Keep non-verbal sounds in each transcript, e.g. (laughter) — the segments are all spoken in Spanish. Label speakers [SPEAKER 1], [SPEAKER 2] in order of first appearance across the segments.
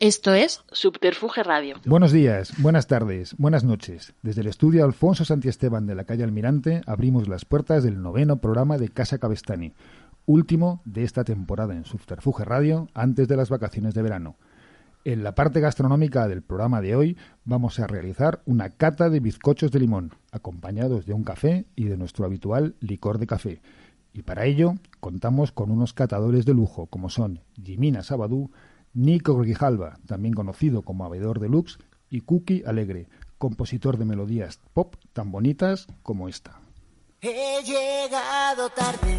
[SPEAKER 1] Esto es Subterfuge Radio.
[SPEAKER 2] Buenos días, buenas tardes, buenas noches. Desde el estudio Alfonso Santiesteban de la calle Almirante abrimos las puertas del noveno programa de Casa Cabestani, último de esta temporada en Subterfuge Radio antes de las vacaciones de verano. En la parte gastronómica del programa de hoy vamos a realizar una cata de bizcochos de limón, acompañados de un café y de nuestro habitual licor de café. Y para ello contamos con unos catadores de lujo, como son Jimina Sabadú, Nico Grijalva, también conocido como Abedor Deluxe, y Cookie Alegre, compositor de melodías pop tan bonitas como esta.
[SPEAKER 3] He llegado tarde,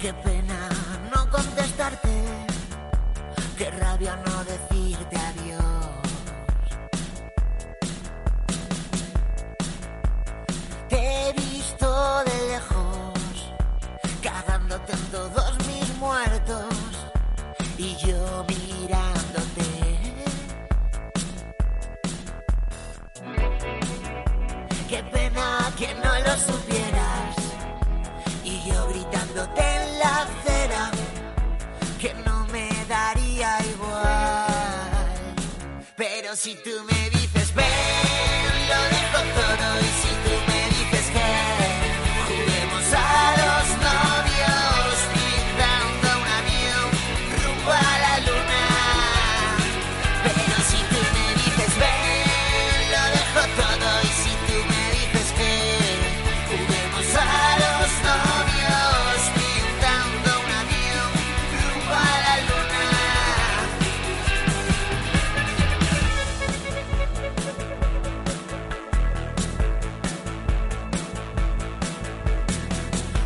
[SPEAKER 3] qué pena no contestarte, qué rabia no decirte adiós. Te he visto de lejos, cagándote en todos mis muertos y yo mirándote. Qué pena que no lo supieras y yo gritándote en la acera que no me daría igual. Pero si tú me dices ven, lo dejo todo y si tú me dices que juguemos a los novios pintando un avión rumbo a la luna. Pero si tú me dices ven, lo dejo todo y si tú me dices que juguemos a los novios pintando un avión rumbo a la luna.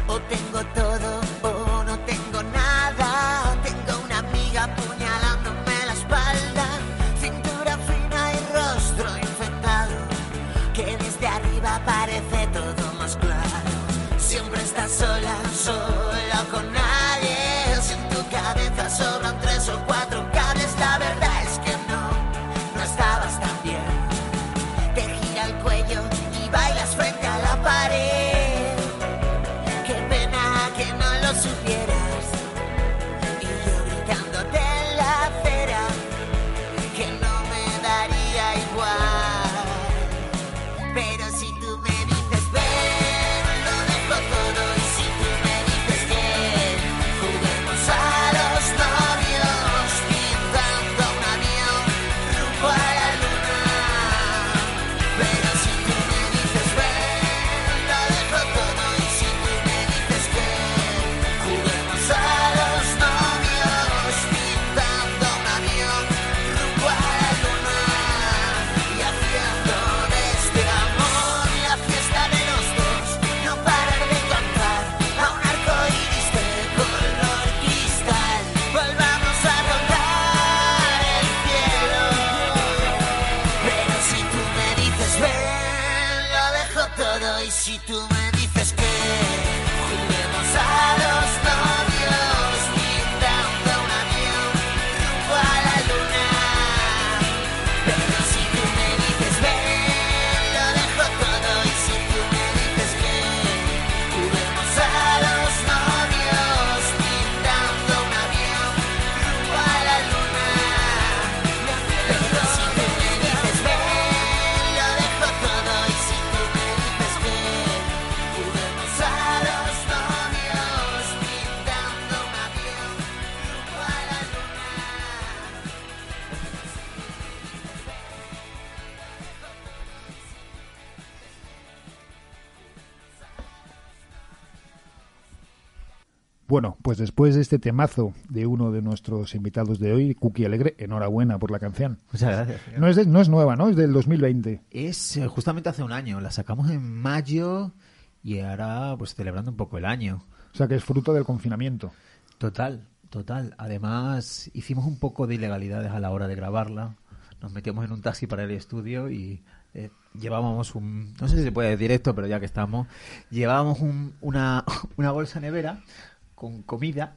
[SPEAKER 3] O tengo todo o no tengo nada. Tengo una amiga apuñalándome la espalda. Cintura fina y rostro infectado. Que desde arriba parece todo más claro. Siempre estás sola, sola con nadie. Si en tu cabeza sobran tres o cuatro cables, la verdad es que no, no estabas tan bien. Te gira el cuello y bailas frente a la pared. Qué pena que no lo supieras. Y yo gritándote en la acera que no me daría igual. Pero si tú me dices ven, lo dejo todo. Y si tú me dices que juguemos a los novios pintando un avión rumbo a la luna. Pero si tú me dices ven, lo dejo todo. Y si tú me dices que juguemos a los novios pintando un avión rumbo a la luna y haciendo de este amor la fiesta de los dos. No parar de cantar a un arco iris de color cristal. Volvamos a tocar el cielo. Pero si tú me dices ven, lo dejo todo y si tú me dices que juguemos a los novios pintando un avión rumbo a la luna. Pero si tú me dices ven, lo dejo todo y si tú me dices que juguemos a los novios pintando un avión rumbo a la luna. Pero si tú me dices ven, lo dejo todo y si tú me dices que juguemos a los novios pintando un avión rumbo a la luna.
[SPEAKER 2] Bueno, pues después de este temazo de uno de nuestros invitados de hoy, Cookie Alegre, enhorabuena por la canción.
[SPEAKER 4] Muchas gracias.
[SPEAKER 2] No es, de- no es nueva, ¿no? Es del 2020.
[SPEAKER 4] Es eh, justamente hace un año, la sacamos en mayo y ahora pues celebrando un poco el año.
[SPEAKER 2] O sea que es fruto del confinamiento. (laughs)
[SPEAKER 4] Total, total. Además hicimos un poco de ilegalidades a la hora de grabarla. Nos metíamos en un taxi para el estudio y eh, llevábamos un... No sé si se puede decir esto, pero ya que estamos, llevábamos un- una, (laughs) una bolsa nevera con comida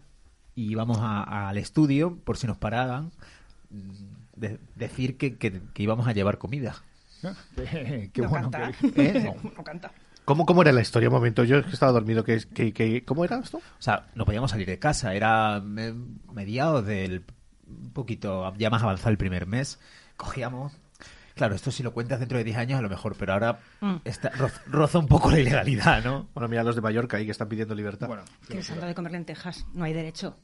[SPEAKER 4] y íbamos a- al estudio por si nos paraban. mm, de- decir que- que- que íbamos a llevar comida.
[SPEAKER 2] Qué, qué
[SPEAKER 5] no
[SPEAKER 2] bueno.
[SPEAKER 5] canta.
[SPEAKER 2] que-
[SPEAKER 4] ¿Eh?
[SPEAKER 5] No. canta.
[SPEAKER 6] ¿Cómo, ¿Cómo era la historia? Un momento, yo es que estaba dormido. Que,
[SPEAKER 2] (laughs)
[SPEAKER 6] que, que- ¿Cómo era esto?
[SPEAKER 4] O sea, no podíamos salir de casa. Era me- mediados del, un poquito, ya más avanzado el primer mes, cogíamos... Claro, esto si lo cuentas dentro de 10 años a lo mejor, pero ahora
[SPEAKER 5] Mm.
[SPEAKER 4] está- roz- roza un poco la ilegalidad, ¿no?
[SPEAKER 6] Bueno, mira los de Mallorca ahí que están pidiendo libertad.
[SPEAKER 2] Bueno.
[SPEAKER 5] Que les han dado de comer lentejas. No hay derecho.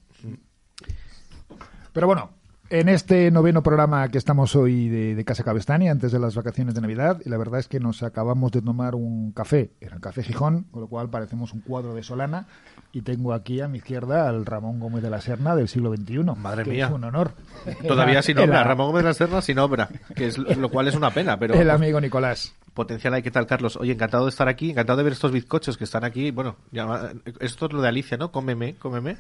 [SPEAKER 2] Pero bueno, en este noveno programa que estamos hoy de, de Casa Cabestani, antes de las vacaciones de Navidad, y la verdad es que nos acabamos de tomar un café en el Café Gijón, con lo cual parecemos un cuadro de Solana, y tengo aquí a mi izquierda al Ramón Gómez de la Serna del siglo XXI.
[SPEAKER 6] Madre
[SPEAKER 2] que
[SPEAKER 6] mía.
[SPEAKER 2] Es un honor.
[SPEAKER 6] Todavía
[SPEAKER 2] Era-
[SPEAKER 6] sin obra,
[SPEAKER 2] era
[SPEAKER 6] Ramón Gómez de la Serna sin obra, que es lo cual es una pena, pero
[SPEAKER 2] El amigo Nicolás.
[SPEAKER 6] potencial hay. ¿Qué tal, Carlos? Oye, encantado de estar aquí, encantado de ver estos bizcochos que están aquí. Bueno, ya- esto es lo de Alicia, ¿no? Cómeme, cómeme.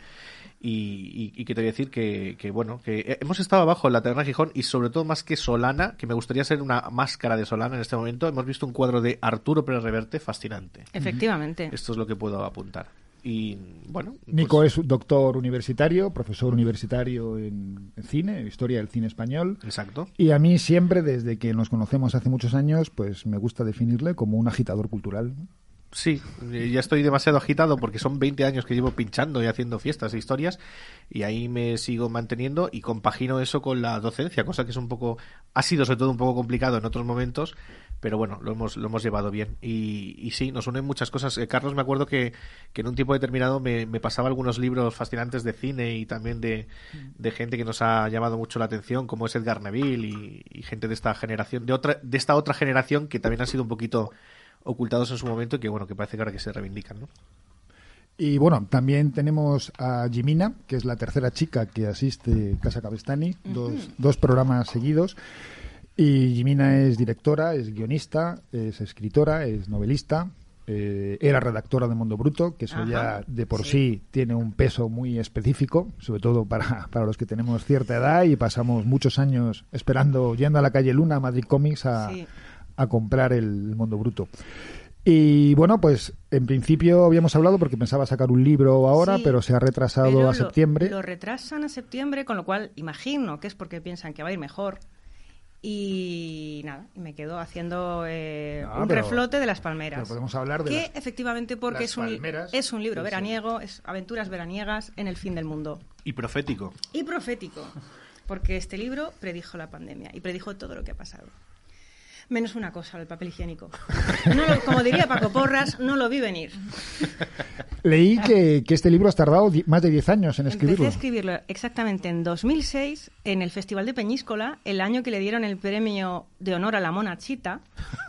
[SPEAKER 6] Y, y, y que te voy a decir que, que, bueno, que eh, hemos estado abajo en la taberna de Gijón y sobre todo más que Solana, que me gustaría ser una máscara de Solana en este momento, hemos visto un cuadro de Arturo Pérez Reverte fascinante.
[SPEAKER 5] Efectivamente.
[SPEAKER 6] Esto es lo que puedo apuntar. Y bueno, pues-
[SPEAKER 2] Nico es doctor universitario, profesor universitario en, en cine, historia del cine español.
[SPEAKER 6] Exacto.
[SPEAKER 2] Y a mí siempre, desde que nos conocemos hace muchos años, pues me gusta definirle como un agitador cultural.
[SPEAKER 6] Sí, eh, ya estoy demasiado agitado porque son 20 años que llevo pinchando y haciendo fiestas e historias y ahí me sigo manteniendo y compagino eso con la docencia, cosa que es un poco, ha sido sobre todo un poco complicado en otros momentos, pero bueno, lo hemos, lo hemos llevado bien. Y, y sí, nos unen muchas cosas. Eh, Carlos, me acuerdo que, que en un tiempo determinado me, me pasaba algunos libros fascinantes de cine y también de, de gente que nos ha llamado mucho la atención, como es Edgar Neville y, y gente de esta generación, de, otra, de esta otra generación que también ha sido un poquito ocultados en su momento y que bueno que parece que ahora que se reivindican ¿no?
[SPEAKER 2] Y bueno, también tenemos a Jimina, que es la tercera chica que asiste Casa Cabestani, dos, dos programas seguidos. Y Jimina es directora, es guionista, es escritora, es novelista. eh, era redactora de Mundo Bruto, que eso ya de por sí. tiene un peso muy específico, sobre todo para, para los que tenemos cierta edad y pasamos muchos años esperando, yendo a la calle Luna, a Madrid Comics, a,
[SPEAKER 5] Sí.
[SPEAKER 2] a comprar el Mundo Bruto. Y bueno, pues en principio habíamos hablado porque pensaba sacar un libro ahora,
[SPEAKER 5] Sí,
[SPEAKER 2] pero se ha retrasado
[SPEAKER 5] Pero
[SPEAKER 2] a
[SPEAKER 5] lo-
[SPEAKER 2] septiembre.
[SPEAKER 5] Lo retrasan a septiembre, con lo cual imagino que es porque piensan que va a ir mejor. Y nada, y me quedo haciendo eh,
[SPEAKER 2] No,
[SPEAKER 5] un
[SPEAKER 2] Ah, pero-
[SPEAKER 5] reflote de las palmeras.
[SPEAKER 2] pero podemos hablar de
[SPEAKER 5] Que
[SPEAKER 2] las-
[SPEAKER 5] efectivamente, porque
[SPEAKER 2] las
[SPEAKER 5] es un, li-
[SPEAKER 2] palmeras.
[SPEAKER 5] es un libro
[SPEAKER 2] Sí, sí.
[SPEAKER 5] veraniego, es aventuras veraniegas en el fin del mundo.
[SPEAKER 6] y profético
[SPEAKER 5] Y profético, porque este libro predijo la pandemia y predijo todo lo que ha pasado. Menos una cosa, el papel higiénico. No lo- como diría Paco Porras, no lo vi venir. (laughs)
[SPEAKER 2] Leí que, que este libro has tardado di- más de 10 años en escribirlo.
[SPEAKER 5] Empecé a escribirlo exactamente en 2006, en el Festival de Peñíscola, el año que le dieron el premio de honor a la monachita,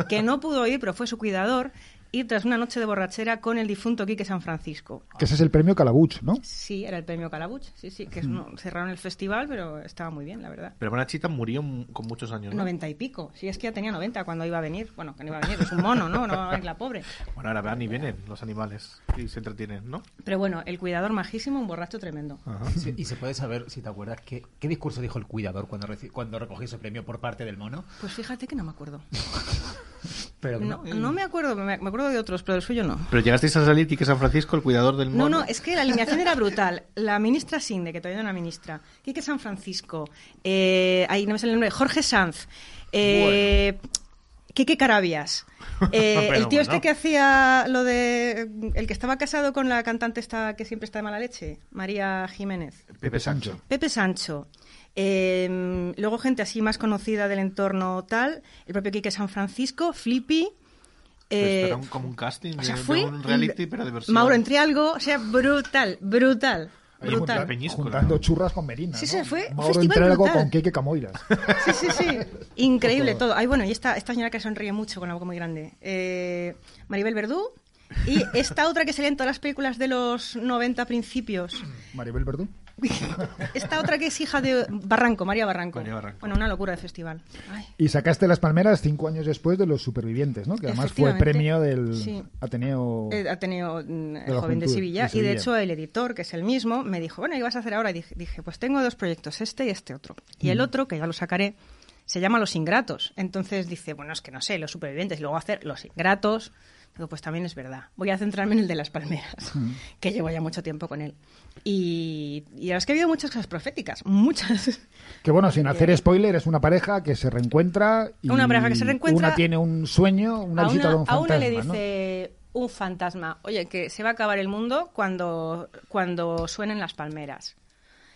[SPEAKER 5] que no pudo ir, pero fue su cuidador, y tras una noche de borrachera con el difunto Quique San Francisco.
[SPEAKER 2] Que ese es el premio Calabuch, ¿no?
[SPEAKER 5] Sí, era el premio Calabuch, sí, sí, que es- no, cerraron el festival, pero estaba muy bien, la verdad.
[SPEAKER 6] pero Monachita murió m- con muchos años ¿no?
[SPEAKER 5] Noventa y pico, sí, es que ya tenía 90 cuando iba a venir. Bueno, que no iba a venir, es un mono, ¿no? No va a venir la pobre.
[SPEAKER 6] bueno ahora van y vienen los animales y se entretienen ¿no?
[SPEAKER 5] Pero bueno, el cuidador majísimo, un borracho tremendo.
[SPEAKER 2] Ah.
[SPEAKER 4] Sí, y se puede saber, si te acuerdas, qué, qué discurso dijo el cuidador cuando, reci- cuando recogió ese premio por parte del mono.
[SPEAKER 5] Pues fíjate que no me acuerdo.
[SPEAKER 4] Pero que eh,
[SPEAKER 5] No, no me acuerdo, me me acuerdo de otros, pero del suyo no.
[SPEAKER 6] pero llegasteis a salir Quique San Francisco el cuidador del
[SPEAKER 5] No, eh,
[SPEAKER 6] mono
[SPEAKER 5] no, es que la alineación era brutal. La ministra Sinde, que todavía no era ministra, Quique San Francisco, eh, ahí no me sale el nombre, Jorge Sanz, eh, Quique
[SPEAKER 6] (laughs)
[SPEAKER 5] Carabias, eh,
[SPEAKER 6] Pero
[SPEAKER 5] el tío este
[SPEAKER 6] bueno.
[SPEAKER 5] que hacía lo de... el que estaba casado con la cantante esta que siempre está de mala leche, María Jiménez.
[SPEAKER 6] Pepe Sancho
[SPEAKER 5] Pepe Sancho. eh, luego gente así más conocida del entorno tal, el propio Quique San Francisco, Flippy...
[SPEAKER 6] Pero esto
[SPEAKER 5] eh,
[SPEAKER 6] era un- como un casting
[SPEAKER 5] o
[SPEAKER 6] de,
[SPEAKER 5] sea,
[SPEAKER 6] de
[SPEAKER 5] fui
[SPEAKER 6] un reality
[SPEAKER 5] inve-
[SPEAKER 6] pero de versión
[SPEAKER 5] Mauro entre algo, o sea, brutal, brutal,
[SPEAKER 2] Ahí
[SPEAKER 5] brutal.
[SPEAKER 2] juntan-
[SPEAKER 6] Peñíscola,
[SPEAKER 2] juntando
[SPEAKER 6] ¿no?
[SPEAKER 2] churras con merinas.
[SPEAKER 5] Sí,
[SPEAKER 2] ¿no?
[SPEAKER 5] se fue
[SPEAKER 2] Mauro
[SPEAKER 5] festival
[SPEAKER 2] Entralgo
[SPEAKER 5] brutal.
[SPEAKER 2] con Keke
[SPEAKER 5] (laughs)
[SPEAKER 2] Camoiras.
[SPEAKER 5] Sí, sí,
[SPEAKER 6] (laughs)
[SPEAKER 5] sí. Increíble todo. Ay, bueno, y esta, esta señora que sonríe mucho con la boca muy grande. Eh, Maribel Verdú. Y
[SPEAKER 6] (laughs)
[SPEAKER 5] esta otra que salía en todas las películas de los 90 principios.
[SPEAKER 2] Maribel Verdú.
[SPEAKER 5] Esta otra que es hija de Barranco, María Barranco.
[SPEAKER 6] María Barranco.
[SPEAKER 5] Bueno, una locura de festival. Ay.
[SPEAKER 2] Y sacaste Las Palmeras cinco años después de Los Supervivientes, ¿no? Que además fue
[SPEAKER 5] Efectivamente.
[SPEAKER 2] premio del
[SPEAKER 5] Sí.
[SPEAKER 2] Ateneo...
[SPEAKER 5] Eh, ha tenido mm, el
[SPEAKER 2] la
[SPEAKER 5] joven de
[SPEAKER 2] juventud,
[SPEAKER 5] Sevilla,
[SPEAKER 2] de
[SPEAKER 5] y
[SPEAKER 2] Sevilla.
[SPEAKER 5] de hecho el editor, que es el mismo, me dijo, bueno, ¿qué vas a hacer ahora? Y dije, dije, pues tengo dos proyectos, este y este otro. Y
[SPEAKER 2] Mm.
[SPEAKER 5] el otro, que ya lo sacaré, se llama Los Ingratos. Entonces dice, bueno, es que no sé, los supervivientes, y luego hacer Los Ingratos. Digo, pues también es verdad. Voy a centrarme en el de las palmeras,
[SPEAKER 2] Mm.
[SPEAKER 5] (laughs) que llevo ya mucho tiempo con él. Y, y la verdad es que ha habido muchas cosas proféticas, muchas.
[SPEAKER 2] Que bueno, sin hacer spoiler, es una pareja que se reencuentra. Y
[SPEAKER 5] Una pareja que se reencuentra.
[SPEAKER 2] Una tiene un sueño, una
[SPEAKER 5] a,
[SPEAKER 2] visita
[SPEAKER 5] una,
[SPEAKER 2] de un
[SPEAKER 5] a una
[SPEAKER 2] fantasma.
[SPEAKER 5] le
[SPEAKER 2] ¿no?
[SPEAKER 5] dice un fantasma, oye, que se va a acabar el mundo cuando, cuando suenen las palmeras.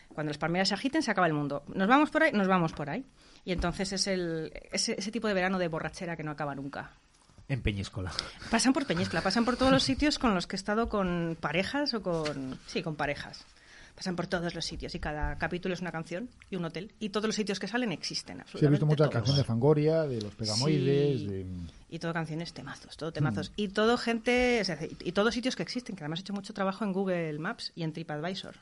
[SPEAKER 5] Cuando las palmeras se agiten, se acaba el mundo. Nos vamos por ahí, nos vamos por ahí. Y entonces es el, ese, ese tipo de verano de borrachera que no acaba nunca.
[SPEAKER 4] En Peñíscola.
[SPEAKER 5] Pasan por Peñíscola, pasan por todos los sitios con los que he estado con parejas o con... Sí, con parejas. Pasan por todos los sitios y cada capítulo es una canción y un hotel. Y todos los sitios que salen existen,
[SPEAKER 2] Sí, he
[SPEAKER 5] absolutamente
[SPEAKER 2] visto muchas
[SPEAKER 5] todos.
[SPEAKER 2] canciones de Fangoria, de los Pegamoides,
[SPEAKER 5] Sí.
[SPEAKER 2] de... Mm.
[SPEAKER 5] Y todo canciones temazos, todo temazos. Y todo gente, es decir, y todos sitios que existen, que además he hecho mucho trabajo en Google Maps y en TripAdvisor.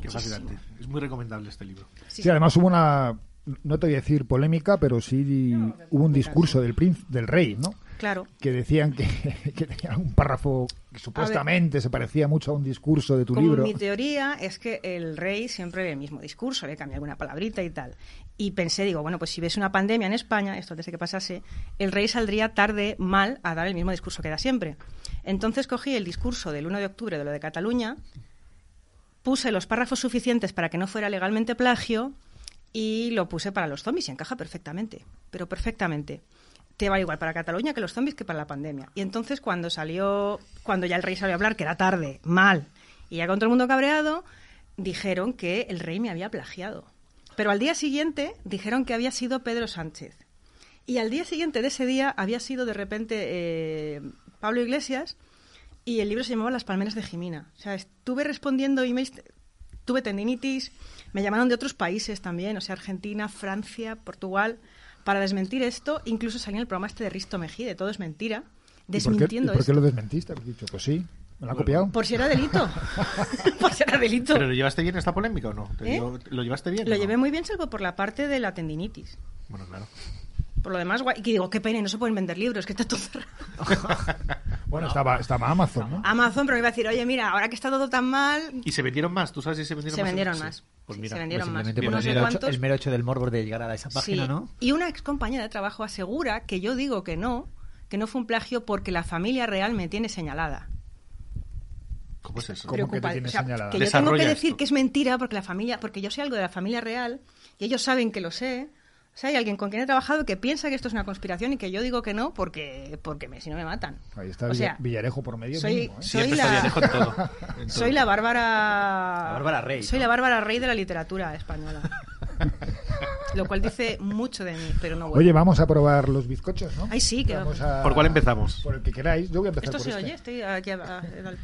[SPEAKER 6] Qué fascinante. Es muy recomendable este libro.
[SPEAKER 2] Sí,
[SPEAKER 5] Sí,
[SPEAKER 2] además hubo una, no te voy a decir polémica, pero sí hubo un discurso del, prín- del rey, ¿no?
[SPEAKER 5] Claro.
[SPEAKER 2] Que decían que, (laughs) que tenía un párrafo que supuestamente se parecía mucho a un discurso de tu
[SPEAKER 5] Como
[SPEAKER 2] libro.
[SPEAKER 5] mi teoría es que el rey siempre ve el mismo discurso, le cambia alguna palabrita y tal. Y pensé, digo, bueno, pues si ves una pandemia en España, esto antes de que pasase, el rey saldría tarde, mal, a dar el mismo discurso que da siempre. Entonces cogí el discurso del 1 de octubre de lo de Cataluña, puse los párrafos suficientes para que no fuera legalmente plagio y lo puse para los zombies y encaja perfectamente, pero perfectamente. Te va igual para Cataluña que los zombies que para la pandemia. Y entonces cuando salió, cuando ya el rey salió a hablar, que era tarde, mal, y ya con todo el mundo cabreado, dijeron que el rey me había plagiado. Pero al día siguiente dijeron que había sido Pedro Sánchez. Y al día siguiente de ese día había sido de repente eh, Pablo Iglesias y el libro se llamaba Las palmeras de Jimena. O sea, estuve respondiendo emails, tuve tendinitis, me llamaron de otros países también, o sea, Argentina, Francia, Portugal, para desmentir esto. Incluso salí en el programa este de Risto Mejide, Todo es mentira,
[SPEAKER 2] ¿Y por qué-
[SPEAKER 5] desmintiendo
[SPEAKER 2] ¿Y por qué, lo
[SPEAKER 5] esto.
[SPEAKER 2] desmentiste? Has dicho, pues sí, me lo ha
[SPEAKER 6] Bueno,
[SPEAKER 2] copiado.
[SPEAKER 5] Por si
[SPEAKER 2] (laughs)
[SPEAKER 5] era delito. Por si era delito.
[SPEAKER 6] ¿Pero lo llevaste bien esta polémica o no? ¿Te
[SPEAKER 5] ¿Eh?
[SPEAKER 6] dio- ¿Lo llevaste bien?
[SPEAKER 5] Lo
[SPEAKER 6] o no?
[SPEAKER 5] llevé muy bien, salvo por la parte de la tendinitis.
[SPEAKER 6] Bueno, claro.
[SPEAKER 5] Por lo demás, guay. Y que digo, qué pena, no se pueden vender libros, que está todo cerrado.
[SPEAKER 2] Bueno, estaba, estaba Amazon, ¿no?
[SPEAKER 5] Amazon, pero me iba a decir, oye, mira, ahora que está todo tan mal,
[SPEAKER 6] ¿Y se vendieron más? ¿Tú sabes si se vendieron
[SPEAKER 5] se
[SPEAKER 6] más?
[SPEAKER 5] vendieron
[SPEAKER 6] Sí.
[SPEAKER 5] más.
[SPEAKER 6] Pues
[SPEAKER 5] Sí,
[SPEAKER 6] mira,
[SPEAKER 5] se vendieron más.
[SPEAKER 4] Simplemente por
[SPEAKER 5] No
[SPEAKER 4] el
[SPEAKER 5] sé
[SPEAKER 4] mero, hecho,
[SPEAKER 5] cuántos.
[SPEAKER 4] el mero hecho del morbo de llegar a esa página,
[SPEAKER 5] Sí.
[SPEAKER 4] ¿no?
[SPEAKER 5] Y una ex compañera de trabajo asegura que yo digo que no, que no fue un plagio porque la familia real me tiene señalada.
[SPEAKER 6] ¿Cómo es eso?
[SPEAKER 2] ¿Cómo? que te
[SPEAKER 5] Preocupa-
[SPEAKER 2] tiene
[SPEAKER 5] o sea,
[SPEAKER 2] señalada?
[SPEAKER 5] que yo tengo que
[SPEAKER 6] Desarrolla
[SPEAKER 5] decir
[SPEAKER 6] esto.
[SPEAKER 5] que es mentira porque la familia, porque yo sé algo de la familia real y ellos saben que lo sé. O sea, hay alguien con quien he trabajado que piensa que esto es una conspiración y que yo digo que no porque, porque me, si no me matan.
[SPEAKER 2] Ahí está
[SPEAKER 5] o sea,
[SPEAKER 2] Villa- Villarejo por medio.
[SPEAKER 5] soy-
[SPEAKER 2] mínimo, ¿eh?
[SPEAKER 5] soy-
[SPEAKER 6] Siempre
[SPEAKER 5] la-
[SPEAKER 6] está Villarejo en todo. En
[SPEAKER 5] (laughs)
[SPEAKER 6] todo.
[SPEAKER 5] Soy la Bárbara.
[SPEAKER 4] La Bárbara Rey,
[SPEAKER 5] Soy
[SPEAKER 4] ¿no?
[SPEAKER 5] la Bárbara Rey de la literatura española.
[SPEAKER 6] (laughs)
[SPEAKER 5] Lo cual dice mucho de mí, pero no Ah, bueno.
[SPEAKER 2] Oye, vamos a probar los bizcochos, ¿no?
[SPEAKER 5] Ay, sí, que
[SPEAKER 2] Vamos a-
[SPEAKER 6] ¿Por cuál empezamos?
[SPEAKER 2] Por el que queráis. Yo voy a empezar
[SPEAKER 5] Esto
[SPEAKER 2] por
[SPEAKER 5] se
[SPEAKER 2] este.
[SPEAKER 5] oye, estoy aquí. a- a- al-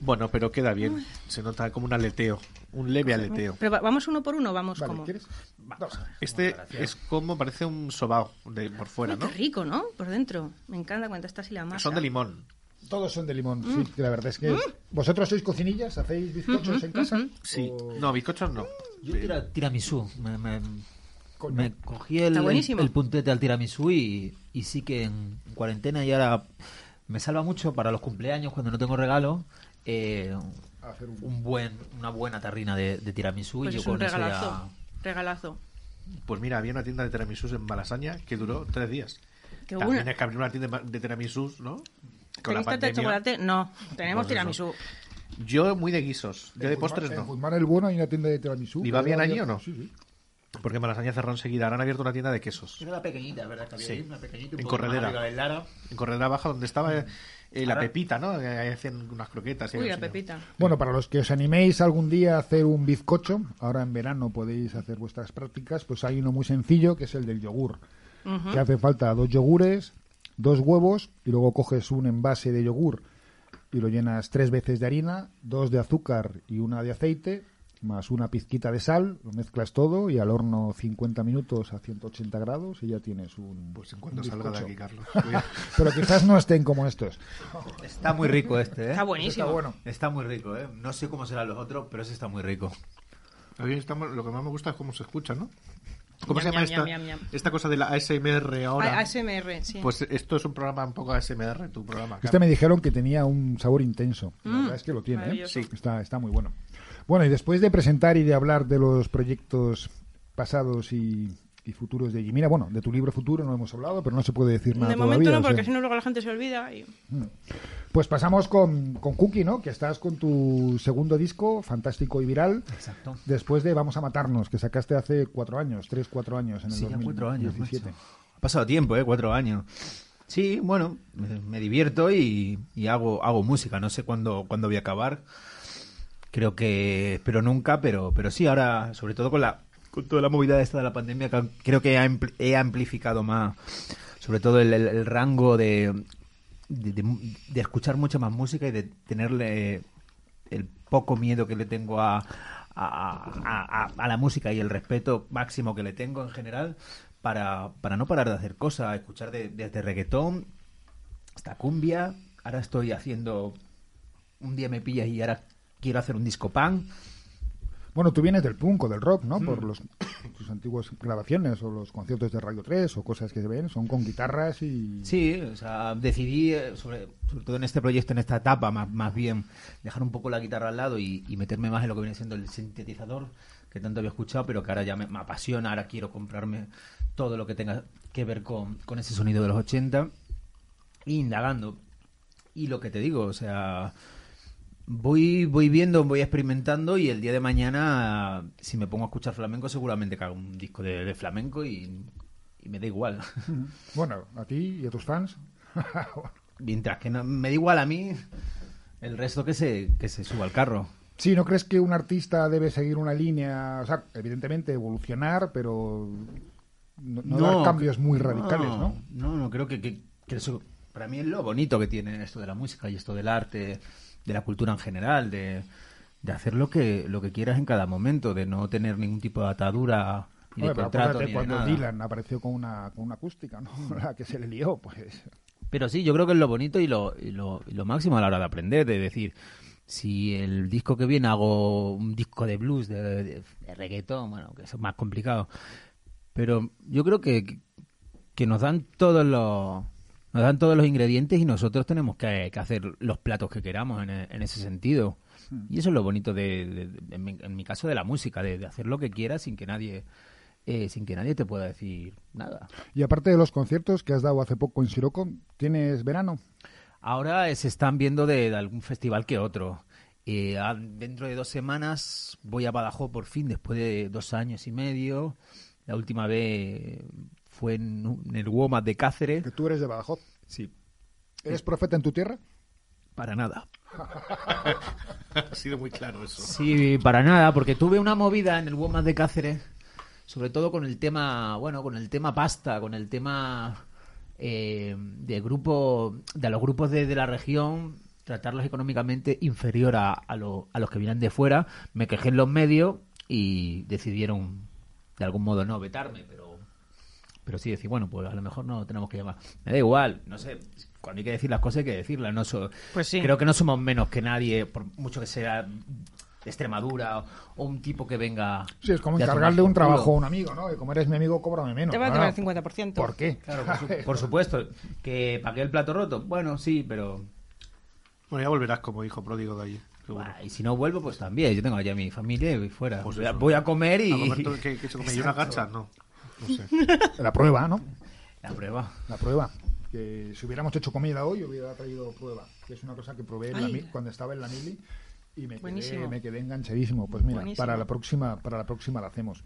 [SPEAKER 6] Bueno, pero queda bien. Se nota como un aleteo. Un leve aleteo.
[SPEAKER 5] Pero va- vamos uno por uno, vamos
[SPEAKER 2] Vale,
[SPEAKER 5] como.
[SPEAKER 2] ¿quieres? Vamos.
[SPEAKER 6] Este es como parece un sobao de por fuera,
[SPEAKER 5] Uy,
[SPEAKER 6] ¿no?
[SPEAKER 5] qué rico, ¿no? Por dentro. Me encanta cuando está así la masa.
[SPEAKER 6] Son de limón.
[SPEAKER 2] Todos son de limón,
[SPEAKER 5] Mm.
[SPEAKER 2] sí, la verdad es que... ¿Vosotros sois cocinillas? ¿Hacéis bizcochos
[SPEAKER 5] Mm-hmm,
[SPEAKER 2] en casa?
[SPEAKER 6] Sí.
[SPEAKER 2] O-
[SPEAKER 6] Oh. No, bizcochos no. Eh,
[SPEAKER 4] Yo tira, tiramisú. Me, me-
[SPEAKER 2] Coño.
[SPEAKER 4] me cogí el,
[SPEAKER 5] Está
[SPEAKER 4] el,
[SPEAKER 5] buenísimo.
[SPEAKER 4] el puntete al tiramisú y, y sí que en cuarentena y ahora me salva mucho para los cumpleaños cuando no tengo regalo. eh,
[SPEAKER 2] Hacer un-
[SPEAKER 4] un buen, una buena tarrina de, de tiramisú
[SPEAKER 5] Pues
[SPEAKER 4] y yo
[SPEAKER 5] es un
[SPEAKER 4] con eso ya-
[SPEAKER 5] regalazo. Regalazo.
[SPEAKER 6] Pues mira, había una tienda de tiramisús en Malasaña que duró tres días.
[SPEAKER 5] Qué
[SPEAKER 6] También
[SPEAKER 5] buena.
[SPEAKER 6] hay que abrir una tienda de tiramisús, ¿no? Con la
[SPEAKER 5] ¿Tenéis tarta de
[SPEAKER 6] pandemia.
[SPEAKER 5] chocolate? No. Tenemos
[SPEAKER 6] Pues eso.
[SPEAKER 5] tiramisú.
[SPEAKER 6] Yo muy de guisos, yo de postres
[SPEAKER 2] En
[SPEAKER 6] no.
[SPEAKER 2] Guzmán el Bueno hay una tienda de tiramisú.
[SPEAKER 6] ¿Y va
[SPEAKER 2] que
[SPEAKER 6] bien
[SPEAKER 2] ahora
[SPEAKER 6] allí
[SPEAKER 2] ya-
[SPEAKER 6] o no?
[SPEAKER 2] Sí, sí.
[SPEAKER 6] Porque Malasaña cerró enseguida, ahora han abierto una tienda de quesos.
[SPEAKER 4] Era la pequeñita, ¿verdad? Que había
[SPEAKER 6] Sí.
[SPEAKER 4] ahí, una pequeñita, un
[SPEAKER 6] En
[SPEAKER 4] poco más
[SPEAKER 6] Corredera.
[SPEAKER 4] arriba del Lara.
[SPEAKER 6] En Corredera Baja, donde estaba eh, eh, la
[SPEAKER 4] Ahora-
[SPEAKER 6] Pepita, ¿no? Que ahí hacían unas croquetas. y
[SPEAKER 5] Uy,
[SPEAKER 6] ahí
[SPEAKER 5] la
[SPEAKER 6] enseñó.
[SPEAKER 5] pepita.
[SPEAKER 2] Bueno, para los que os animéis algún día a hacer un bizcocho, ahora en verano podéis hacer vuestras prácticas, pues hay uno muy sencillo que es el del yogur. Que hace falta dos yogures, dos huevos y luego coges un envase de yogur y lo llenas tres veces de harina, dos de azúcar y una de aceite, más una pizquita de sal, lo mezclas todo y al horno 50 minutos a 180 grados y ya tienes un.
[SPEAKER 6] Pues en cuanto
[SPEAKER 2] un
[SPEAKER 6] salga
[SPEAKER 2] bizcocho.
[SPEAKER 6] de aquí, Carlos. (laughs)
[SPEAKER 2] Pero quizás no estén como estos.
[SPEAKER 4] Está muy rico este, ¿eh?
[SPEAKER 5] Está buenísimo.
[SPEAKER 2] Está bueno.
[SPEAKER 4] Está muy rico, ¿eh? No sé cómo serán los otros, pero ese está muy rico.
[SPEAKER 6] Hoy estamos- lo que más me gusta es cómo se escucha, ¿no? ¿Cómo se
[SPEAKER 5] Ñam,
[SPEAKER 6] llama
[SPEAKER 5] ñam,
[SPEAKER 6] esta,
[SPEAKER 5] ñam, ñam, ñam.
[SPEAKER 6] esta cosa de la ASMR ahora?
[SPEAKER 5] Ah, A- ASMR, sí.
[SPEAKER 6] Pues esto es un programa un poco ASMR, tu programa.
[SPEAKER 2] Este me
[SPEAKER 6] Carlos.
[SPEAKER 2] dijeron que tenía un sabor intenso. La
[SPEAKER 5] Mm,
[SPEAKER 2] verdad es que lo tiene, ¿eh?
[SPEAKER 5] maravilloso.
[SPEAKER 6] Sí.
[SPEAKER 2] Está, está muy bueno. Bueno, y después de presentar y de hablar de los proyectos pasados y, y futuros de Jimena, bueno, de tu libro futuro no hemos hablado, pero no se puede decir nada
[SPEAKER 5] de
[SPEAKER 2] todavía.
[SPEAKER 5] momento no,
[SPEAKER 2] o sea.
[SPEAKER 5] porque si no luego la gente se olvida. Y...
[SPEAKER 2] Pues pasamos con, con Cookie, ¿no? Que estás con tu segundo disco, fantástico y viral.
[SPEAKER 4] Exacto.
[SPEAKER 2] Después de Vamos a matarnos, que sacaste hace cuatro años, tres, cuatro años, en el
[SPEAKER 4] Sí, ya
[SPEAKER 2] 2017.
[SPEAKER 4] cuatro años, macho. Ha pasado tiempo, ¿eh? Cuatro años. Sí, bueno, me, me divierto y, y hago, hago música. No sé cuándo, cuándo voy a acabar. creo que espero nunca, pero, pero sí, ahora, sobre todo con la con toda la movilidad esta de la pandemia, ca- creo que ha ampli- he amplificado más, sobre todo el, el- el rango de, de, de- de escuchar mucha más música y de tenerle el poco miedo que le tengo a, a- a- a- a la música y el respeto máximo que le tengo en general para, para no parar de hacer cosas, escuchar de- desde reggaetón hasta cumbia. Ahora estoy haciendo. Un día me pillas y ahora quiero hacer un disco pan.
[SPEAKER 2] Bueno, tú vienes del punk o del rock, ¿no?
[SPEAKER 4] Mm.
[SPEAKER 2] Por los, tus antiguas grabaciones o los conciertos de Radio 3 o cosas que se ven, son con guitarras y...
[SPEAKER 4] Sí, o sea, decidí, eh, sobre, sobre todo en este proyecto, en esta etapa, más, más bien, dejar un poco la guitarra al lado y, y meterme más en lo que viene siendo el sintetizador, que tanto había escuchado, pero que ahora ya me, me apasiona, ahora quiero comprarme todo lo que tenga que ver con, con ese sonido de los 80, e indagando. Y lo que te digo, o sea, voy, voy viendo, voy experimentando y el día de mañana, si me pongo a escuchar flamenco, seguramente que hago un disco de, de flamenco y, y me da igual. (laughs)
[SPEAKER 2] Bueno, a ti y a tus fans. (laughs)
[SPEAKER 4] Mientras que no, me da igual a mí el resto que se, que se suba al carro.
[SPEAKER 2] sí, ¿no crees que un artista debe seguir una línea? O sea, evidentemente evolucionar, pero no, no dar cambios muy radicales, ¿no?
[SPEAKER 4] No, no, creo que, que- que eso para mí es lo bonito que tiene esto de la música y esto del arte, de la cultura en general, de, de hacer lo que, lo que quieras en cada momento, de no tener ningún tipo de atadura ni de
[SPEAKER 2] Hombre, pero
[SPEAKER 4] contrato.
[SPEAKER 2] acuérdate
[SPEAKER 4] ni de
[SPEAKER 2] cuando
[SPEAKER 4] nada.
[SPEAKER 2] Dylan apareció con una, con una acústica, ¿no? (laughs) La que se le lió, pues...
[SPEAKER 4] Pero sí, yo creo que es lo bonito y lo, y lo, y lo máximo a la hora de aprender, de decir, si el disco que viene hago un disco de blues, de, de- de reggaetón, bueno, que eso es más complicado. Pero yo creo que, que nos dan todos los nos dan todos los ingredientes y nosotros tenemos que, que hacer los platos que queramos en, e- en ese sentido. Y eso es lo bonito de, de- de- en, mi, en mi caso de la música, de, de hacer lo que quieras sin que nadie eh, sin que nadie te pueda decir nada.
[SPEAKER 2] Y aparte de los conciertos que has dado hace poco en Siroco, ¿tienes verano?
[SPEAKER 4] Ahora eh, se están viendo de, de algún festival que otro. Eh, ah, dentro de dos semanas voy a Badajoz por fin, después de dos años y medio. La última vez fue en, un- en el WOMAD de Cáceres.
[SPEAKER 2] Que tú eres de Badajoz.
[SPEAKER 4] Sí,
[SPEAKER 2] ¿Eres profeta en tu tierra?
[SPEAKER 4] para nada.
[SPEAKER 6] Ha (laughs) sido muy claro eso.
[SPEAKER 4] Sí, para nada, porque tuve una movida en el WOMAD de Cáceres, sobre todo con el tema, bueno, con el tema pasta, con el tema eh, de grupo, de los grupos de, de la región, tratarlos económicamente inferior a, a lo- a los que vienen de fuera. Me quejé en los medios y decidieron, de algún modo, no vetarme, pero pero sí decir, bueno, pues a lo mejor no tenemos que llamar. Me da igual, no sé, cuando hay que decir las cosas hay que decirlas. No so-
[SPEAKER 5] Pues sí.
[SPEAKER 4] Creo que no somos menos que nadie, por mucho que sea de Extremadura o, o un tipo que venga.
[SPEAKER 2] Sí, es como
[SPEAKER 4] de a tomar
[SPEAKER 2] encargarle un
[SPEAKER 4] por culo.
[SPEAKER 2] trabajo a un amigo, ¿no? Y como eres mi amigo, cóbrame menos.
[SPEAKER 5] Te va a
[SPEAKER 2] No,
[SPEAKER 5] cobrar
[SPEAKER 2] no.
[SPEAKER 5] el 50%.
[SPEAKER 2] ¿Por qué?
[SPEAKER 4] Claro, por,
[SPEAKER 2] (laughs)
[SPEAKER 4] su- por supuesto. ¿Que pagué el plato roto? Bueno, sí, pero.
[SPEAKER 6] Bueno, ya volverás como hijo pródigo de allí. seguro.
[SPEAKER 4] bah, y si no vuelvo, pues también. Yo tengo allá a mi familia y voy fuera.
[SPEAKER 6] Pues
[SPEAKER 4] voy, a,
[SPEAKER 6] eso.
[SPEAKER 4] voy a comer y.
[SPEAKER 6] A comer todo- ¿qué- qué se come? ¿Y unas gachas? No. No sé.
[SPEAKER 2] La prueba, ¿no?
[SPEAKER 4] (laughs) La prueba.
[SPEAKER 2] La prueba. Que si hubiéramos hecho comida hoy, hubiera traído prueba. Que es una cosa que probé en la
[SPEAKER 5] Ay.
[SPEAKER 2] mi- cuando estaba en la mili y me quedé,
[SPEAKER 5] Buenísimo.
[SPEAKER 2] me quedé enganchadísimo. Pues mira,
[SPEAKER 5] Buenísimo.
[SPEAKER 2] para la próxima para la próxima la hacemos.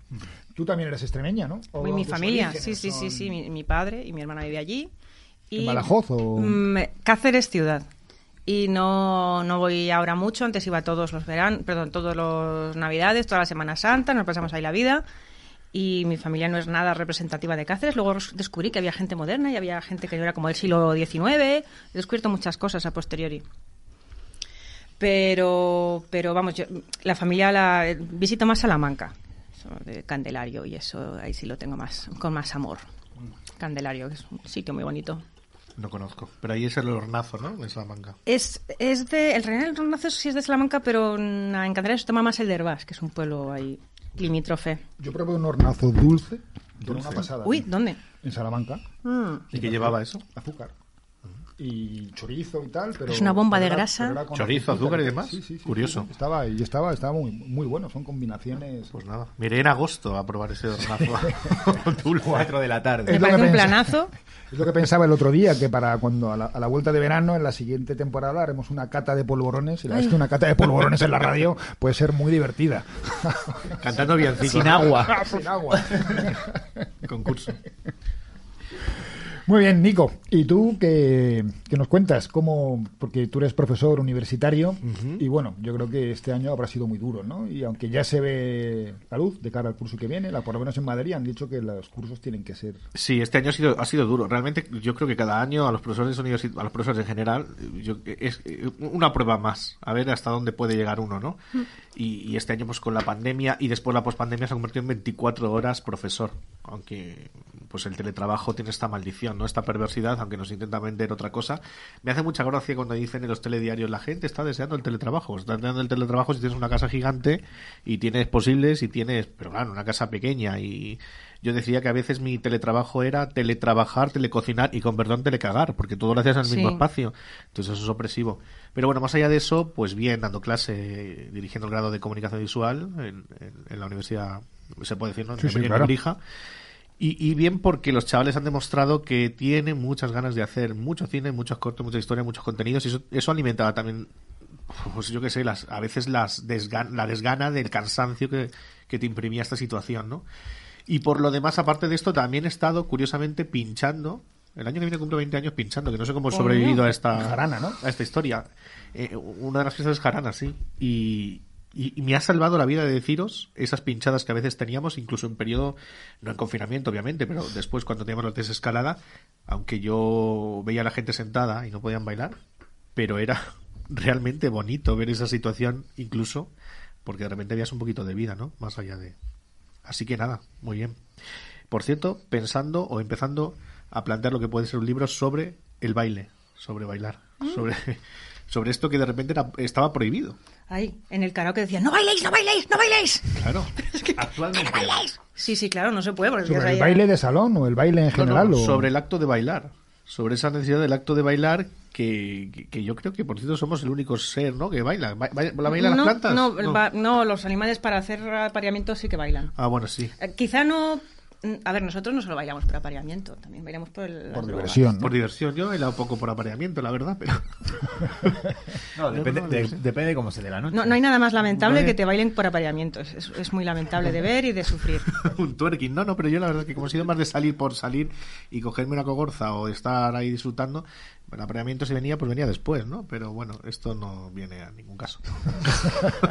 [SPEAKER 2] Tú también eres extremeña, ¿no? ¿O
[SPEAKER 5] Uy, mi
[SPEAKER 2] tus
[SPEAKER 5] familia, sí,
[SPEAKER 2] orígenes
[SPEAKER 5] sí, sí,
[SPEAKER 2] son-
[SPEAKER 5] sí, mi, mi padre y mi hermana vive allí. Y,
[SPEAKER 2] ¿En Badajoz o...?
[SPEAKER 5] Mm, Cáceres ciudad. Y no, no voy ahora mucho, antes iba todos los verán, perdón, todos los navidades, toda la Semana Santa, nos pasamos ahí la vida. Y mi familia no es nada representativa de Cáceres. Luego res- descubrí que había gente moderna y había gente que no era como del siglo XIX. He descubierto muchas cosas a posteriori. Pero, pero vamos, yo- la familia la eh, visito más Salamanca, eso de Candelario, y eso ahí sí lo tengo más, con más amor.
[SPEAKER 2] Mm.
[SPEAKER 5] Candelario, que es un sitio muy bonito.
[SPEAKER 6] No conozco. Pero ahí es el hornazo, ¿no? De Salamanca.
[SPEAKER 5] Es, es de. El Real del Ronazo sí es de Salamanca, pero mm, en Canarias se toma más el de Herbás, que es un pueblo ahí limítrofe.
[SPEAKER 2] Yo probé un hornazo dulce, que era una pasada.
[SPEAKER 5] Uy, ¿dónde?
[SPEAKER 2] En Salamanca,
[SPEAKER 5] Mm.
[SPEAKER 6] ¿Y qué llevaba eso?
[SPEAKER 2] azúcar. Y chorizo y tal, pero...
[SPEAKER 5] Es una bomba de
[SPEAKER 2] pero era-
[SPEAKER 5] grasa.
[SPEAKER 2] pero era con
[SPEAKER 6] Chorizo,
[SPEAKER 2] azuquita
[SPEAKER 6] azúcar y
[SPEAKER 2] tal.
[SPEAKER 6] demás. Curioso.
[SPEAKER 2] Estaba, y estaba, estaba muy, muy bueno, son combinaciones...
[SPEAKER 6] Pues nada. Miré en agosto a probar ese (laughs) hornazo. Dulce.
[SPEAKER 4] 4 de la tarde.
[SPEAKER 2] lo
[SPEAKER 5] Me
[SPEAKER 2] que
[SPEAKER 5] parece un
[SPEAKER 2] pensé.
[SPEAKER 5] planazo.
[SPEAKER 2] Es lo que pensaba el otro día, que para cuando a la, a la vuelta de verano, en la siguiente temporada, haremos una cata de polvorones. Y la verdad es que una cata de polvorones en la radio puede ser muy divertida. (laughs)
[SPEAKER 6] Cantando
[SPEAKER 5] (laughs)
[SPEAKER 6] villancicos.
[SPEAKER 4] Sin agua.
[SPEAKER 2] Sin agua.
[SPEAKER 6] Concurso.
[SPEAKER 2] Muy bien, Nico. ¿Y tú qué, qué nos cuentas? ¿Cómo, porque tú eres profesor universitario y bueno, yo creo que este año habrá sido muy duro, ¿no? Y aunque ya se ve la luz de cara al curso que viene, la, por lo menos en Madrid han dicho que los cursos tienen que ser...
[SPEAKER 6] Sí, este año ha sido, ha sido duro. Realmente yo creo que cada año a los profesores universi- a los profesores en general, yo- es eh, una prueba más, a ver hasta dónde puede llegar uno, ¿no? Y, y este año pues con la pandemia y después la pospandemia se ha convertido en 24 horas profesor, aunque pues el teletrabajo tiene esta maldición, ¿no? Esta perversidad, aunque nos intenta vender otra cosa. Me hace mucha gracia cuando dicen en los telediarios la gente está deseando el teletrabajo, está deseando el teletrabajo si tienes una casa gigante y tienes posibles y tienes, pero claro, una casa pequeña y yo decía que a veces mi teletrabajo era teletrabajar, telecocinar y con perdón telecagar, porque todo lo hacías en el
[SPEAKER 5] Sí.
[SPEAKER 6] mismo espacio. Entonces eso es opresivo. Pero bueno, más allá de eso, pues bien, dando clase, eh, dirigiendo el grado de comunicación visual en, en- en la universidad, se puede decir, ¿no? En-
[SPEAKER 2] Sí, sí,
[SPEAKER 6] en
[SPEAKER 2] claro.
[SPEAKER 6] Nebrija. Y, y bien porque los chavales han demostrado que tienen muchas ganas de hacer mucho cine, muchos cortos, mucha historia, muchos contenidos y eso, eso alimentaba también, pues yo qué sé, las, a veces las desgan- la desgana del cansancio que, que te imprimía esta situación, ¿no? Y por lo demás, aparte de esto, también he estado curiosamente pinchando. El año que viene cumplo 20 años pinchando, que no sé cómo he
[SPEAKER 5] Coño.
[SPEAKER 6] sobrevivido a esta
[SPEAKER 2] Jarana, ¿no?
[SPEAKER 6] a esta historia. Eh, una de las piezas es Jarana, sí. Y, y- y me ha salvado la vida de deciros esas pinchadas que a veces teníamos, incluso en periodo, no en confinamiento, obviamente, pero después cuando teníamos la desescalada, aunque yo veía a la gente sentada y no podían bailar, pero era (laughs) realmente bonito ver esa situación, incluso, porque de repente veías un poquito de vida, ¿no? Más allá de. Así que nada, muy bien. Por cierto, pensando o empezando a plantear lo que puede ser un libro sobre el baile, sobre bailar,
[SPEAKER 5] Ah.
[SPEAKER 6] sobre, sobre esto que de repente era- estaba prohibido.
[SPEAKER 5] Ahí, en el karaoke decía, no bailéis, no bailéis, no bailéis.
[SPEAKER 6] (laughs) Claro. Actualmente.
[SPEAKER 5] Sí, sí, claro, no se puede. Porque
[SPEAKER 2] ¿Sobre
[SPEAKER 5] empiezas
[SPEAKER 2] el
[SPEAKER 5] ahí a-
[SPEAKER 2] baile de salón o el baile en
[SPEAKER 6] No, no,
[SPEAKER 2] general? o...
[SPEAKER 6] Sobre el acto de bailar. Sobre esa necesidad del acto de bailar que, que- que yo creo que, por cierto, somos el único ser, ¿no? Que baila. Ba- ba- ¿La bailan
[SPEAKER 5] no,
[SPEAKER 6] las plantas?
[SPEAKER 5] No, el ba- no, los animales para hacer apareamientos sí que bailan.
[SPEAKER 6] Ah, bueno, sí.
[SPEAKER 5] Eh, quizá no... mm, A ver, nosotros no solo bailamos por apareamiento, también bailamos por... el-
[SPEAKER 2] Por
[SPEAKER 5] las
[SPEAKER 2] diversión, ¿no?
[SPEAKER 6] Por diversión. Yo he bailado poco por apareamiento, la verdad, pero...
[SPEAKER 4] (laughs) No, depende,
[SPEAKER 6] No, no,
[SPEAKER 4] de,
[SPEAKER 6] sí.
[SPEAKER 4] depende de cómo se dé la noche.
[SPEAKER 5] No, no hay nada más lamentable
[SPEAKER 6] Vale.
[SPEAKER 5] que te bailen por apareamiento. Es, es- es muy lamentable de ver y de sufrir.
[SPEAKER 6] (laughs) un twerking. No, no, pero yo la verdad que como he sido más de salir por salir y cogerme una cogorza o de estar ahí disfrutando, el apareamiento si venía, pues venía después, ¿no? Pero bueno, esto no viene a ningún caso.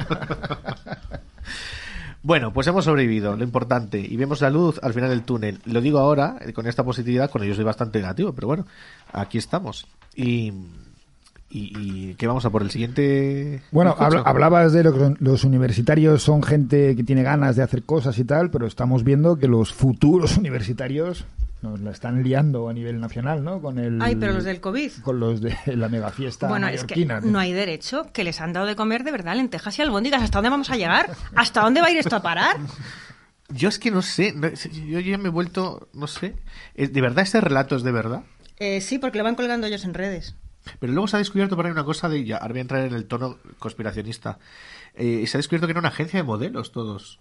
[SPEAKER 6] (laughs) Bueno, pues hemos sobrevivido, lo importante, y vemos la luz al final del túnel. Lo digo ahora, eh, con esta positividad, cuando yo soy bastante negativo, pero bueno, aquí estamos. Y, y, que vamos a por el siguiente.
[SPEAKER 2] Bueno,
[SPEAKER 6] bizcocho?
[SPEAKER 2] habla- hablabas de lo que son- los universitarios son gente que tiene ganas de hacer cosas y tal, pero estamos viendo que los futuros (laughs) universitarios nos la están liando a nivel nacional, ¿no? Con el,
[SPEAKER 5] Ay, pero los del COVID.
[SPEAKER 2] Con los de (laughs) la megafiesta
[SPEAKER 5] Bueno, es que
[SPEAKER 2] mallorquina.
[SPEAKER 5] no hay derecho, que les han dado de comer de verdad lentejas y albóndigas. ¿Hasta dónde vamos a llegar? ¿Hasta dónde va a ir esto
[SPEAKER 2] (laughs)
[SPEAKER 5] a parar?
[SPEAKER 6] Yo es que no sé, no- yo ya me he vuelto, no sé. Eh, ¿De verdad este relato es de verdad?
[SPEAKER 5] Eh, sí, porque lo van colgando ellos en redes.
[SPEAKER 6] Pero luego se ha descubierto por ahí una cosa de. Ya, ahora voy a entrar en el tono conspiracionista. Eh, se ha descubierto que era una agencia de modelos todos.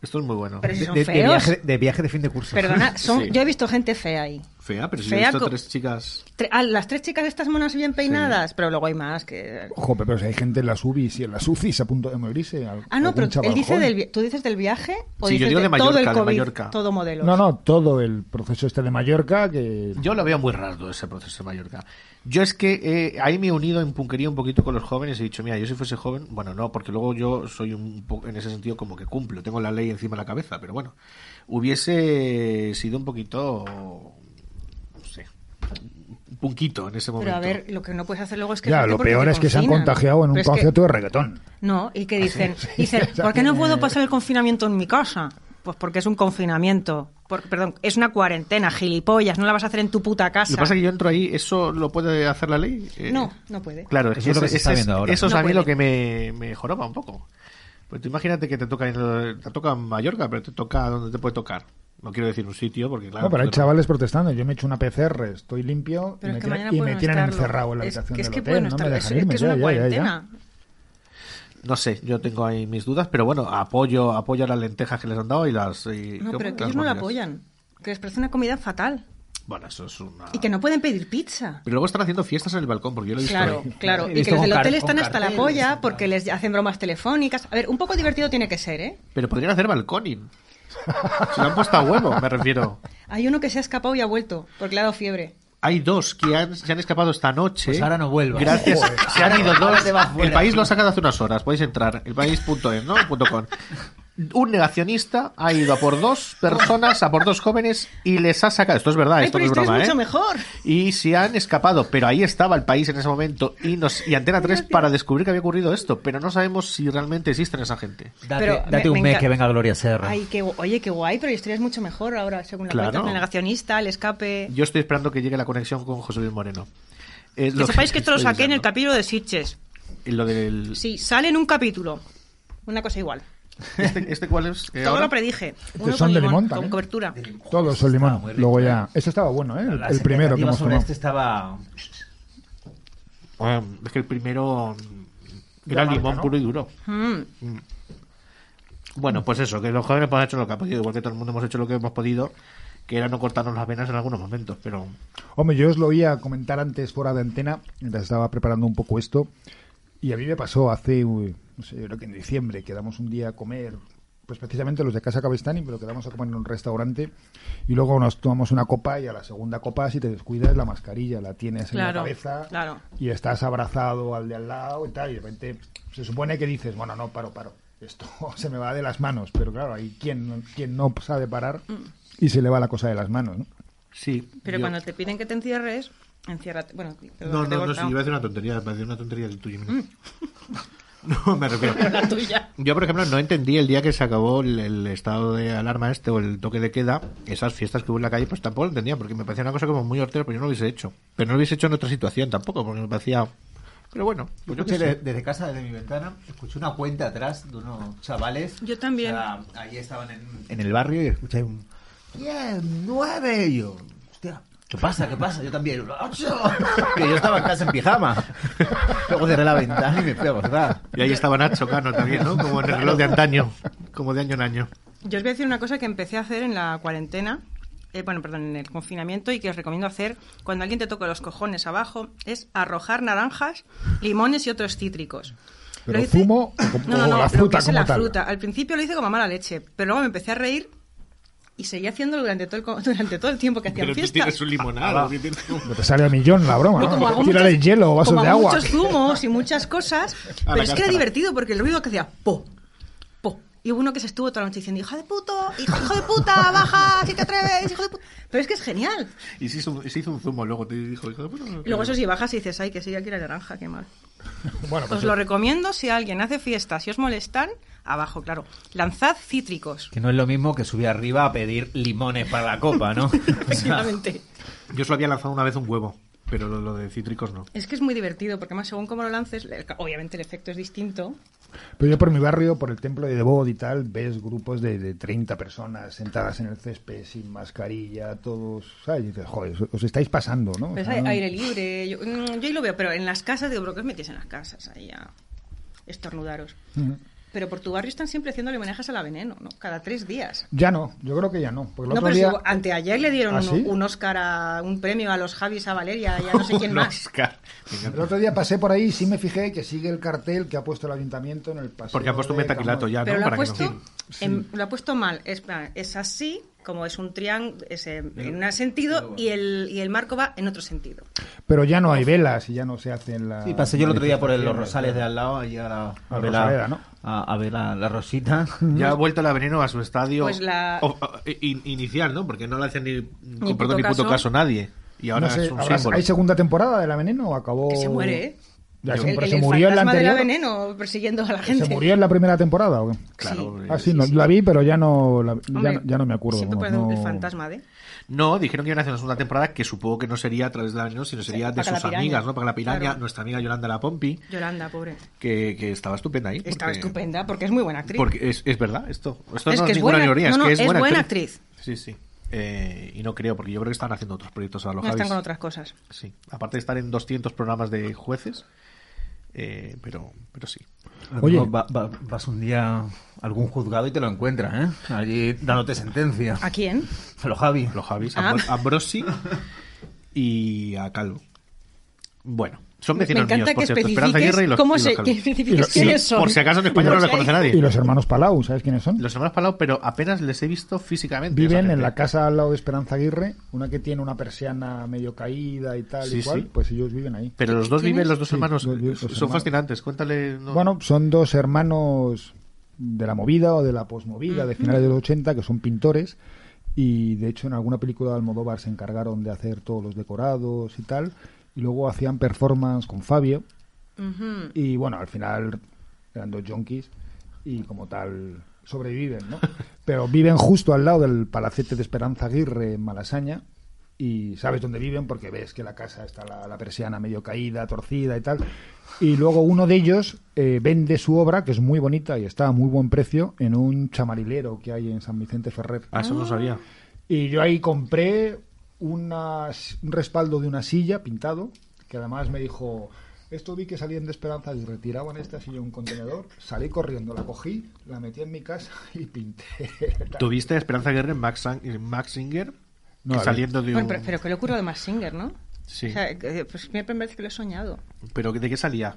[SPEAKER 6] Esto es muy bueno.
[SPEAKER 5] Pero si
[SPEAKER 4] De,
[SPEAKER 5] son
[SPEAKER 4] de- de
[SPEAKER 5] feos.
[SPEAKER 4] viaje, de viaje de fin de curso. (laughs)
[SPEAKER 5] (laughs) Perdona, son,
[SPEAKER 6] Sí.
[SPEAKER 5] yo he visto gente fea ahí.
[SPEAKER 6] Fea, pero si
[SPEAKER 5] Fea
[SPEAKER 6] he visto
[SPEAKER 5] co-
[SPEAKER 6] tres chicas.
[SPEAKER 5] Tre- ah, las tres chicas estas monas bien peinadas, pero luego hay más que...
[SPEAKER 2] Ojo, pero si hay gente en las UBIs y en las UCIs a punto de morirse. al-
[SPEAKER 5] Ah, no,
[SPEAKER 2] algún
[SPEAKER 5] pero
[SPEAKER 2] chaval
[SPEAKER 5] él dice
[SPEAKER 2] joven.
[SPEAKER 5] del vi- ¿tú dices del viaje o
[SPEAKER 6] Sí, yo
[SPEAKER 5] dices
[SPEAKER 6] digo de
[SPEAKER 5] todo el
[SPEAKER 6] Mallorca, de
[SPEAKER 5] COVID,
[SPEAKER 6] Mallorca.
[SPEAKER 5] todo modelo?
[SPEAKER 2] No, no, todo el proceso este de Mallorca que...
[SPEAKER 6] Yo lo veo muy raro ese proceso de Mallorca. Yo es que eh, ahí me he unido en punquería un poquito con los jóvenes y he dicho, mira, yo si fuese joven, bueno, no, porque luego yo soy un poco, en ese sentido como que cumplo, tengo la ley encima de la cabeza, pero bueno, hubiese sido un poquito, no sé, un punquito en ese momento.
[SPEAKER 5] Pero a ver, lo que no puedes hacer luego es que...
[SPEAKER 2] ya,
[SPEAKER 5] gente
[SPEAKER 2] lo
[SPEAKER 5] porque
[SPEAKER 2] peor
[SPEAKER 5] te
[SPEAKER 2] es que se han
[SPEAKER 5] confinan.
[SPEAKER 2] contagiado en un
[SPEAKER 5] Pero es que-
[SPEAKER 2] concierto de reggaetón.
[SPEAKER 5] No, y que dicen, dicen,
[SPEAKER 2] O sea,
[SPEAKER 5] ¿por qué no
[SPEAKER 2] que-
[SPEAKER 5] puedo pasar el confinamiento en mi casa? Pues porque es un confinamiento. Por- perdón, es una cuarentena, gilipollas, no la vas a hacer en tu puta
[SPEAKER 6] Lo
[SPEAKER 5] casa.
[SPEAKER 6] que pasa es que yo entro ahí, ¿eso lo puede hacer la ley? Eh,
[SPEAKER 5] No, no puede.
[SPEAKER 6] Claro,
[SPEAKER 4] Eso
[SPEAKER 6] es que
[SPEAKER 4] es lo
[SPEAKER 6] ese-
[SPEAKER 4] que
[SPEAKER 6] ese
[SPEAKER 4] se está
[SPEAKER 6] es- eso es,
[SPEAKER 4] viendo ahora.
[SPEAKER 5] No
[SPEAKER 6] a mí
[SPEAKER 5] puede.
[SPEAKER 6] lo que me, me joroba un poco. Pues tú imagínate que te toca, en- te toca en Mallorca, pero te toca donde te puede tocar. No quiero decir un sitio, porque claro... pues,
[SPEAKER 2] No, pero hay
[SPEAKER 6] no-
[SPEAKER 2] chavales protestando. Yo me he hecho una PCR, estoy limpio
[SPEAKER 5] Pero
[SPEAKER 2] y me,
[SPEAKER 5] es que
[SPEAKER 2] tiran-
[SPEAKER 5] mañana
[SPEAKER 2] y
[SPEAKER 5] puede
[SPEAKER 2] me
[SPEAKER 5] no
[SPEAKER 2] tienen
[SPEAKER 5] estarlo.
[SPEAKER 2] encerrado en la
[SPEAKER 5] Es-
[SPEAKER 2] habitación
[SPEAKER 5] que es
[SPEAKER 2] del
[SPEAKER 5] que
[SPEAKER 2] hotel.
[SPEAKER 5] puede no
[SPEAKER 2] no
[SPEAKER 5] estarlo,
[SPEAKER 2] me
[SPEAKER 5] es,
[SPEAKER 2] dejan
[SPEAKER 5] es
[SPEAKER 2] irme,
[SPEAKER 5] que es
[SPEAKER 2] ya,
[SPEAKER 5] una
[SPEAKER 2] ya, ya, ya.
[SPEAKER 5] cuarentena.
[SPEAKER 6] No sé, yo tengo ahí mis dudas, pero bueno, apoyo, apoyo a las lentejas que les han dado y las... y-
[SPEAKER 5] No,
[SPEAKER 6] ¿cómo?
[SPEAKER 5] pero que
[SPEAKER 6] Las
[SPEAKER 5] ellos no la
[SPEAKER 6] momias.
[SPEAKER 5] apoyan. Que les parece una comida fatal.
[SPEAKER 6] Bueno, eso es una...
[SPEAKER 5] Y que no pueden pedir pizza.
[SPEAKER 6] Pero luego están haciendo fiestas en el balcón, porque Pues yo lo he visto
[SPEAKER 5] Claro,
[SPEAKER 6] ahí.
[SPEAKER 5] claro.
[SPEAKER 4] He
[SPEAKER 5] Y que
[SPEAKER 4] visto
[SPEAKER 5] los
[SPEAKER 4] con
[SPEAKER 5] del
[SPEAKER 4] car-
[SPEAKER 5] hotel
[SPEAKER 4] con
[SPEAKER 5] están hasta la
[SPEAKER 4] carteles,
[SPEAKER 5] polla porque les hacen bromas telefónicas. A ver, un poco divertido tiene que ser, ¿eh?
[SPEAKER 6] Pero podrían hacer balconing. (laughs) Se lo han puesto a huevo, me refiero.
[SPEAKER 5] Hay uno que se ha escapado y ha vuelto porque le ha dado fiebre.
[SPEAKER 6] Hay dos que han- se han escapado esta noche.
[SPEAKER 4] Pues ahora no vuelvas.
[SPEAKER 6] Gracias.
[SPEAKER 4] Joder.
[SPEAKER 6] Se han ido
[SPEAKER 4] Ahora
[SPEAKER 6] dos.
[SPEAKER 4] te vas fuera,
[SPEAKER 6] el país
[SPEAKER 4] tío.
[SPEAKER 6] lo ha sacado hace unas horas. Podéis entrar. Elpaís.es, ¿no? Punto com. Un negacionista ha ido a por dos personas, a por dos jóvenes y les ha sacado. Esto es verdad,
[SPEAKER 5] Ay,
[SPEAKER 6] esto
[SPEAKER 5] pero
[SPEAKER 6] no es
[SPEAKER 5] este
[SPEAKER 6] broma,
[SPEAKER 5] es mucho
[SPEAKER 6] ¿eh?
[SPEAKER 5] mejor.
[SPEAKER 6] Y se han escapado, pero ahí estaba el país en ese momento y, nos, y Antena 3 para descubrir que había ocurrido esto, pero no sabemos si realmente existen esa gente.
[SPEAKER 4] Date,
[SPEAKER 5] Pero
[SPEAKER 4] date
[SPEAKER 5] me-
[SPEAKER 4] un
[SPEAKER 5] me
[SPEAKER 4] mes
[SPEAKER 5] enca-
[SPEAKER 4] que venga Gloria Serra.
[SPEAKER 5] Ay, qué, gu- oye, qué guay, pero la historia es mucho mejor ahora, según la
[SPEAKER 6] Claro.
[SPEAKER 5] cuenta. El negacionista, el escape.
[SPEAKER 6] Yo estoy esperando que llegue la conexión con José Luis Moreno. Es
[SPEAKER 5] que sepáis que esto lo
[SPEAKER 6] estoy
[SPEAKER 5] saqué en el
[SPEAKER 6] deseando.
[SPEAKER 5] capítulo de Sitches.
[SPEAKER 6] Y Lo del...
[SPEAKER 5] Sí, sale en un capítulo. Una cosa igual.
[SPEAKER 6] ¿Este, este cuál es? Eh,
[SPEAKER 5] (laughs) Todo
[SPEAKER 6] ahora? Eh,
[SPEAKER 5] lo predije. Uno
[SPEAKER 2] son
[SPEAKER 5] con
[SPEAKER 2] de
[SPEAKER 5] limón,
[SPEAKER 2] limón
[SPEAKER 5] con
[SPEAKER 2] también.
[SPEAKER 5] cobertura.
[SPEAKER 2] Todo son limón. Luego ya. Ese estaba bueno, ¿eh? El,
[SPEAKER 4] Las
[SPEAKER 2] el primero que
[SPEAKER 4] expectativas
[SPEAKER 2] hemos
[SPEAKER 4] sobre
[SPEAKER 2] tomado.
[SPEAKER 4] este estaba...
[SPEAKER 6] Ah, es que el primero mm, era limón puro y duro.
[SPEAKER 5] Mm.
[SPEAKER 6] Bueno, pues eso, que los jóvenes pues, han hecho lo que han podido, igual que todo el mundo hemos hecho lo que hemos podido, que era no cortarnos las venas en algunos momentos, pero
[SPEAKER 2] Hombre, yo os lo oía comentar antes fuera de antena, mientras estaba preparando un poco esto, y a mí me pasó hace, uy, no sé, yo creo que en diciembre, quedamos un día a comer, pues precisamente los de Casa Cabestani, pero quedamos a comer en un restaurante, y luego nos tomamos una copa, y a la segunda copa, si te descuidas, la mascarilla la tienes en
[SPEAKER 5] Claro,
[SPEAKER 2] la cabeza,
[SPEAKER 5] claro.
[SPEAKER 2] y estás abrazado al de al lado y tal, y de repente se supone que dices, bueno, no, paro, paro, esto (laughs) se me va de las manos, pero claro, hay quien, quien no sabe parar
[SPEAKER 5] Mm.
[SPEAKER 2] y se le va la cosa de las manos, ¿no?
[SPEAKER 6] sí.
[SPEAKER 5] Pero
[SPEAKER 6] yo-
[SPEAKER 5] cuando te piden que te encierres, enciérrate. Bueno, perdón,
[SPEAKER 6] No,
[SPEAKER 5] te he
[SPEAKER 6] no, no, sí,
[SPEAKER 5] cortado.
[SPEAKER 6] iba a decir una tontería, iba a decir una tontería del tuyo. (laughs) No, me refiero.
[SPEAKER 5] Mm. (laughs) La tuya.
[SPEAKER 6] Yo, por ejemplo, no entendí el día que se acabó el, el estado de alarma este o el toque de queda, esas fiestas que hubo en la calle, pues tampoco lo entendía, porque me parecía una cosa como muy hortera, pero yo no lo hubiese hecho. Pero no lo hubiese hecho en otra situación tampoco, porque me parecía... Pero bueno, pues yo qué sé.
[SPEAKER 4] desde casa, desde mi ventana, escuché una cuenta atrás de unos chavales.
[SPEAKER 5] Yo también.
[SPEAKER 4] O sea, allí estaban en, en el barrio y escuché un... ¡Bien! ¡Nueve! Y yo... Hostia, ¿qué pasa? ¿Qué pasa? Yo también... ¡Ocho! (laughs) Que yo estaba en casa en pijama. Luego cerré la ventana y me fui a acostar.
[SPEAKER 6] Y ahí estaba Nacho Cano también, ¿no? Como en el reloj de antaño, como de año en año.
[SPEAKER 5] Yo os voy a decir una cosa que empecé a hacer en la cuarentena, eh, bueno, perdón, en el confinamiento y que os recomiendo hacer cuando alguien te toca los cojones abajo, es arrojar naranjas, limones y otros cítricos.
[SPEAKER 2] ¿Pero
[SPEAKER 5] Lo hice-
[SPEAKER 2] zumo o como-
[SPEAKER 5] no, no,
[SPEAKER 2] o
[SPEAKER 5] no,
[SPEAKER 2] la
[SPEAKER 5] lo
[SPEAKER 2] fruta
[SPEAKER 5] que es
[SPEAKER 2] como
[SPEAKER 5] la
[SPEAKER 2] tal?
[SPEAKER 5] fruta. Al principio lo hice como mala leche, pero luego me empecé a reír y seguí haciéndolo durante todo el, co- (laughs) durante todo el tiempo que hacían fiestas.
[SPEAKER 6] limonada.
[SPEAKER 2] No te sale a millón la broma,
[SPEAKER 5] Yo como hago
[SPEAKER 2] ¿no? pues Tírale
[SPEAKER 5] muchas-
[SPEAKER 2] hielo o vasos
[SPEAKER 5] como
[SPEAKER 2] de
[SPEAKER 5] hago
[SPEAKER 2] agua.
[SPEAKER 5] muchos zumos y
[SPEAKER 2] (laughs)
[SPEAKER 5] muchas cosas,
[SPEAKER 6] la
[SPEAKER 5] pero es que
[SPEAKER 6] cáscara.
[SPEAKER 5] era divertido porque el ruido que hacía po, po. Y hubo uno que se estuvo toda la noche diciendo, hija de puto, hijo, hijo de puta, baja, si te atreves, hijo de puta. Pero es que es genial.
[SPEAKER 6] Y se hizo, un- se hizo un zumo luego, te dijo, hijo de puta, no,
[SPEAKER 5] Y luego eso si bajas y dices, ay, que sí, aquí la naranja, qué mal.
[SPEAKER 2] Bueno, pues
[SPEAKER 5] Os lo recomiendo si alguien hace fiestas y os molestan, abajo, claro. Lanzad
[SPEAKER 2] (laughs)
[SPEAKER 5] cítricos.
[SPEAKER 4] Que no es lo mismo que subir arriba a pedir limones para la copa, ¿no? O sea,
[SPEAKER 5] Efectivamente.
[SPEAKER 6] Yo solo había lanzado una vez un huevo, pero lo, lo de cítricos no.
[SPEAKER 5] Es que es muy divertido, porque más según cómo lo lances, le- obviamente el efecto es distinto.
[SPEAKER 2] Pero yo por mi barrio, por el templo de Debod y tal, ves grupos de, de 30 personas sentadas en el césped, sin mascarilla, todos, ¿sabes? Y dices, joder, os- os estáis pasando, ¿no? O
[SPEAKER 5] Pues
[SPEAKER 2] sea,
[SPEAKER 5] hay
[SPEAKER 2] no-
[SPEAKER 5] aire libre, yo, mm, yo ahí lo veo, pero en las casas, digo, ¿pero qué os metéis en las casas ahí a estornudaros?
[SPEAKER 2] Ujú.
[SPEAKER 5] Pero por tu barrio están siempre haciéndole homenajes a la veneno, ¿no? Cada tres días.
[SPEAKER 2] Ya no, yo creo que ya no. Porque el
[SPEAKER 5] No,
[SPEAKER 2] otro
[SPEAKER 5] pero
[SPEAKER 2] día...
[SPEAKER 5] si hubo- anteayer le dieron
[SPEAKER 2] ¿Ah,
[SPEAKER 5] un,
[SPEAKER 2] sí?
[SPEAKER 5] un Oscar, a, un premio a los Javis, a Valeria y a no
[SPEAKER 2] (laughs)
[SPEAKER 5] sé
[SPEAKER 6] (laughs)
[SPEAKER 5] quién más.
[SPEAKER 6] Oscar. Me encanta.
[SPEAKER 2] El otro día pasé por ahí y sí me fijé que sigue el cartel que ha puesto el ayuntamiento en el paseo.
[SPEAKER 6] Porque ha puesto un
[SPEAKER 2] de
[SPEAKER 6] metaquilato
[SPEAKER 2] Camões.
[SPEAKER 6] ya, ¿no?
[SPEAKER 5] Pero lo ha
[SPEAKER 6] Para que
[SPEAKER 5] puesto,
[SPEAKER 6] no-
[SPEAKER 5] en- lo ha puesto mal. Es, es así, como es un triángulo, es en, en un sentido y el, y el marco va en otro sentido.
[SPEAKER 2] Pero ya no hay velas y ya no se hacen las...
[SPEAKER 4] Sí, pasé yo el otro día por el- los rosales de al lado allí a, la,
[SPEAKER 2] A
[SPEAKER 4] ver
[SPEAKER 2] Rosaleda, ¿no?
[SPEAKER 4] a, a ver la, la Rosita.
[SPEAKER 6] Ya ha vuelto la veneno a su estadio
[SPEAKER 5] Pues la-
[SPEAKER 6] o- o- in- inicial, ¿no? Porque no le hacen ni, con
[SPEAKER 5] puto
[SPEAKER 6] perdón, ni puto
[SPEAKER 5] caso.
[SPEAKER 6] caso nadie. Y ahora
[SPEAKER 2] No sé,
[SPEAKER 6] es un
[SPEAKER 2] ¿habrá-
[SPEAKER 6] símbolo.
[SPEAKER 2] ¿Hay segunda temporada de La Veneno o acabó...?
[SPEAKER 5] Que se muere, ¿eh?
[SPEAKER 2] Oh, Ya,
[SPEAKER 6] El-
[SPEAKER 2] se, pero
[SPEAKER 5] el,
[SPEAKER 2] se
[SPEAKER 5] el
[SPEAKER 2] murió en la
[SPEAKER 5] fantasma de la
[SPEAKER 2] anterior.
[SPEAKER 5] veneno persiguiendo a la gente.
[SPEAKER 2] ¿Se murió en la primera temporada o qué?
[SPEAKER 6] Claro.
[SPEAKER 2] Ah, sí, no, la vi, pero ya no, la- ya
[SPEAKER 5] Hombre,
[SPEAKER 2] no- ya no me acuerdo.
[SPEAKER 5] Siempre
[SPEAKER 2] vamos,
[SPEAKER 5] parece un-
[SPEAKER 2] no-
[SPEAKER 5] el fantasma de.
[SPEAKER 6] No, dijeron que iban a hacer una segunda temporada que supongo que no sería a través de la veneno, sino sería de
[SPEAKER 5] Paca la
[SPEAKER 6] sus
[SPEAKER 5] Piraña.
[SPEAKER 6] amigas, ¿no? Para la piraña,
[SPEAKER 5] Claro.
[SPEAKER 6] nuestra amiga Yolanda La Pompi,
[SPEAKER 5] Yolanda, pobre.
[SPEAKER 6] que, que estaba estupenda ahí.
[SPEAKER 5] Estaba
[SPEAKER 6] porque-
[SPEAKER 5] estupenda porque es muy buena actriz.
[SPEAKER 6] Porque es, es verdad, esto, esto
[SPEAKER 5] Es
[SPEAKER 6] no
[SPEAKER 5] que es
[SPEAKER 6] es, ninguna
[SPEAKER 5] buena-
[SPEAKER 6] teoría,
[SPEAKER 5] no,
[SPEAKER 6] es
[SPEAKER 5] no,
[SPEAKER 6] que es,
[SPEAKER 5] es
[SPEAKER 6] buena,
[SPEAKER 5] buena
[SPEAKER 6] Sí, sí. Eh, y no creo, porque yo creo que están haciendo otros proyectos a los
[SPEAKER 5] no están
[SPEAKER 6] Javis.
[SPEAKER 5] con otras cosas.
[SPEAKER 6] Sí, aparte de estar en 200 programas de jueces, eh, pero, pero sí.
[SPEAKER 2] Oye.
[SPEAKER 4] Va- va- vas un día a algún juzgado y te lo encuentras, ¿eh? Allí dándote sentencia.
[SPEAKER 5] ¿A quién?
[SPEAKER 4] A los Javi.
[SPEAKER 6] Los Javis,
[SPEAKER 5] Ah.
[SPEAKER 6] a, Bro- a Brosi y a Calvo. Bueno, Son
[SPEAKER 5] Me
[SPEAKER 6] vecinos
[SPEAKER 5] encanta
[SPEAKER 6] míos, por
[SPEAKER 5] que
[SPEAKER 6] cierto. Esperanza Aguirre y los,
[SPEAKER 5] cómo
[SPEAKER 6] y los
[SPEAKER 5] se-
[SPEAKER 6] Calvo.
[SPEAKER 5] que especifiques
[SPEAKER 2] Y los-
[SPEAKER 5] (laughs) quiénes
[SPEAKER 6] Sí,
[SPEAKER 5] son.
[SPEAKER 6] Por si acaso en España no los conoce nadie.
[SPEAKER 2] Y los hermanos Palau, ¿sabes quiénes son?
[SPEAKER 6] Los hermanos Palau, pero apenas les he visto físicamente.
[SPEAKER 2] Viven
[SPEAKER 6] esa
[SPEAKER 2] en la
[SPEAKER 6] gente.
[SPEAKER 2] casa al lado de Esperanza Aguirre, una que tiene una persiana medio caída y tal y
[SPEAKER 6] Sí,
[SPEAKER 2] cual,
[SPEAKER 6] sí.
[SPEAKER 2] pues ellos viven ahí.
[SPEAKER 6] Pero los dos
[SPEAKER 5] ¿Quiénes?
[SPEAKER 6] viven, los dos
[SPEAKER 2] Sí,
[SPEAKER 6] hermanos.
[SPEAKER 2] los- los
[SPEAKER 6] son
[SPEAKER 2] hermanos.
[SPEAKER 6] fascinantes. Cuéntale. ¿no?
[SPEAKER 2] Bueno, son dos hermanos de la movida o de la posmovida de finales de los 80 que son pintores y de hecho en alguna película de Almodóvar se encargaron de hacer todos los decorados y tal y luego hacían performance con Fabio
[SPEAKER 5] Ujú.
[SPEAKER 2] y bueno, al final eran dos junkies y como tal sobreviven,
[SPEAKER 6] (laughs)
[SPEAKER 2] ¿no? Pero viven justo al lado del palacete de Esperanza Aguirre en Malasaña y sabes dónde viven porque ves que la casa está la, la persiana medio caída, torcida y tal. Y luego uno de ellos eh, vende su obra, que es muy bonita y está a muy buen precio, en un chamarilero que hay en San Vicente Ferrer.
[SPEAKER 6] Ah, eso no lo sabía.
[SPEAKER 2] Y yo ahí compré unas- un respaldo de una silla pintado, que además me dijo, esto vi que salían de Esperanza y retiraban esta silla de un contenedor, salí corriendo, la cogí, la metí en mi casa (laughs) y pinté.
[SPEAKER 6] Tuviste a Esperanza Aguirre en Max, Sang- en Max Singer
[SPEAKER 2] No,
[SPEAKER 6] que
[SPEAKER 2] a ver.
[SPEAKER 6] saliendo de un.
[SPEAKER 5] Bueno, pero, pero que le ocurre de Max Singer, ¿no?
[SPEAKER 6] Sí.
[SPEAKER 5] O sea, que- pues es la primera vez que lo he soñado.
[SPEAKER 6] ¿Pero de qué salía?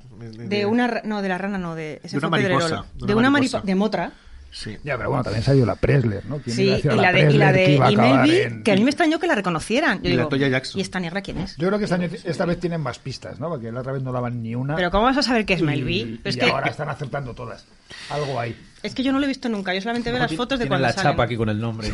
[SPEAKER 5] De una ra- no, de la rana no, de ese
[SPEAKER 6] De una
[SPEAKER 5] fue Pedrerol.
[SPEAKER 6] mariposa, de una
[SPEAKER 5] de una
[SPEAKER 6] mariposa.
[SPEAKER 5] mariposa, de Motra.
[SPEAKER 6] Sí.
[SPEAKER 2] Ya, pero bueno, también salió la Presler, ¿no? ¿Quién
[SPEAKER 5] Sí,
[SPEAKER 2] iba a
[SPEAKER 5] y
[SPEAKER 2] decir a
[SPEAKER 5] la de, y la
[SPEAKER 2] Presler que
[SPEAKER 5] de
[SPEAKER 2] iba a
[SPEAKER 5] y
[SPEAKER 2] acabar
[SPEAKER 5] Maybe,
[SPEAKER 2] en-
[SPEAKER 5] que a mí me extrañó que la reconocieran. Yo
[SPEAKER 6] Y la
[SPEAKER 5] digo,
[SPEAKER 6] Toya Jackson.
[SPEAKER 5] ¿Y esta negra quién es?
[SPEAKER 2] Yo creo que esta, esta vez tienen más pistas, ¿no? Porque la otra vez no daban ni una.
[SPEAKER 5] Pero ¿cómo vas a saber qué es
[SPEAKER 2] y-
[SPEAKER 5] Melby?
[SPEAKER 2] Y,
[SPEAKER 5] Es, que,
[SPEAKER 2] ahora están acertando todas. Algo ahí.
[SPEAKER 5] es que yo no lo he visto nunca, yo solamente veo las fotos de
[SPEAKER 4] Tiene
[SPEAKER 5] cuando
[SPEAKER 4] la
[SPEAKER 5] salen.
[SPEAKER 4] chapa aquí con el nombre.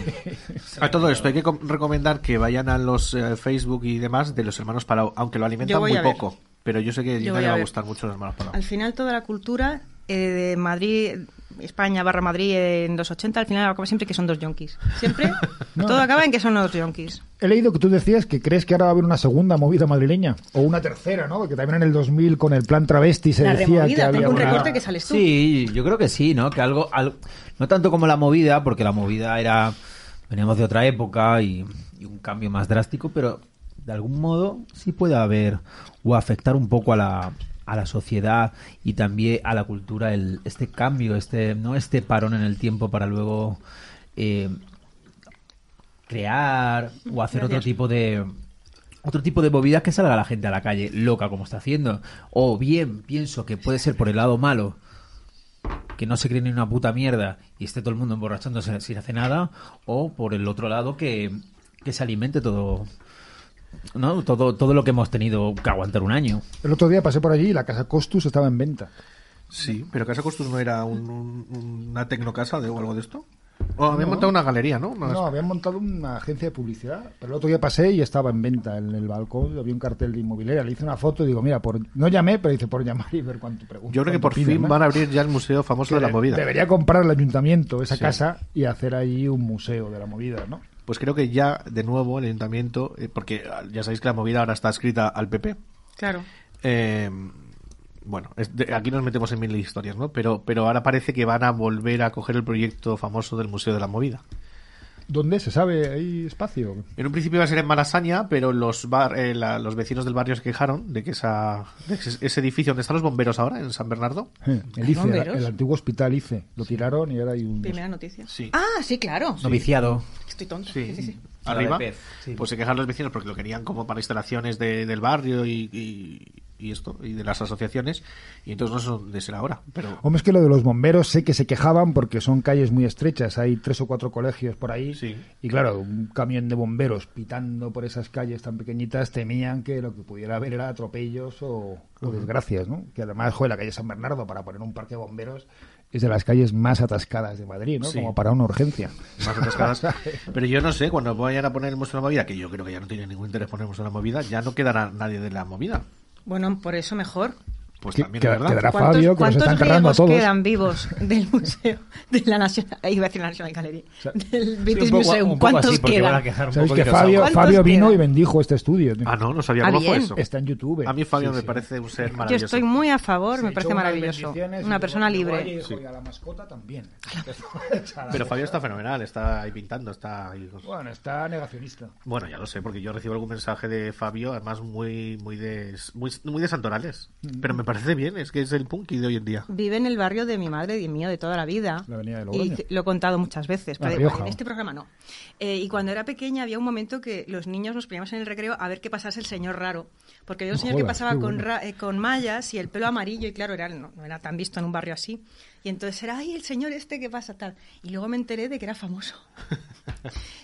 [SPEAKER 6] A todo esto hay que com- recomendar que vayan a los eh, Facebook y demás de los hermanos Palau, aunque lo alimentan
[SPEAKER 5] Yo voy
[SPEAKER 6] muy
[SPEAKER 5] a ver.
[SPEAKER 6] poco. Pero yo sé que
[SPEAKER 5] Yo
[SPEAKER 6] Gina
[SPEAKER 5] voy
[SPEAKER 6] le
[SPEAKER 5] a
[SPEAKER 6] va a
[SPEAKER 5] ver.
[SPEAKER 6] gustar mucho los hermanos Palau.
[SPEAKER 5] Al final toda la cultura eh, de Madrid, España barra Madrid eh, en los 80, al final acaba siempre que son dos yonkis.
[SPEAKER 4] (laughs)
[SPEAKER 5] Siempre
[SPEAKER 2] No.
[SPEAKER 5] todo acaba en que son dos yonkis.
[SPEAKER 2] He leído que tú decías que crees que ahora va a haber una segunda movida madrileña. O una tercera, ¿no? Porque también en el 2000 con el plan travesti se
[SPEAKER 5] La
[SPEAKER 2] decía que
[SPEAKER 5] removida,
[SPEAKER 2] había
[SPEAKER 5] tengo un
[SPEAKER 2] una-
[SPEAKER 5] recorte que sales tú.
[SPEAKER 4] Sí, yo creo que sí, ¿no? Que algo, al- no tanto como la movida, porque la movida era, veníamos de otra época y, y un cambio más drástico, pero de algún modo sí puede haber o afectar un poco a la, a la sociedad y también a la cultura el, este cambio, este, no este parón en el tiempo para luego eh, crear o hacer otro tipo de otro tipo de movidas que salga la gente a la calle loca como está haciendo o bien pienso que puede ser por el lado malo que no se cree ni una puta mierda y esté todo el mundo emborrachándose sin hacer nada o por el otro lado que, que se alimente todo no todo todo lo que hemos tenido que aguantar un año
[SPEAKER 2] El otro día pasé por allí y la casa Costus estaba en venta.
[SPEAKER 6] Sí, pero Casa Costus no era un- un- una tecnocasa de, o algo de esto. O había Oh, montado una galería, ¿no? Una-
[SPEAKER 2] No, habían montado una agencia de publicidad, pero el otro día pasé y estaba en venta en el balcón, había un cartel de inmobiliaria, le hice una foto y digo, mira, por... no llamé, pero dice por llamar y ver cuánto pregunta.
[SPEAKER 6] Yo creo que por fin van a abrir ya el museo famoso de la movida.
[SPEAKER 2] Debería comprar el ayuntamiento esa
[SPEAKER 6] Sí.
[SPEAKER 2] casa y hacer ahí un museo de la movida, ¿no?
[SPEAKER 6] Pues creo que ya, de nuevo, el ayuntamiento, eh, porque ah, ya sabéis que la movida ahora está escrita al PP.
[SPEAKER 5] Claro.
[SPEAKER 6] Eh, bueno, es de- aquí nos metemos en mil historias, ¿no? Pero, pero ahora parece que van a volver a coger el proyecto famoso del Museo de la Movida.
[SPEAKER 2] ¿Dónde se sabe? ¿Hay espacio?
[SPEAKER 6] En un principio iba a ser en Malasaña, pero los, bar- eh, la- los vecinos del barrio se quejaron de que esa, de ese, ese edificio donde están los bomberos ahora, en San Bernardo.
[SPEAKER 2] Eh, El ICE,
[SPEAKER 5] bomberos?
[SPEAKER 2] el antiguo hospital ICE, lo tiraron y ahora hay un...
[SPEAKER 5] Primera noticia.
[SPEAKER 6] Sí.
[SPEAKER 5] Ah, sí, claro.
[SPEAKER 4] noviciado
[SPEAKER 5] Estoy tonta.
[SPEAKER 6] Sí,
[SPEAKER 5] Sí, sí, sí.
[SPEAKER 6] arriba.
[SPEAKER 4] La de Pez, sí.
[SPEAKER 6] Pues se quejaron los vecinos porque lo querían como para instalaciones de- del barrio y, y- y esto, y de las asociaciones. Y entonces no sé dónde será ahora. Pero
[SPEAKER 2] Hombre, es que lo de los bomberos sé que se quejaban porque son calles muy estrechas, hay tres o cuatro colegios por ahí.
[SPEAKER 6] Sí.
[SPEAKER 2] Y claro, un camión de bomberos pitando por esas calles tan pequeñitas temían que lo que pudiera haber era atropellos o, o desgracias, ¿no? Que además, joder, la calle San Bernardo para poner un parque de bomberos es de las calles más atascadas de Madrid, ¿no?
[SPEAKER 6] Sí.
[SPEAKER 2] Como para una urgencia.
[SPEAKER 6] más atascadas.
[SPEAKER 2] (laughs)
[SPEAKER 6] Pero yo no sé, cuando vayan a poner el Museo de la Movida, que yo creo que ya no tiene ningún interés poner el Museo de la Movida, ya no quedará nadie de la movida.
[SPEAKER 5] Bueno, por eso mejor.
[SPEAKER 6] Pues
[SPEAKER 2] Que-
[SPEAKER 6] también,
[SPEAKER 2] que-
[SPEAKER 6] es ¿verdad?
[SPEAKER 2] quedará- Era
[SPEAKER 5] ¿Cuántos,
[SPEAKER 2] Fabio, que nos
[SPEAKER 5] cuántos
[SPEAKER 2] está enterrando a
[SPEAKER 5] griegos
[SPEAKER 2] todos.
[SPEAKER 5] quedan vivos (laughs) del museo de la Nacional? Iba a decir la National (laughs) Gallery.
[SPEAKER 2] sea,
[SPEAKER 5] Del
[SPEAKER 4] Sí,
[SPEAKER 5] British
[SPEAKER 4] un poco-
[SPEAKER 5] Museum.
[SPEAKER 4] un poco
[SPEAKER 5] ¿Cuántos
[SPEAKER 4] así, porque van a
[SPEAKER 5] quedan?
[SPEAKER 4] quedar un
[SPEAKER 2] Sabéis
[SPEAKER 4] poco
[SPEAKER 2] que
[SPEAKER 4] dinosaurios.
[SPEAKER 2] Fabio,
[SPEAKER 5] ¿Cuántos
[SPEAKER 2] Fabio vino
[SPEAKER 5] quedan?
[SPEAKER 2] y bendijo este estudio. tío.
[SPEAKER 6] Ah, no, no sabía
[SPEAKER 5] Ah,
[SPEAKER 6] cómo fue
[SPEAKER 5] bien.
[SPEAKER 6] eso.
[SPEAKER 2] Está en YouTube. ¿eh?
[SPEAKER 6] A mí Fabio
[SPEAKER 2] Sí,
[SPEAKER 6] me
[SPEAKER 2] sí.
[SPEAKER 6] parece un ser
[SPEAKER 5] Yo
[SPEAKER 6] maravilloso.
[SPEAKER 5] estoy muy a favor,
[SPEAKER 2] Se
[SPEAKER 5] me
[SPEAKER 2] echó
[SPEAKER 5] parece
[SPEAKER 2] unas
[SPEAKER 5] maravilloso.
[SPEAKER 2] bendiciones y
[SPEAKER 5] Una
[SPEAKER 2] luego
[SPEAKER 5] persona
[SPEAKER 2] llegó
[SPEAKER 5] libre.
[SPEAKER 2] allí y dijo,
[SPEAKER 6] Sí.
[SPEAKER 2] "Y a la mascota también. (laughs)
[SPEAKER 6] Pero Fabio está fenomenal, está ahí pintando, está ahí...
[SPEAKER 2] Bueno, está negacionista.
[SPEAKER 6] Bueno, ya lo
[SPEAKER 2] Mm.
[SPEAKER 6] sé, porque yo recibo algún mensaje de Fabio, además muy muy de muy, muy de Santorales, pero me parece bien, es que es el punky de hoy en día.
[SPEAKER 5] Vive en el barrio de mi madre y el mío de toda la vida.
[SPEAKER 2] La avenida de Logroño.
[SPEAKER 5] y lo he contado muchas veces,
[SPEAKER 2] La
[SPEAKER 5] pero
[SPEAKER 2] Rioja.
[SPEAKER 5] en este programa no. Eh, y cuando era pequeña había un momento que los niños nos poníamos en el recreo a ver qué pasase el señor raro. Porque había un
[SPEAKER 2] No
[SPEAKER 5] señor que
[SPEAKER 2] jodas,
[SPEAKER 5] pasaba
[SPEAKER 2] qué
[SPEAKER 5] con,
[SPEAKER 2] bueno.
[SPEAKER 5] ra- eh, con mallas y el pelo amarillo, y claro, era, no, no era tan visto en un barrio así. Y entonces era, ay, el señor este que pasa tal. Y luego me enteré de que
[SPEAKER 2] (laughs)
[SPEAKER 5] era famoso.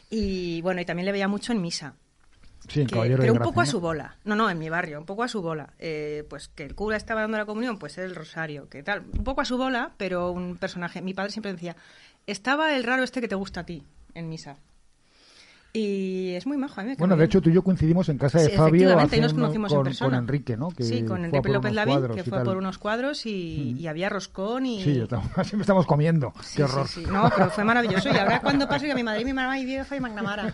[SPEAKER 5] y bueno, y también le veía mucho en misa.
[SPEAKER 2] Sí, el
[SPEAKER 5] Que-
[SPEAKER 2] caballero
[SPEAKER 5] pero
[SPEAKER 2] de
[SPEAKER 5] un poco a
[SPEAKER 2] Gracia,
[SPEAKER 5] su
[SPEAKER 2] ¿no?
[SPEAKER 5] bola. No, no, en mi barrio, un poco a su bola. Eh, pues que el cura estaba dando la comunión, pues el rosario, que tal. Un poco a su bola, pero un personaje. Mi padre siempre decía, estaba el raro este que te gusta a ti en misa. Y es muy majo, a mí me cae
[SPEAKER 2] Bueno,
[SPEAKER 5] muy
[SPEAKER 2] de
[SPEAKER 5] bien.
[SPEAKER 2] hecho, tú y yo coincidimos en casa de
[SPEAKER 5] Sí,
[SPEAKER 2] Fabio
[SPEAKER 5] efectivamente, ahí nos
[SPEAKER 2] haciendo-
[SPEAKER 5] conocimos en
[SPEAKER 2] con,
[SPEAKER 5] persona.
[SPEAKER 2] con Enrique, ¿no? Que
[SPEAKER 5] sí,
[SPEAKER 2] fue
[SPEAKER 5] con
[SPEAKER 2] a
[SPEAKER 5] Enrique
[SPEAKER 2] por
[SPEAKER 5] López
[SPEAKER 2] unos
[SPEAKER 5] Lavín,
[SPEAKER 2] cuadros
[SPEAKER 5] que
[SPEAKER 2] y
[SPEAKER 5] fue
[SPEAKER 2] tal.
[SPEAKER 5] por unos cuadros y, y había roscón y...
[SPEAKER 2] Sí, estamos, (laughs) siempre estamos comiendo. Qué
[SPEAKER 5] Sí, sí,
[SPEAKER 2] horror.
[SPEAKER 5] sí. No, pero fue maravilloso. Y ahora cuando paso que mi madre y mi mamá y vieja y Magnamara.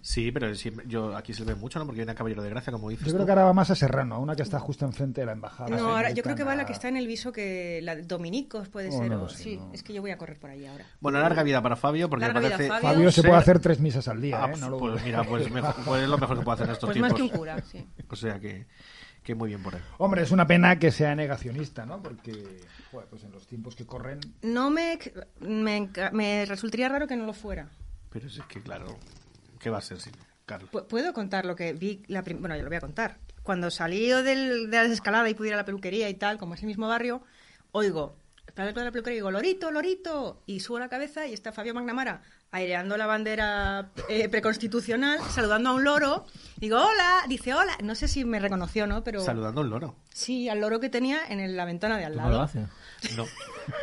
[SPEAKER 6] Sí, pero siempre- yo aquí se le ve mucho, ¿no? Porque viene a Caballero de Gracia, como dices.
[SPEAKER 2] Yo creo
[SPEAKER 6] tú.
[SPEAKER 2] que ahora va más a Serrano, a una que está justo enfrente de la embajada.
[SPEAKER 5] No, ahora yo creo
[SPEAKER 2] americana.
[SPEAKER 5] que va la que está en el viso que la Dominicos puede
[SPEAKER 2] Oh,
[SPEAKER 5] ser.
[SPEAKER 2] no
[SPEAKER 5] o-
[SPEAKER 2] lo sé,
[SPEAKER 5] sí,
[SPEAKER 2] no.
[SPEAKER 5] es que yo voy a correr por allí ahora.
[SPEAKER 6] Bueno, larga vida para Fabio, porque
[SPEAKER 5] Larga
[SPEAKER 6] me
[SPEAKER 5] vida,
[SPEAKER 6] parece.
[SPEAKER 5] Fabio.
[SPEAKER 2] Fabio se
[SPEAKER 6] ser-
[SPEAKER 2] puede hacer tres misas al día,
[SPEAKER 6] Ah,
[SPEAKER 2] ¿eh? No lo
[SPEAKER 6] pues
[SPEAKER 2] dudes. (laughs)
[SPEAKER 6] mira, pues, mejor- pues es lo mejor que puede hacer en estos
[SPEAKER 5] Pues
[SPEAKER 6] tiempos.
[SPEAKER 5] más que un cura, sí.
[SPEAKER 6] O sea que, que muy bien por él.
[SPEAKER 2] Hombre, es una pena que sea negacionista, ¿no? Porque, joder, pues en los tiempos que corren...
[SPEAKER 5] No me, me, enca- me resultaría raro que no lo fuera.
[SPEAKER 6] Pero es que, claro, ¿qué va a ser si no? Carlos?
[SPEAKER 5] Pu- ¿Puedo contar lo que vi? La prim- bueno, yo lo voy a contar. Cuando salí yo del- de la desescalada y pudiera la peluquería y tal, como es el mismo barrio, oigo, para de la peluquería y digo, Lorito, Lorito, y subo la cabeza y está Fabio Magnamara aireando la bandera eh, preconstitucional, saludando a un loro, digo, hola, dice, hola, no sé si me reconoció o no, pero...
[SPEAKER 6] Saludando a un loro.
[SPEAKER 5] Sí, al loro que tenía en el- la ventana de al
[SPEAKER 4] ¿Tú
[SPEAKER 5] lado.
[SPEAKER 4] no lo haces?
[SPEAKER 6] No.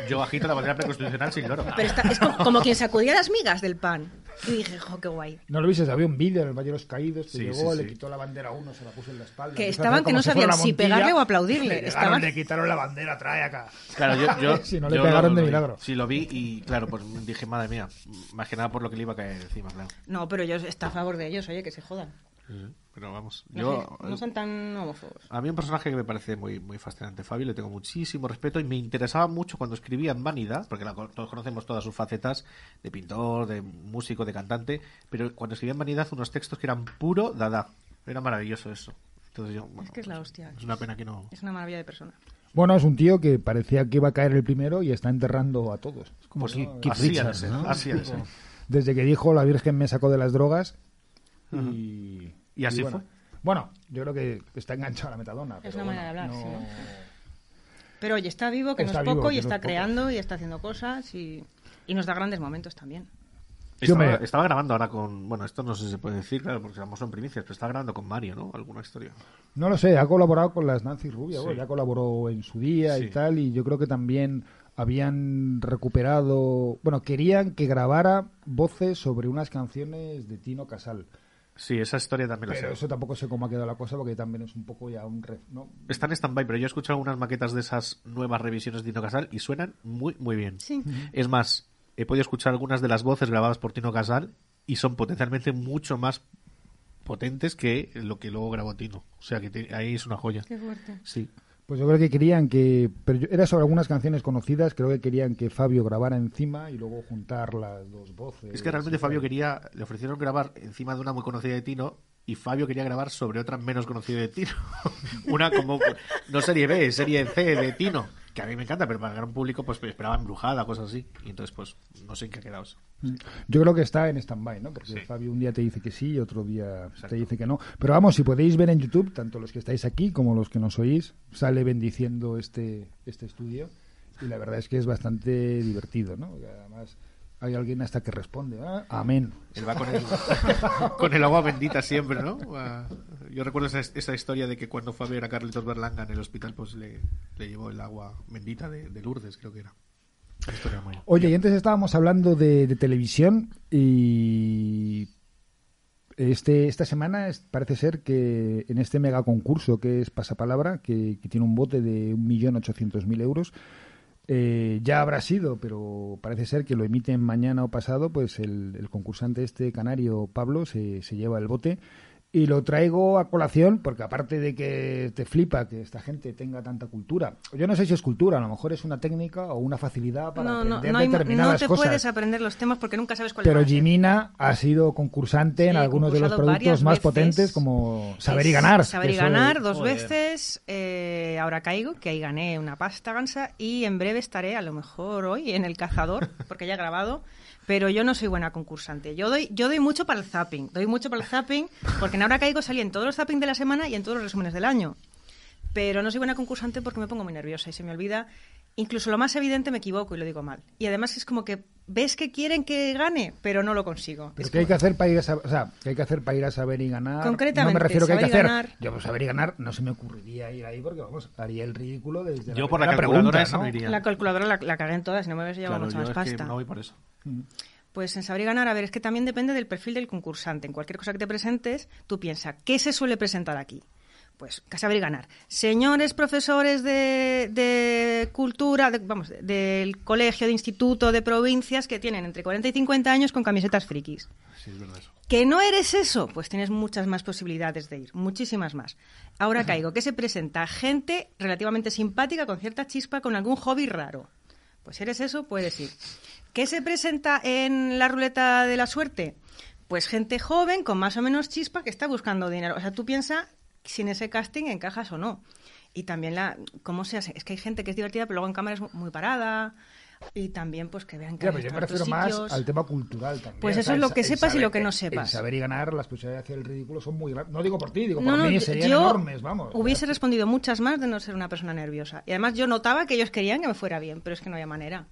[SPEAKER 6] Yo agito la bandera preconstitucional sin loro.
[SPEAKER 5] Pero está- es como, como quien sacudía las migas del pan. Y dije, jo, qué guay.
[SPEAKER 2] No lo viste, había un vídeo en el Valle de los Caídos, que
[SPEAKER 6] Sí,
[SPEAKER 2] llegó,
[SPEAKER 6] sí,
[SPEAKER 2] le
[SPEAKER 6] sí.
[SPEAKER 2] quitó la bandera a uno, se la puso en la espalda.
[SPEAKER 5] Que
[SPEAKER 2] empezó a
[SPEAKER 5] estaban
[SPEAKER 2] hacer
[SPEAKER 5] que
[SPEAKER 2] como
[SPEAKER 5] no
[SPEAKER 2] fuera
[SPEAKER 5] sabían
[SPEAKER 2] la
[SPEAKER 5] si
[SPEAKER 2] Montilla,
[SPEAKER 5] pegarle o aplaudirle,
[SPEAKER 2] le llegaron,
[SPEAKER 5] estaban-
[SPEAKER 2] le quitaron la bandera, trae acá.
[SPEAKER 6] Claro, yo,
[SPEAKER 2] (laughs)
[SPEAKER 6] yo
[SPEAKER 2] Si no le
[SPEAKER 6] yo
[SPEAKER 2] pegaron de
[SPEAKER 6] vi.
[SPEAKER 2] milagro.
[SPEAKER 6] Sí, lo vi y claro, pues dije, madre mía, más que nada por lo que le iba a caer encima, claro.
[SPEAKER 5] No, pero yo está a favor de ellos, oye, que se jodan.
[SPEAKER 6] Pero vamos,
[SPEAKER 5] No,
[SPEAKER 6] yo... eh,
[SPEAKER 4] eh,
[SPEAKER 5] sé, no son tan homófobos.
[SPEAKER 6] A mí un personaje que me parece muy, muy fascinante, Fabio, le tengo muchísimo respeto y me interesaba mucho cuando escribía en Vanidad, porque la co- todos conocemos todas sus facetas de pintor, de músico, de cantante, pero cuando escribía en Vanidad unos textos que eran puro dada. Era maravilloso eso. Entonces yo, bueno, pues,
[SPEAKER 5] que es la hostia.
[SPEAKER 6] Es una pena que no...
[SPEAKER 5] Es una maravilla de persona.
[SPEAKER 2] Bueno, es un tío que parecía que iba a caer el primero y está enterrando a todos.
[SPEAKER 4] Como
[SPEAKER 6] Pues
[SPEAKER 4] Keith-
[SPEAKER 6] no,
[SPEAKER 4] Keith
[SPEAKER 6] así ha de
[SPEAKER 4] Richards,
[SPEAKER 6] ser,
[SPEAKER 4] ¿no?
[SPEAKER 6] así ha de ser.
[SPEAKER 2] Desde que dijo la Virgen me sacó de las drogas y...
[SPEAKER 6] Y así
[SPEAKER 2] bueno.
[SPEAKER 6] fue.
[SPEAKER 2] Bueno, yo creo que está enganchado a la metadona. pero
[SPEAKER 5] una
[SPEAKER 2] bueno,
[SPEAKER 5] manera de hablar,
[SPEAKER 2] no-
[SPEAKER 5] Pero oye, está vivo, que
[SPEAKER 2] Está
[SPEAKER 5] no es
[SPEAKER 2] vivo,
[SPEAKER 5] poco,
[SPEAKER 2] que
[SPEAKER 5] y
[SPEAKER 2] no
[SPEAKER 5] está
[SPEAKER 2] es poco.
[SPEAKER 5] creando, y está haciendo cosas, y, y nos da grandes momentos también.
[SPEAKER 2] Yo
[SPEAKER 6] Estaba,
[SPEAKER 2] me-
[SPEAKER 6] estaba grabando ahora con... Bueno, esto no sé si se puede decir, claro, porque estamos en primicias, pero estaba grabando con Mario, ¿no? Alguna historia.
[SPEAKER 2] No lo sé, ha colaborado con las Nancy Rubia, bueno, ya colaboró en su día y
[SPEAKER 6] Sí.
[SPEAKER 2] tal, y yo creo que también habían recuperado, bueno, querían que grabara voces sobre unas canciones de Tino Casal,
[SPEAKER 6] Sí, esa historia también la sé.
[SPEAKER 2] pero eso tampoco sé cómo ha quedado la cosa porque también es un poco ya un... ref- ¿no?
[SPEAKER 6] Están en stand-by, pero yo he escuchado algunas maquetas de esas nuevas revisiones de Tino Casal y suenan muy, muy bien.
[SPEAKER 5] Sí.
[SPEAKER 6] Es más, he podido escuchar algunas de las voces grabadas por Tino Casal y son potencialmente mucho más potentes que lo que luego grabó Tino. O sea que te- ahí es una joya.
[SPEAKER 5] Qué fuerte.
[SPEAKER 6] Sí.
[SPEAKER 2] Pues yo creo que querían que... Pero yo- era sobre algunas canciones conocidas, creo que querían que Fabio grabara encima y luego juntar las dos voces.
[SPEAKER 6] Es que realmente
[SPEAKER 2] y
[SPEAKER 6] Fabio
[SPEAKER 2] tal.
[SPEAKER 6] quería, le ofrecieron grabar encima de una muy conocida de Tino y Fabio quería grabar sobre otra menos conocida de Tino. (laughs) una como, no serie B, serie C de Tino, que a mí me encanta, pero para el gran público pues esperaba embrujada, cosas así. Y entonces pues no sé en qué ha quedado eso.
[SPEAKER 2] Yo creo que está en stand-by, ¿no? Porque
[SPEAKER 6] Sí.
[SPEAKER 2] Fabio un día te dice que sí y otro día te dice que no. Pero vamos, si podéis ver en YouTube, tanto los que estáis aquí como los que nos oís, sale bendiciendo este, este estudio. Y la verdad es que es bastante divertido, ¿no? Porque además, hay alguien hasta que responde, "Ah, amén.
[SPEAKER 6] Él va con el, (laughs) con el agua bendita siempre, ¿no? Ah, Yo recuerdo esa, esa historia de que cuando fue a ver a Carlitos Berlanga en el hospital, pues le, le llevó el agua bendita de, de Lourdes, creo que era. Una historia muy-
[SPEAKER 2] Oye, y antes estábamos hablando de, de televisión y este, esta semana es- parece ser que en este mega concurso que es Pasapalabra, que, que tiene un bote de 1.800.000 euros, eh, ya habrá sido, pero parece ser que lo emiten mañana o pasado, pues el, el concursante este canario Pablo se, se lleva el bote Y lo traigo a colación porque aparte de que te flipa que esta gente tenga tanta cultura, yo no sé si es cultura, a lo mejor es una técnica o una facilidad para
[SPEAKER 5] No, no,
[SPEAKER 2] aprender
[SPEAKER 5] no, hay-
[SPEAKER 2] determinadas
[SPEAKER 5] no te
[SPEAKER 2] cosas.
[SPEAKER 5] puedes aprender los temas porque nunca sabes cuál
[SPEAKER 2] Pero
[SPEAKER 5] es.
[SPEAKER 2] Jimena ha sido concursante en
[SPEAKER 5] Sí, he
[SPEAKER 2] algunos de los
[SPEAKER 5] concursado
[SPEAKER 2] productos
[SPEAKER 5] varias
[SPEAKER 2] más
[SPEAKER 5] veces.
[SPEAKER 2] potentes como Saber y Ganar.
[SPEAKER 5] Saber
[SPEAKER 2] que
[SPEAKER 5] y
[SPEAKER 2] eso es-
[SPEAKER 5] ganar dos
[SPEAKER 4] Joder.
[SPEAKER 5] veces. eh, ahora caigo, que ahí gané una pasta gansa. Y en breve estaré, a lo mejor hoy, en El
[SPEAKER 6] (laughs)
[SPEAKER 5] Cazador, porque ya he grabado. Pero yo no soy buena concursante. Yo doy, yo doy mucho para el zapping. Doy mucho para el zapping, porque en Ahora Caigo salí en todos los zapping de la semana y en todos los resúmenes del año. Pero no soy buena concursante porque me pongo muy nerviosa y se me olvida. Incluso lo más evidente me equivoco y lo digo mal. Y además es como que ves que quieren que gane, pero no lo consigo.
[SPEAKER 2] Pero ¿qué hay que hacer para ir a saber, o sea, ¿qué hay que hacer para ir a saber y ganar?
[SPEAKER 5] Concretamente,
[SPEAKER 2] no me refiero a que hay que hacer.
[SPEAKER 5] saber y ganar.
[SPEAKER 2] Yo pues, saber y ganar no se me ocurriría ir ahí porque vamos, haría el ridículo desde
[SPEAKER 6] Yo por la
[SPEAKER 2] primera
[SPEAKER 6] calculadora
[SPEAKER 2] pregunta,
[SPEAKER 6] esa
[SPEAKER 2] ¿no?
[SPEAKER 6] no iría.
[SPEAKER 5] La calculadora la, la cagué en todas, no me hubiese llevado
[SPEAKER 6] Claro,
[SPEAKER 5] mucha
[SPEAKER 6] yo
[SPEAKER 5] más
[SPEAKER 6] es que
[SPEAKER 5] pasta.
[SPEAKER 6] no voy por eso.
[SPEAKER 5] Pues en saber y ganar, a ver, es que también depende del perfil del concursante. En cualquier cosa que te presentes, tú piensas, ¿qué se suele presentar aquí? Pues que saber y ganar. Señores profesores de, de cultura, de- vamos, de- del colegio, de instituto, de provincias que tienen entre 40 y 50 años con camisetas frikis.
[SPEAKER 6] Sí, es verdad (laughs) eso.
[SPEAKER 5] ¿Que no eres eso? Pues tienes muchas más posibilidades de ir, muchísimas más. Ahora caigo, que se presenta gente relativamente simpática, con cierta chispa, con algún hobby raro. Pues eres eso, puedes ir. ¿Qué se presenta en la ruleta de la suerte? Pues gente joven, con más o menos chispa, que está buscando dinero. O sea, tú piensas si en ese casting encajas o no. Y también la cómo se hace. Es que hay gente que es divertida, pero luego en cámara es mu- muy parada. Y también, pues que vean que...
[SPEAKER 2] Ya,
[SPEAKER 5] han
[SPEAKER 2] pero yo me
[SPEAKER 5] estado en
[SPEAKER 2] refiero
[SPEAKER 5] otros
[SPEAKER 2] más
[SPEAKER 5] sitios.
[SPEAKER 2] al tema cultural también.
[SPEAKER 5] Pues
[SPEAKER 2] O
[SPEAKER 5] eso
[SPEAKER 2] sea,
[SPEAKER 5] es lo
[SPEAKER 2] el
[SPEAKER 5] que
[SPEAKER 2] sa- el
[SPEAKER 5] sepas y
[SPEAKER 2] saber-
[SPEAKER 5] lo que no
[SPEAKER 2] el-
[SPEAKER 5] sepas.
[SPEAKER 2] El saber y ganar, las posibilidades de hacer el ridículo son muy grandes. No digo por ti, digo
[SPEAKER 5] No,
[SPEAKER 2] por
[SPEAKER 5] no,
[SPEAKER 2] mí,
[SPEAKER 5] yo-
[SPEAKER 2] serían
[SPEAKER 5] yo
[SPEAKER 2] enormes, vamos.
[SPEAKER 5] Hubiese respondido muchas más de no ser una persona nerviosa. Y además yo notaba que ellos querían que me fuera bien, pero es que no había manera.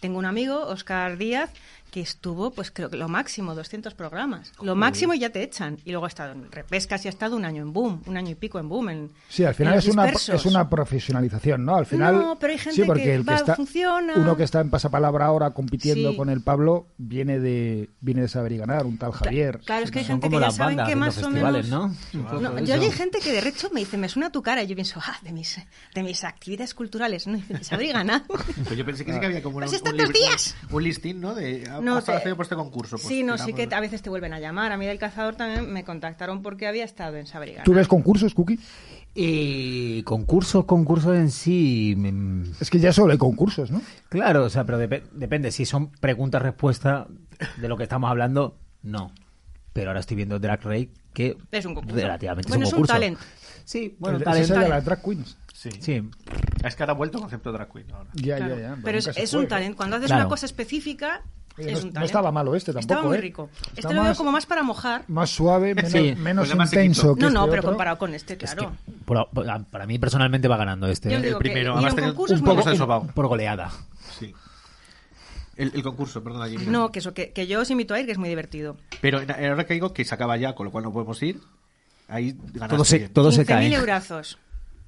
[SPEAKER 5] Tengo un amigo, Oscar Díaz, que estuvo, pues creo que lo máximo, 200 programas. Lo máximo y ya te echan. Y luego ha estado en repescas y ha estado un año en boom, un año y pico en boom. en-
[SPEAKER 2] Sí, al final
[SPEAKER 5] en
[SPEAKER 2] es una,
[SPEAKER 5] Dispersos.
[SPEAKER 2] es una profesionalización, ¿no? Al final.
[SPEAKER 5] No, pero hay gente
[SPEAKER 2] sí, porque
[SPEAKER 5] que
[SPEAKER 2] el que
[SPEAKER 5] va,
[SPEAKER 2] está,
[SPEAKER 5] funciona.
[SPEAKER 2] Uno que está en pasapalabra ahora compitiendo
[SPEAKER 5] Sí.
[SPEAKER 2] con el Pablo viene de viene de saber y ganar, un tal Javier.
[SPEAKER 5] Claro, es que hay
[SPEAKER 4] Son
[SPEAKER 5] gente
[SPEAKER 4] como
[SPEAKER 5] que ya
[SPEAKER 4] las
[SPEAKER 5] saben
[SPEAKER 4] bandas
[SPEAKER 5] que
[SPEAKER 4] en los
[SPEAKER 5] más o menos...
[SPEAKER 4] festivales, ¿no? Un poco
[SPEAKER 5] No, yo
[SPEAKER 4] eso.
[SPEAKER 5] hay gente que de recho me dice, me suena tu cara, y yo pienso, ah, de mis, de mis actividades culturales, ¿no? (laughs) Y dice, se habría ganado.
[SPEAKER 6] Pero yo pensé que sí que había como una-
[SPEAKER 5] Has
[SPEAKER 6] un,
[SPEAKER 5] estado
[SPEAKER 6] libri-
[SPEAKER 5] tantos días.
[SPEAKER 6] un listín, ¿no? De ah,
[SPEAKER 5] No,
[SPEAKER 6] has
[SPEAKER 5] te-
[SPEAKER 6] sido por este concurso. pues,
[SPEAKER 5] sí, no, sí
[SPEAKER 6] tiramos.
[SPEAKER 5] que a veces te vuelven a llamar. A mí del cazador también me contactaron porque había estado en Saber y Ganar.
[SPEAKER 2] ¿Tú ves concursos, Cookie?
[SPEAKER 4] Y concursos, concursos en sí. mm,
[SPEAKER 2] Es que ya solo hay concursos, ¿no?
[SPEAKER 4] Claro, o sea, pero depe- depende. Si son preguntas-respuestas de lo que estamos hablando, no. Pero ahora estoy viendo Drag Race que
[SPEAKER 5] Es un concurso.
[SPEAKER 4] relativamente
[SPEAKER 5] Bueno,
[SPEAKER 4] es
[SPEAKER 5] es
[SPEAKER 4] un
[SPEAKER 5] un
[SPEAKER 4] concurso.
[SPEAKER 5] talent.
[SPEAKER 4] Sí, bueno,
[SPEAKER 2] El- ese
[SPEAKER 4] talent.
[SPEAKER 2] es el de las drag queens.
[SPEAKER 6] Sí.
[SPEAKER 4] Sí,
[SPEAKER 6] Es que ahora ha vuelto el concepto drag queen. Ahora.
[SPEAKER 2] Ya,
[SPEAKER 5] Claro.
[SPEAKER 2] ya, ya. Bueno,
[SPEAKER 5] Pero es,
[SPEAKER 2] nunca se
[SPEAKER 5] es
[SPEAKER 2] fue,
[SPEAKER 5] un
[SPEAKER 2] ¿no?
[SPEAKER 5] talento. Cuando haces
[SPEAKER 4] Claro.
[SPEAKER 5] una cosa específica,
[SPEAKER 2] Oye,
[SPEAKER 5] es
[SPEAKER 2] no-
[SPEAKER 5] un
[SPEAKER 2] no
[SPEAKER 5] talento.
[SPEAKER 2] estaba malo este tampoco,
[SPEAKER 5] Estaba muy
[SPEAKER 2] ¿eh?
[SPEAKER 5] rico. Este
[SPEAKER 2] Está
[SPEAKER 5] lo veo
[SPEAKER 2] más-
[SPEAKER 5] como más para mojar.
[SPEAKER 2] Más suave, menos,
[SPEAKER 4] Sí.
[SPEAKER 2] menos
[SPEAKER 6] Pues además se
[SPEAKER 2] intenso
[SPEAKER 6] quitó.
[SPEAKER 2] que
[SPEAKER 5] No, no,
[SPEAKER 2] este
[SPEAKER 5] pero
[SPEAKER 2] otro.
[SPEAKER 5] comparado con este, claro.
[SPEAKER 4] por- por- para mí personalmente va ganando este.
[SPEAKER 5] Yo
[SPEAKER 4] ¿eh?
[SPEAKER 5] digo
[SPEAKER 6] El primero,
[SPEAKER 5] que ir a
[SPEAKER 6] además
[SPEAKER 5] un
[SPEAKER 6] tenía
[SPEAKER 5] concurso es
[SPEAKER 6] un poco
[SPEAKER 5] muy-
[SPEAKER 6] de sobao.
[SPEAKER 4] Por goleada.
[SPEAKER 6] Sí. El, el concurso, perdona, Jimmy.
[SPEAKER 5] No, que eso, que, que yo os invito a ir, que es muy divertido.
[SPEAKER 6] Pero en- ahora que digo que se acaba ya, con lo cual no podemos ir. Ahí ganaste
[SPEAKER 4] Todo se,
[SPEAKER 6] bien.
[SPEAKER 4] todo se
[SPEAKER 5] 15.000
[SPEAKER 4] cae.
[SPEAKER 5] eurazos.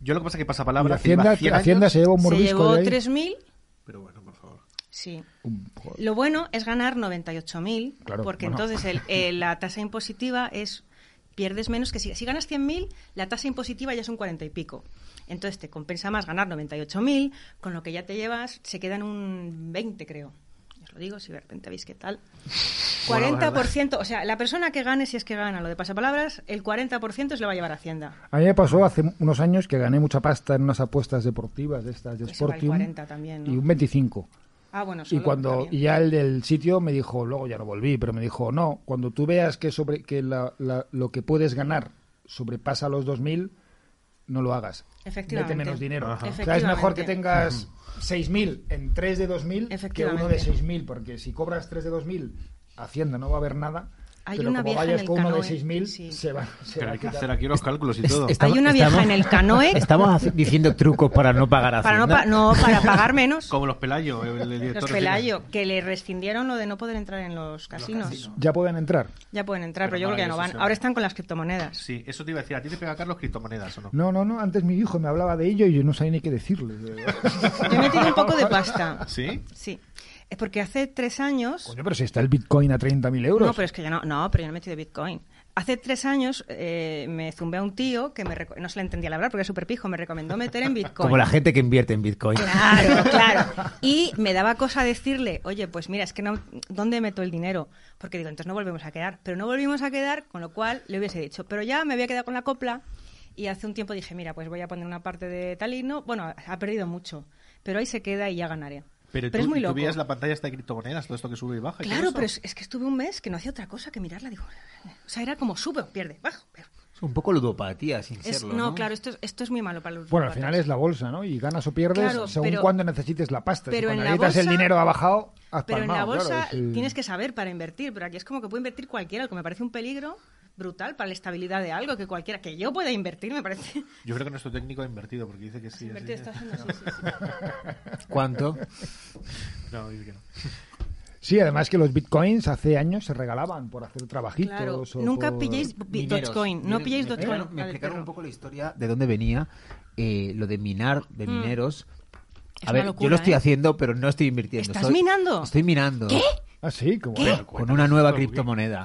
[SPEAKER 6] Yo lo que pasa es que pasa
[SPEAKER 2] Y
[SPEAKER 6] palabra.
[SPEAKER 2] Hacienda, Hacienda se lleva un
[SPEAKER 5] Se
[SPEAKER 2] mordisco
[SPEAKER 5] llevó
[SPEAKER 2] de ahí.
[SPEAKER 5] 3.000,
[SPEAKER 6] Pero bueno, por favor.
[SPEAKER 5] sí.
[SPEAKER 2] Un- joder.
[SPEAKER 5] Lo bueno es ganar 98.000,
[SPEAKER 2] Claro,
[SPEAKER 5] porque
[SPEAKER 2] bueno.
[SPEAKER 5] entonces el- eh, la tasa impositiva es pierdes menos que si, si ganas 100.000, la tasa impositiva ya es un 40 y pico. Entonces te compensa más ganar 98.000, con lo que ya te llevas, se quedan un 20, creo. Os lo digo, si de repente veis
[SPEAKER 2] (laughs)
[SPEAKER 5] qué tal. 40%, o sea, la persona que gane, si es que gana lo de pasapalabras, el 40% se lo va a llevar a Hacienda.
[SPEAKER 2] A mí me pasó hace unos años que gané mucha pasta en unas apuestas deportivas de estas de
[SPEAKER 5] Eso va el
[SPEAKER 2] Sportium
[SPEAKER 5] 40 también, ¿no?
[SPEAKER 2] y un 25.
[SPEAKER 5] Ah, bueno,
[SPEAKER 2] Y
[SPEAKER 5] solo,
[SPEAKER 2] cuando
[SPEAKER 5] está
[SPEAKER 2] y
[SPEAKER 5] bien.
[SPEAKER 2] ya el del sitio me dijo, luego ya no volví, pero me dijo, no, cuando tú veas que sobre que la- la- lo que puedes ganar sobrepasa los 2000, no lo hagas.
[SPEAKER 5] Efectivamente.
[SPEAKER 2] Mete menos dinero.
[SPEAKER 6] Ajá.
[SPEAKER 2] O sea, es mejor que
[SPEAKER 5] Efectivamente.
[SPEAKER 2] tengas 6000 en 3 de 2000 que uno de
[SPEAKER 5] Efectivamente.
[SPEAKER 2] 6000, porque si cobras 3 de 2000, Hacienda no va a haber nada.
[SPEAKER 5] Hay
[SPEAKER 2] pero
[SPEAKER 5] una
[SPEAKER 2] como
[SPEAKER 5] vieja en
[SPEAKER 2] vayas
[SPEAKER 5] el
[SPEAKER 2] con uno de
[SPEAKER 5] canoe,
[SPEAKER 2] 6000,
[SPEAKER 5] sí.
[SPEAKER 2] se va, se
[SPEAKER 6] Pero
[SPEAKER 2] va
[SPEAKER 6] hay
[SPEAKER 2] a
[SPEAKER 6] que
[SPEAKER 2] quitar.
[SPEAKER 6] hacer aquí unos cálculos y
[SPEAKER 4] Es-
[SPEAKER 6] todo.
[SPEAKER 4] estamos-
[SPEAKER 5] Hay una vieja
[SPEAKER 4] estamos-
[SPEAKER 5] en
[SPEAKER 2] (laughs)
[SPEAKER 5] el canoe.
[SPEAKER 4] Estamos haci- diciendo trucos para no pagar a
[SPEAKER 5] Para no, pa- no, para
[SPEAKER 2] (laughs)
[SPEAKER 5] pagar menos.
[SPEAKER 6] Como los Pelayo, el, el director.
[SPEAKER 5] Los
[SPEAKER 6] de cine.
[SPEAKER 5] Pelayo, que le rescindieron lo de no poder entrar en los casinos.
[SPEAKER 2] Ya pueden entrar.
[SPEAKER 5] Ya pueden entrar, pero,
[SPEAKER 6] Pero
[SPEAKER 5] yo creo que ya no
[SPEAKER 6] maravilloso,
[SPEAKER 5] van.
[SPEAKER 6] sí.
[SPEAKER 5] Ahora están con las criptomonedas.
[SPEAKER 6] Sí, eso te iba a decir. ¿A ti te pega Carlos criptomonedas o no?
[SPEAKER 2] No, no, no, antes mi hijo me hablaba de ello y yo no sabía ni qué decirle.
[SPEAKER 5] Yo he metido un poco de pasta.
[SPEAKER 6] ¿Sí?
[SPEAKER 5] Sí. Es porque hace tres años.
[SPEAKER 2] Coño, pero si está el Bitcoin a 30.000 euros.
[SPEAKER 5] No, pero es que ya no. No, pero yo no he metido Bitcoin. Hace tres años eh, me zumbé a un tío que me reco- no se le entendía la verdad porque era súper pijo, me recomendó
[SPEAKER 4] (laughs)
[SPEAKER 5] meter en Bitcoin.
[SPEAKER 4] Como la gente que invierte en Bitcoin.
[SPEAKER 5] Claro, claro. Y me daba cosa decirle, oye, pues mira, es que no, ¿dónde meto el dinero? Porque digo, entonces no volvemos a quedar. Pero no volvimos a quedar, con lo cual le hubiese dicho, pero ya me había quedado con la copla y hace un tiempo dije, mira, pues voy a poner una parte de tal y no. Bueno, ha perdido mucho, pero ahí se queda y ya ganaré. Pero,
[SPEAKER 6] tú,
[SPEAKER 5] es muy
[SPEAKER 6] tú
[SPEAKER 5] loco.
[SPEAKER 6] veías la pantalla esta de criptomonedas, todo esto que sube y baja. y todo
[SPEAKER 5] Claro,
[SPEAKER 6] eso.
[SPEAKER 5] pero es, es que estuve un mes que no hacía otra cosa que mirarla. Digo, o sea, era como sube, pierde, bajo. pero
[SPEAKER 4] Es un poco ludopatía, sin
[SPEAKER 5] es-
[SPEAKER 4] serlo.
[SPEAKER 5] no, claro, esto, es- esto es muy malo para los
[SPEAKER 2] Bueno, al
[SPEAKER 5] ludópatas.
[SPEAKER 2] final es la bolsa, ¿no? Y ganas o pierdes
[SPEAKER 5] Claro,
[SPEAKER 2] según
[SPEAKER 5] pero-
[SPEAKER 2] cuando necesites la pasta. Si
[SPEAKER 5] pero
[SPEAKER 2] cuando
[SPEAKER 5] en la
[SPEAKER 2] necesitas el
[SPEAKER 5] bolsa-
[SPEAKER 2] dinero ha bajado, has
[SPEAKER 5] Pero en la
[SPEAKER 2] palmado,
[SPEAKER 5] bolsa
[SPEAKER 2] claro, es el-
[SPEAKER 5] tienes que saber para invertir, pero aquí es como que puede invertir cualquiera, lo que me parece un peligro brutal para la estabilidad de algo, que cualquiera, que yo pueda invertir, me (laughs) parece...
[SPEAKER 6] Yo creo que nuestro técnico ha invertido, porque dice que sí. así
[SPEAKER 5] Invertir
[SPEAKER 6] que-
[SPEAKER 5] está haciendo así, sí, sí.
[SPEAKER 2] (laughs)
[SPEAKER 4] ¿Cuánto?
[SPEAKER 6] (laughs) No, dice que no.
[SPEAKER 2] Sí, además que los bitcoins hace años se regalaban por hacer trabajitos.
[SPEAKER 5] Claro,
[SPEAKER 2] o
[SPEAKER 5] nunca
[SPEAKER 2] por-
[SPEAKER 5] pilléis bi-
[SPEAKER 4] Mineros.
[SPEAKER 5] Dogecoin, no
[SPEAKER 4] Me-
[SPEAKER 5] pilléis
[SPEAKER 4] me
[SPEAKER 5] Dogecoin.
[SPEAKER 4] explicaron- Me
[SPEAKER 5] la del
[SPEAKER 4] explicaron
[SPEAKER 5] perro.
[SPEAKER 4] un poco la historia de dónde venía eh, lo de minar de mineros.
[SPEAKER 5] Mm. Es
[SPEAKER 4] A
[SPEAKER 5] una
[SPEAKER 4] ver,
[SPEAKER 5] locura,
[SPEAKER 4] yo lo estoy
[SPEAKER 5] ¿eh?
[SPEAKER 4] haciendo, pero no estoy invirtiendo.
[SPEAKER 5] ¿Estás
[SPEAKER 4] Estoy-
[SPEAKER 5] minando?
[SPEAKER 4] Estoy minando.
[SPEAKER 2] Ah, sí, como
[SPEAKER 4] Con una nueva criptomoneda.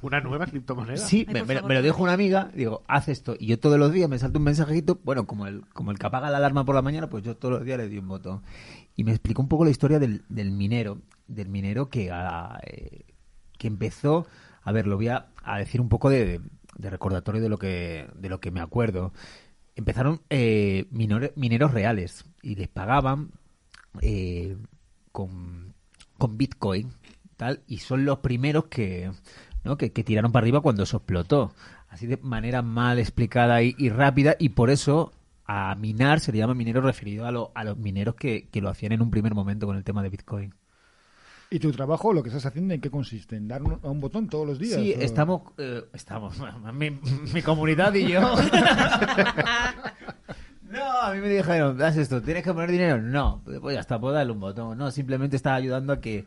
[SPEAKER 6] ¿Una nueva criptomoneda?
[SPEAKER 4] Sí,
[SPEAKER 5] Ay,
[SPEAKER 4] me,
[SPEAKER 5] por
[SPEAKER 4] me lo-
[SPEAKER 5] favor,
[SPEAKER 4] me lo
[SPEAKER 5] por
[SPEAKER 4] dijo
[SPEAKER 5] favor.
[SPEAKER 4] una amiga, digo, haz esto. Y yo todos los días me salto un mensajito, bueno, como el, como el que apaga la alarma por la mañana, pues yo todos los días le doy un voto. Y me explicó un poco la historia del, del minero, del minero que, ah, eh, que empezó, a ver, lo voy a, a decir un poco de, de recordatorio de lo, que, de lo que me acuerdo. Empezaron eh, minore- mineros reales y les pagaban eh, con, con Bitcoin tal y son los primeros que, ¿no? que, que tiraron para arriba cuando eso explotó así de manera mal explicada y, y rápida y por eso a minar se le llama minero referido a, lo- a los mineros que, que lo hacían en un primer momento con el tema de Bitcoin
[SPEAKER 2] ¿Y tu trabajo, lo que estás haciendo, en qué consiste? ¿En dar un, a un botón todos los días?
[SPEAKER 4] sí
[SPEAKER 2] o-
[SPEAKER 4] estamos eh, estamos (laughs) mi, mi
[SPEAKER 2] (laughs)
[SPEAKER 4] comunidad y yo No, a mí me dijeron, haz esto, ¿tienes que poner dinero? No, pues ya está, puedo darle un botón. No, simplemente está ayudando a que,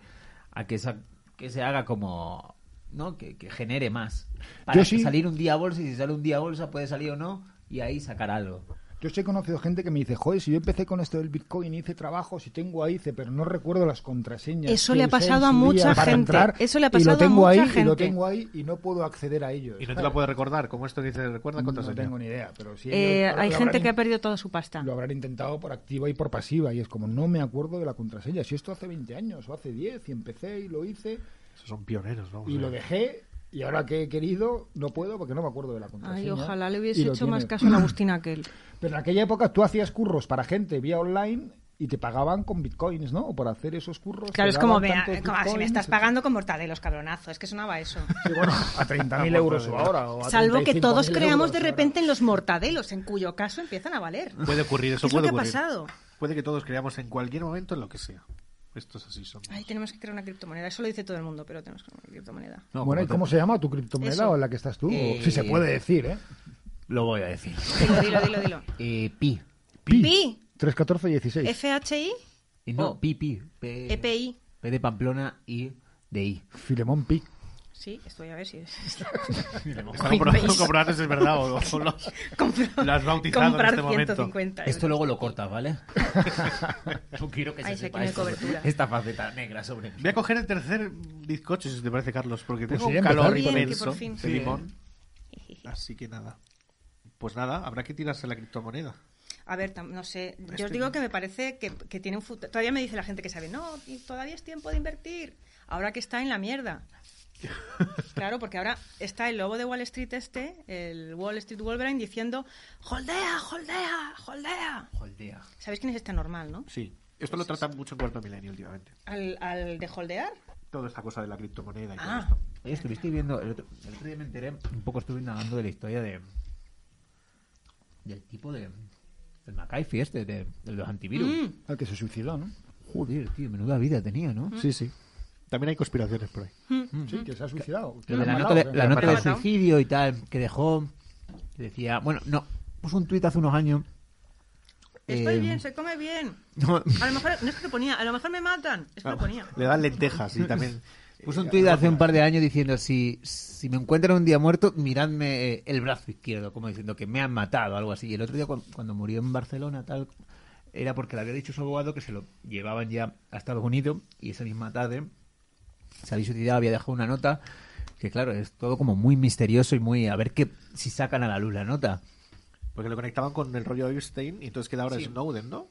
[SPEAKER 4] a que, sa- que se haga como, ¿no? Que, que genere más. Para
[SPEAKER 2] Yo
[SPEAKER 4] que
[SPEAKER 2] sí.
[SPEAKER 4] salir un día a bolsa, y si sale un día a bolsa, puede salir o no, y ahí sacar algo.
[SPEAKER 2] Yo sí he conocido gente que me dice, joder, si yo empecé con esto del Bitcoin, hice trabajos y tengo ahí, dice, pero no recuerdo las contraseñas.
[SPEAKER 5] Eso
[SPEAKER 2] que
[SPEAKER 5] le ha
[SPEAKER 2] usé en
[SPEAKER 5] pasado a
[SPEAKER 2] su día
[SPEAKER 5] mucha
[SPEAKER 2] para
[SPEAKER 5] gente.
[SPEAKER 2] entrar,
[SPEAKER 5] Eso le
[SPEAKER 2] y
[SPEAKER 5] ha
[SPEAKER 2] lo
[SPEAKER 5] pasado a
[SPEAKER 2] tengo
[SPEAKER 5] mucha
[SPEAKER 2] ahí, Y lo
[SPEAKER 5] gente.
[SPEAKER 2] tengo ahí y no puedo acceder a ellos.
[SPEAKER 6] Y no te la puedes recordar, como esto que dice, recuerda
[SPEAKER 2] No
[SPEAKER 6] contraseña.
[SPEAKER 2] tengo ni idea, pero sí.
[SPEAKER 5] Eh,
[SPEAKER 2] ellos lo
[SPEAKER 5] hay
[SPEAKER 2] habrán
[SPEAKER 5] gente que
[SPEAKER 2] in-
[SPEAKER 5] ha perdido toda su pasta.
[SPEAKER 2] Lo habrán intentado por activa y por pasiva, y es como, no me acuerdo de la contraseña. Si esto hace 20 años o hace 10, y empecé y lo hice,
[SPEAKER 6] Esos son pioneros, vamos.
[SPEAKER 2] y
[SPEAKER 6] a
[SPEAKER 2] lo
[SPEAKER 6] ver.
[SPEAKER 2] dejé, y ahora que he querido, no puedo porque no me acuerdo de la contraseña.
[SPEAKER 5] Ay, ojalá le
[SPEAKER 2] y
[SPEAKER 5] hubiese
[SPEAKER 2] lo
[SPEAKER 5] hecho más
[SPEAKER 2] tiene. Pues
[SPEAKER 5] caso a la Agustina aquel.
[SPEAKER 2] Pero en aquella época tú hacías curros para gente vía online y te pagaban con bitcoins, ¿no? O por hacer esos curros. te
[SPEAKER 5] Claro, es
[SPEAKER 2] daban
[SPEAKER 5] como, vea, eh,
[SPEAKER 2] tantos
[SPEAKER 5] como, ah, si me
[SPEAKER 2] bitcoins,
[SPEAKER 5] estás
[SPEAKER 2] etc.
[SPEAKER 5] pagando con mortadelos, cabronazo. Es que
[SPEAKER 2] (laughs)
[SPEAKER 5] sonaba eso.
[SPEAKER 2] Sí, bueno, a
[SPEAKER 4] (laughs)
[SPEAKER 2] 30.000 euros o ahora. o a
[SPEAKER 5] Salvo que todos
[SPEAKER 2] 35.000
[SPEAKER 5] creamos
[SPEAKER 2] euros
[SPEAKER 5] de
[SPEAKER 2] ahora.
[SPEAKER 5] repente en los mortadelos, en cuyo caso empiezan a valer.
[SPEAKER 6] Puede ocurrir
[SPEAKER 5] ¿Qué
[SPEAKER 6] eso,
[SPEAKER 5] es lo
[SPEAKER 6] puede
[SPEAKER 5] que ha
[SPEAKER 6] ocurrir.
[SPEAKER 5] pasado?
[SPEAKER 6] Puede que todos creamos en cualquier momento en lo que sea. Estos así son.
[SPEAKER 5] Ay, tenemos que crear una criptomoneda. Eso lo dice todo el mundo, pero tenemos que crear
[SPEAKER 2] (laughs)
[SPEAKER 5] una criptomoneda.
[SPEAKER 4] No,
[SPEAKER 2] bueno, ¿y
[SPEAKER 4] como
[SPEAKER 2] cómo se llama tu criptomoneda
[SPEAKER 5] Eso.
[SPEAKER 2] o en la que estás tú?
[SPEAKER 4] Eh,
[SPEAKER 2] Si se puede decir, ¿eh?
[SPEAKER 4] te- Lo voy a decir.
[SPEAKER 5] Dilo, dilo, dilo, dilo.
[SPEAKER 4] Eh, pi.
[SPEAKER 2] Pi.
[SPEAKER 5] Pi.
[SPEAKER 2] 314 16.
[SPEAKER 5] FHI,
[SPEAKER 4] Y No,
[SPEAKER 5] Oh.
[SPEAKER 4] pi, pi. P,
[SPEAKER 5] EPI.
[SPEAKER 4] P de Pamplona y de I.
[SPEAKER 2] Filemón Pi.
[SPEAKER 5] Sí, esto ya ves si (laughs) es.
[SPEAKER 6] Está comprobando, comprobando si es verdad
[SPEAKER 5] (laughs)
[SPEAKER 6] o, o lo-
[SPEAKER 5] Comprar-
[SPEAKER 6] Lo has bautizado en
[SPEAKER 5] comprar
[SPEAKER 6] este momento.
[SPEAKER 5] 150 euros.
[SPEAKER 4] Esto luego lo cortas, ¿vale? No quiero que se
[SPEAKER 5] Ahí se
[SPEAKER 4] sepa
[SPEAKER 5] tiene
[SPEAKER 4] esto,
[SPEAKER 5] cobertura.
[SPEAKER 4] esta faceta negra sobre mí.
[SPEAKER 6] Voy a coger el tercer bizcocho, si te parece, Carlos, porque
[SPEAKER 2] Pues
[SPEAKER 6] tengo
[SPEAKER 2] sí,
[SPEAKER 6] un
[SPEAKER 2] empezar
[SPEAKER 6] calor
[SPEAKER 2] por
[SPEAKER 5] ahí.
[SPEAKER 6] inmenso
[SPEAKER 5] Bien, que por
[SPEAKER 6] de
[SPEAKER 5] fin.
[SPEAKER 6] limón. Así que nada. Pues nada, habrá que tirarse la criptomoneda.
[SPEAKER 5] A ver, tam- no sé. Yo os digo que me parece que, que tiene un futuro. Todavía me dice la gente que sabe, no, y todavía es tiempo de invertir. Ahora que está en la
[SPEAKER 6] (laughs)
[SPEAKER 5] mierda. Claro, porque ahora está el lobo de Wall Street este, el Wall Street Wolverine, diciendo, holdea, holdea, holdea.
[SPEAKER 4] Joldea.
[SPEAKER 5] ¿Sabéis quién es este normal, no?
[SPEAKER 6] Sí. Esto lo tratan mucho en Cuarto Milenio últimamente.
[SPEAKER 5] Al, al de holdear.
[SPEAKER 6] Toda esta cosa de la criptomoneda y
[SPEAKER 5] Ah.
[SPEAKER 6] todo esto.
[SPEAKER 4] Oye, estuviste viendo, el otro, el otro día me enteré, un poco estuve indagando de la historia de del tipo de del McAfee este, de, de los antivirus.
[SPEAKER 2] Al que se suicidó, ¿no?
[SPEAKER 4] Joder, tío, menuda vida tenía, ¿no?
[SPEAKER 5] Mm.
[SPEAKER 2] Mm.
[SPEAKER 6] Sí, sí. También hay conspiraciones
[SPEAKER 5] (laughs)
[SPEAKER 6] por ahí.
[SPEAKER 2] Sí, que se ha suicidado. Que
[SPEAKER 4] Lo
[SPEAKER 2] lo
[SPEAKER 4] de Mm. la
[SPEAKER 2] han
[SPEAKER 4] nota,
[SPEAKER 2] matado,
[SPEAKER 4] de,
[SPEAKER 2] que
[SPEAKER 4] la
[SPEAKER 2] lo han
[SPEAKER 4] nota de
[SPEAKER 2] matado.
[SPEAKER 4] suicidio y tal, que dejó, que decía, bueno, no, puso un tuit hace unos años.
[SPEAKER 5] Estoy
[SPEAKER 4] eh,
[SPEAKER 5] bien, se come bien.
[SPEAKER 4] no,
[SPEAKER 5] A lo mejor, no es que lo ponía, a lo mejor me matan. Es que
[SPEAKER 6] Ah.
[SPEAKER 5] lo ponía.
[SPEAKER 6] Le dan lentejas y (laughs) también.
[SPEAKER 4] Puso un tuit hace un par de años diciendo, si, si me encuentran un día muerto, miradme eh, el brazo izquierdo, como diciendo que me han matado, algo así. Y el otro día cuan- cuando, murió en Barcelona, tal, era porque le había dicho su abogado que se lo llevaban ya a Estados Unidos y esa misma tarde se había suicidado, había dejado una nota que claro, es todo como muy misterioso y muy a ver qué si sacan a la luz la nota.
[SPEAKER 6] Porque lo conectaban con el rollo de Einstein y entonces queda ahora Snowden, ¿no?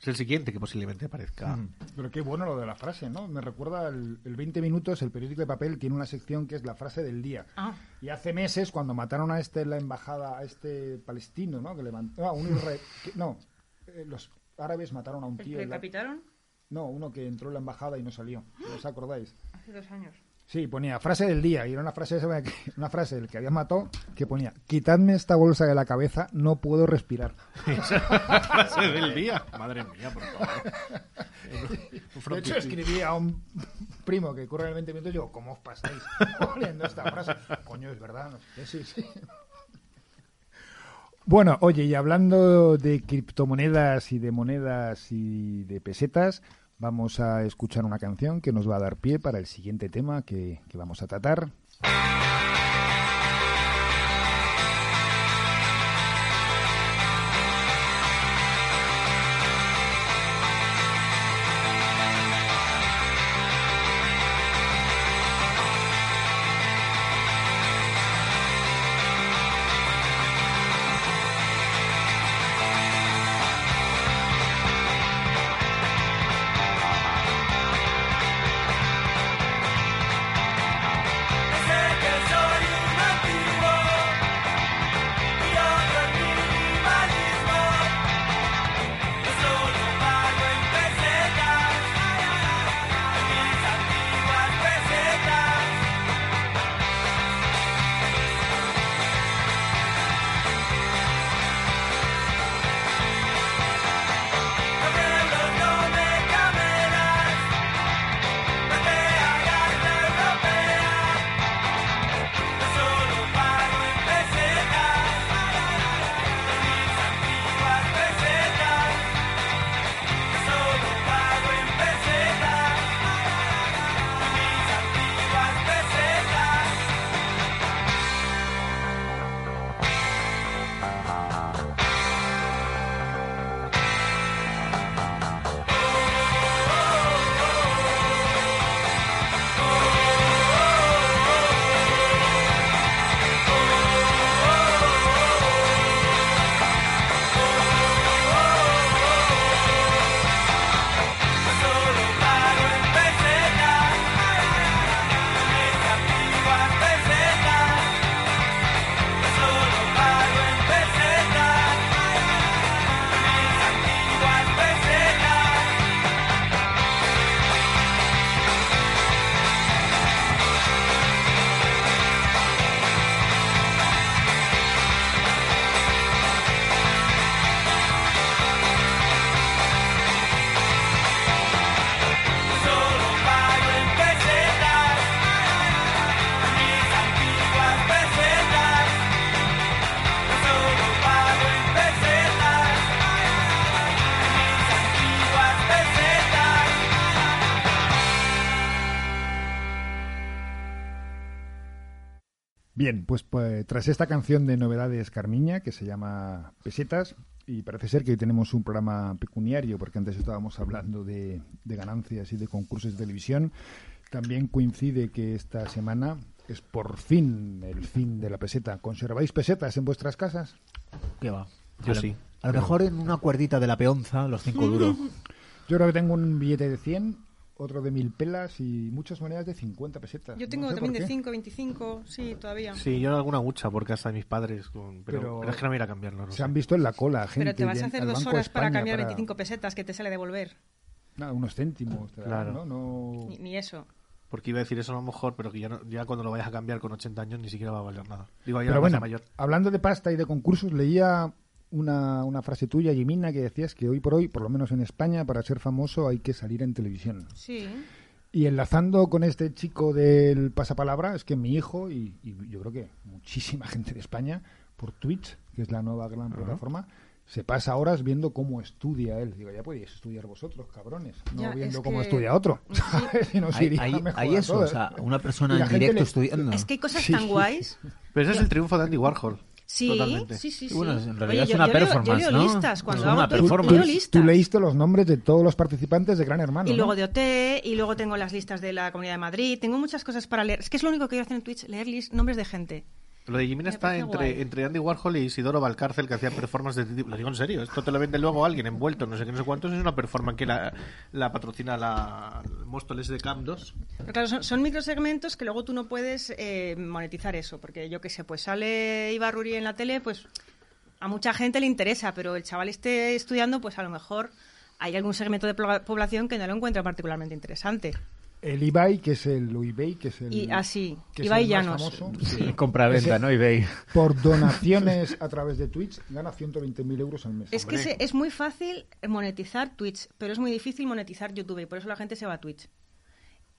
[SPEAKER 6] Es el siguiente que posiblemente aparezca.
[SPEAKER 2] Pero qué bueno lo de la frase, ¿no? Me recuerda el, el 20 minutos, el periódico de papel tiene una sección que es la frase del día.
[SPEAKER 5] Ah.
[SPEAKER 2] Y hace meses, cuando mataron a este en la embajada, a este palestino, ¿no? Que levantó, ah, un israel- que- no, eh, los árabes mataron a un tío. en la-
[SPEAKER 5] decapitaron
[SPEAKER 2] no, uno que entró en la embajada y no salió. ¿Os acordáis?
[SPEAKER 5] hace dos años.
[SPEAKER 2] Sí, ponía frase del día y era una frase, esa que- una frase del que había matado que ponía: quitadme esta bolsa de la cabeza, no puedo respirar.
[SPEAKER 6] la frase del día. Madre mía, por favor.
[SPEAKER 2] De hecho, escribí a un (laughs) primo que corre el 20 minutos y digo, ¿cómo os pasáis poniendo esta frase? Coño, es verdad. no sé qué, sí, sí. Bueno, oye, y hablando de criptomonedas y de monedas y de pesetas, vamos a escuchar una canción que nos va a dar pie para el siguiente tema que, que vamos a tratar.
[SPEAKER 3] Sé que soy un antiguo y otro el minimalismo. No solo pago en pesetas, en mis antiguas pesetas. Los euros no me camelas, no te hagas la europea. Yo solo pago en pesetas, en mis antiguas pesetas. Yo solo pago en pesetas, en mis antiguas pesetas. Solo pago en pesetas, mis antiguas pesetas. Solo pago en pesetas, mis antiguas pesetas. Solo pago en pesetas, mis antiguas pesetas. Solo pago en pesetas, mis antiguas pesetas.
[SPEAKER 2] Bien, pues, pues, tras esta canción de novedades Carmiña, que se llama Pesetas, y parece ser que hoy tenemos un programa pecuniario, porque antes estábamos hablando de, de ganancias y de concursos de televisión, también coincide que esta semana es por fin el fin de la peseta. ¿Conserváis pesetas en vuestras casas?
[SPEAKER 4] ¿Qué va?
[SPEAKER 6] Yo
[SPEAKER 4] a lo-
[SPEAKER 6] sí.
[SPEAKER 4] A lo mejor en una cuerdita de la peonza, los cinco
[SPEAKER 6] (laughs)
[SPEAKER 4] duros. (laughs)
[SPEAKER 2] Yo creo que tengo un billete de 100, otro de mil pelas y muchas monedas de 50 pesetas.
[SPEAKER 5] Yo
[SPEAKER 2] No
[SPEAKER 5] tengo
[SPEAKER 2] sé por
[SPEAKER 5] también de
[SPEAKER 2] qué.
[SPEAKER 5] 5, 25, sí, todavía.
[SPEAKER 6] Sí, yo alguna hucha por casa de mis padres, con- pero,
[SPEAKER 2] Pero-
[SPEAKER 6] pero es que no me irá a cambiarlo. No
[SPEAKER 2] Se
[SPEAKER 6] sé.
[SPEAKER 2] han visto en la cola, gente.
[SPEAKER 5] Pero te vas
[SPEAKER 2] y
[SPEAKER 5] a
[SPEAKER 2] en-
[SPEAKER 5] hacer
[SPEAKER 2] al
[SPEAKER 5] dos
[SPEAKER 2] Banco
[SPEAKER 5] horas
[SPEAKER 2] España
[SPEAKER 5] para cambiar 25 pesetas que te sale de devolver.
[SPEAKER 2] Nada, unos céntimos. te darán, ¿no?
[SPEAKER 6] Claro.
[SPEAKER 2] No-
[SPEAKER 5] Ni, ni eso.
[SPEAKER 6] Porque iba a decir eso a lo mejor, pero que ya, no- ya cuando lo vayas a cambiar con 80 años ni siquiera va a valer nada. Digo, ya
[SPEAKER 2] Pero
[SPEAKER 6] la
[SPEAKER 2] bueno,
[SPEAKER 6] bueno. mayor.
[SPEAKER 2] hablando de pasta y de concursos, leía una, una frase tuya, Jimina, que decías que hoy por hoy, por lo menos en España, para ser famoso hay que salir en televisión.
[SPEAKER 5] Sí.
[SPEAKER 2] Y enlazando con este chico del pasapalabra, es que mi hijo y, y yo creo que muchísima (laughs) gente de España, por Twitch, que es la nueva gran plataforma, se pasa horas viendo cómo estudia él. Digo, ya podéis estudiar vosotros, cabrones, no
[SPEAKER 5] Ya,
[SPEAKER 2] viendo
[SPEAKER 5] es
[SPEAKER 2] cómo
[SPEAKER 5] que-
[SPEAKER 2] estudia otro. (laughs)
[SPEAKER 5] Sí.
[SPEAKER 2] ¿sabes? Y nos
[SPEAKER 4] Hay,
[SPEAKER 2] iría
[SPEAKER 4] hay-
[SPEAKER 2] mejor
[SPEAKER 4] hay
[SPEAKER 2] a
[SPEAKER 4] eso, o
[SPEAKER 2] todos.
[SPEAKER 4] sea, una persona
[SPEAKER 2] Y la
[SPEAKER 4] en
[SPEAKER 2] gente
[SPEAKER 4] directo
[SPEAKER 2] le-
[SPEAKER 4] estudiando.
[SPEAKER 2] (laughs)
[SPEAKER 5] Es que hay cosas tan guays.
[SPEAKER 6] Pero ese es el triunfo de Andy Warhol.
[SPEAKER 5] Sí,
[SPEAKER 6] Totalmente.
[SPEAKER 5] sí, sí,
[SPEAKER 4] Y bueno,
[SPEAKER 5] sí.
[SPEAKER 4] en realidad
[SPEAKER 5] Oye,
[SPEAKER 4] es una
[SPEAKER 5] yo- yo leo-
[SPEAKER 4] performance,
[SPEAKER 5] yo leo
[SPEAKER 4] ¿no?
[SPEAKER 5] listas cuando
[SPEAKER 4] Es
[SPEAKER 5] hago
[SPEAKER 4] una
[SPEAKER 5] todo-
[SPEAKER 4] performance.
[SPEAKER 5] leo
[SPEAKER 4] Tú-
[SPEAKER 5] listas.
[SPEAKER 2] Tú leíste los nombres de todos los participantes de Gran Hermano.
[SPEAKER 5] Y
[SPEAKER 2] ¿no?
[SPEAKER 5] luego de OT, y luego tengo las listas de la Comunidad de Madrid, tengo muchas cosas para leer. Es que es lo único que quiero hacer en Twitch, leer lis- nombres de gente.
[SPEAKER 6] Lo de Jimena
[SPEAKER 5] Me
[SPEAKER 6] está
[SPEAKER 5] parece
[SPEAKER 6] entre,
[SPEAKER 5] guay.
[SPEAKER 6] entre Andy Warhol y Isidoro Valcárcel, que hacía performance de este tipo. Lo digo en serio, esto te lo vende luego alguien envuelto, no sé qué, no sé cuántos. Es una performance que la, la patrocina la Móstoles de Camp 2.
[SPEAKER 5] Pero claro, son, son microsegmentos que luego tú no puedes eh, monetizar eso, porque yo qué sé, pues sale Ibarruri en la tele, pues a mucha gente le interesa, pero el chaval esté estudiando, pues a lo mejor hay algún segmento de plo- población que no lo encuentra particularmente interesante.
[SPEAKER 2] El Ibai, que es el Ibai, que es el.
[SPEAKER 5] Y así,
[SPEAKER 2] que es
[SPEAKER 5] Ibai
[SPEAKER 2] el más
[SPEAKER 5] Llanos.
[SPEAKER 2] famoso.
[SPEAKER 4] Compra-venta,
[SPEAKER 2] Ese-
[SPEAKER 4] ¿no? eBay.
[SPEAKER 2] Por donaciones a través de Twitch, gana 120.000 euros al mes.
[SPEAKER 5] Es que se- es muy fácil monetizar Twitch, pero es muy difícil monetizar YouTube y por eso la gente se va a Twitch.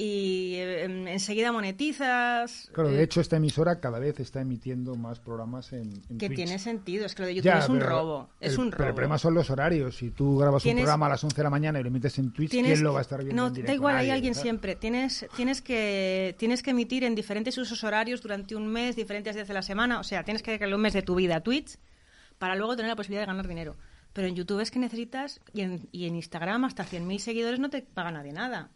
[SPEAKER 5] Y eh, em, enseguida monetizas.
[SPEAKER 2] Claro,
[SPEAKER 5] eh,
[SPEAKER 2] de hecho, esta emisora cada vez está emitiendo más programas en, en
[SPEAKER 5] que
[SPEAKER 2] Twitch.
[SPEAKER 5] tiene sentido, es que lo de YouTube
[SPEAKER 2] Ya,
[SPEAKER 5] es un
[SPEAKER 2] pero
[SPEAKER 5] robo. Es
[SPEAKER 2] el-
[SPEAKER 5] un
[SPEAKER 2] Pero el
[SPEAKER 5] robo.
[SPEAKER 2] problema son los horarios. Si tú grabas un
[SPEAKER 5] Tienes-
[SPEAKER 2] programa a las 11 de la mañana y lo emites en Twitch,
[SPEAKER 5] Tienes-
[SPEAKER 2] ¿quién lo va a estar viendo?
[SPEAKER 5] No,
[SPEAKER 2] en directo?
[SPEAKER 5] da igual, hay
[SPEAKER 2] Nadie,
[SPEAKER 5] alguien
[SPEAKER 2] ¿verdad?
[SPEAKER 5] siempre. Tienes, tienes, que, tienes que emitir en diferentes usos horarios durante un mes, diferentes días de la semana. O sea, tienes que dedicarle un mes de tu vida a Twitch para luego tener la posibilidad de ganar dinero. Pero en YouTube es que necesitas, y en, y en Instagram hasta 100.000 seguidores no te paga nadie nada.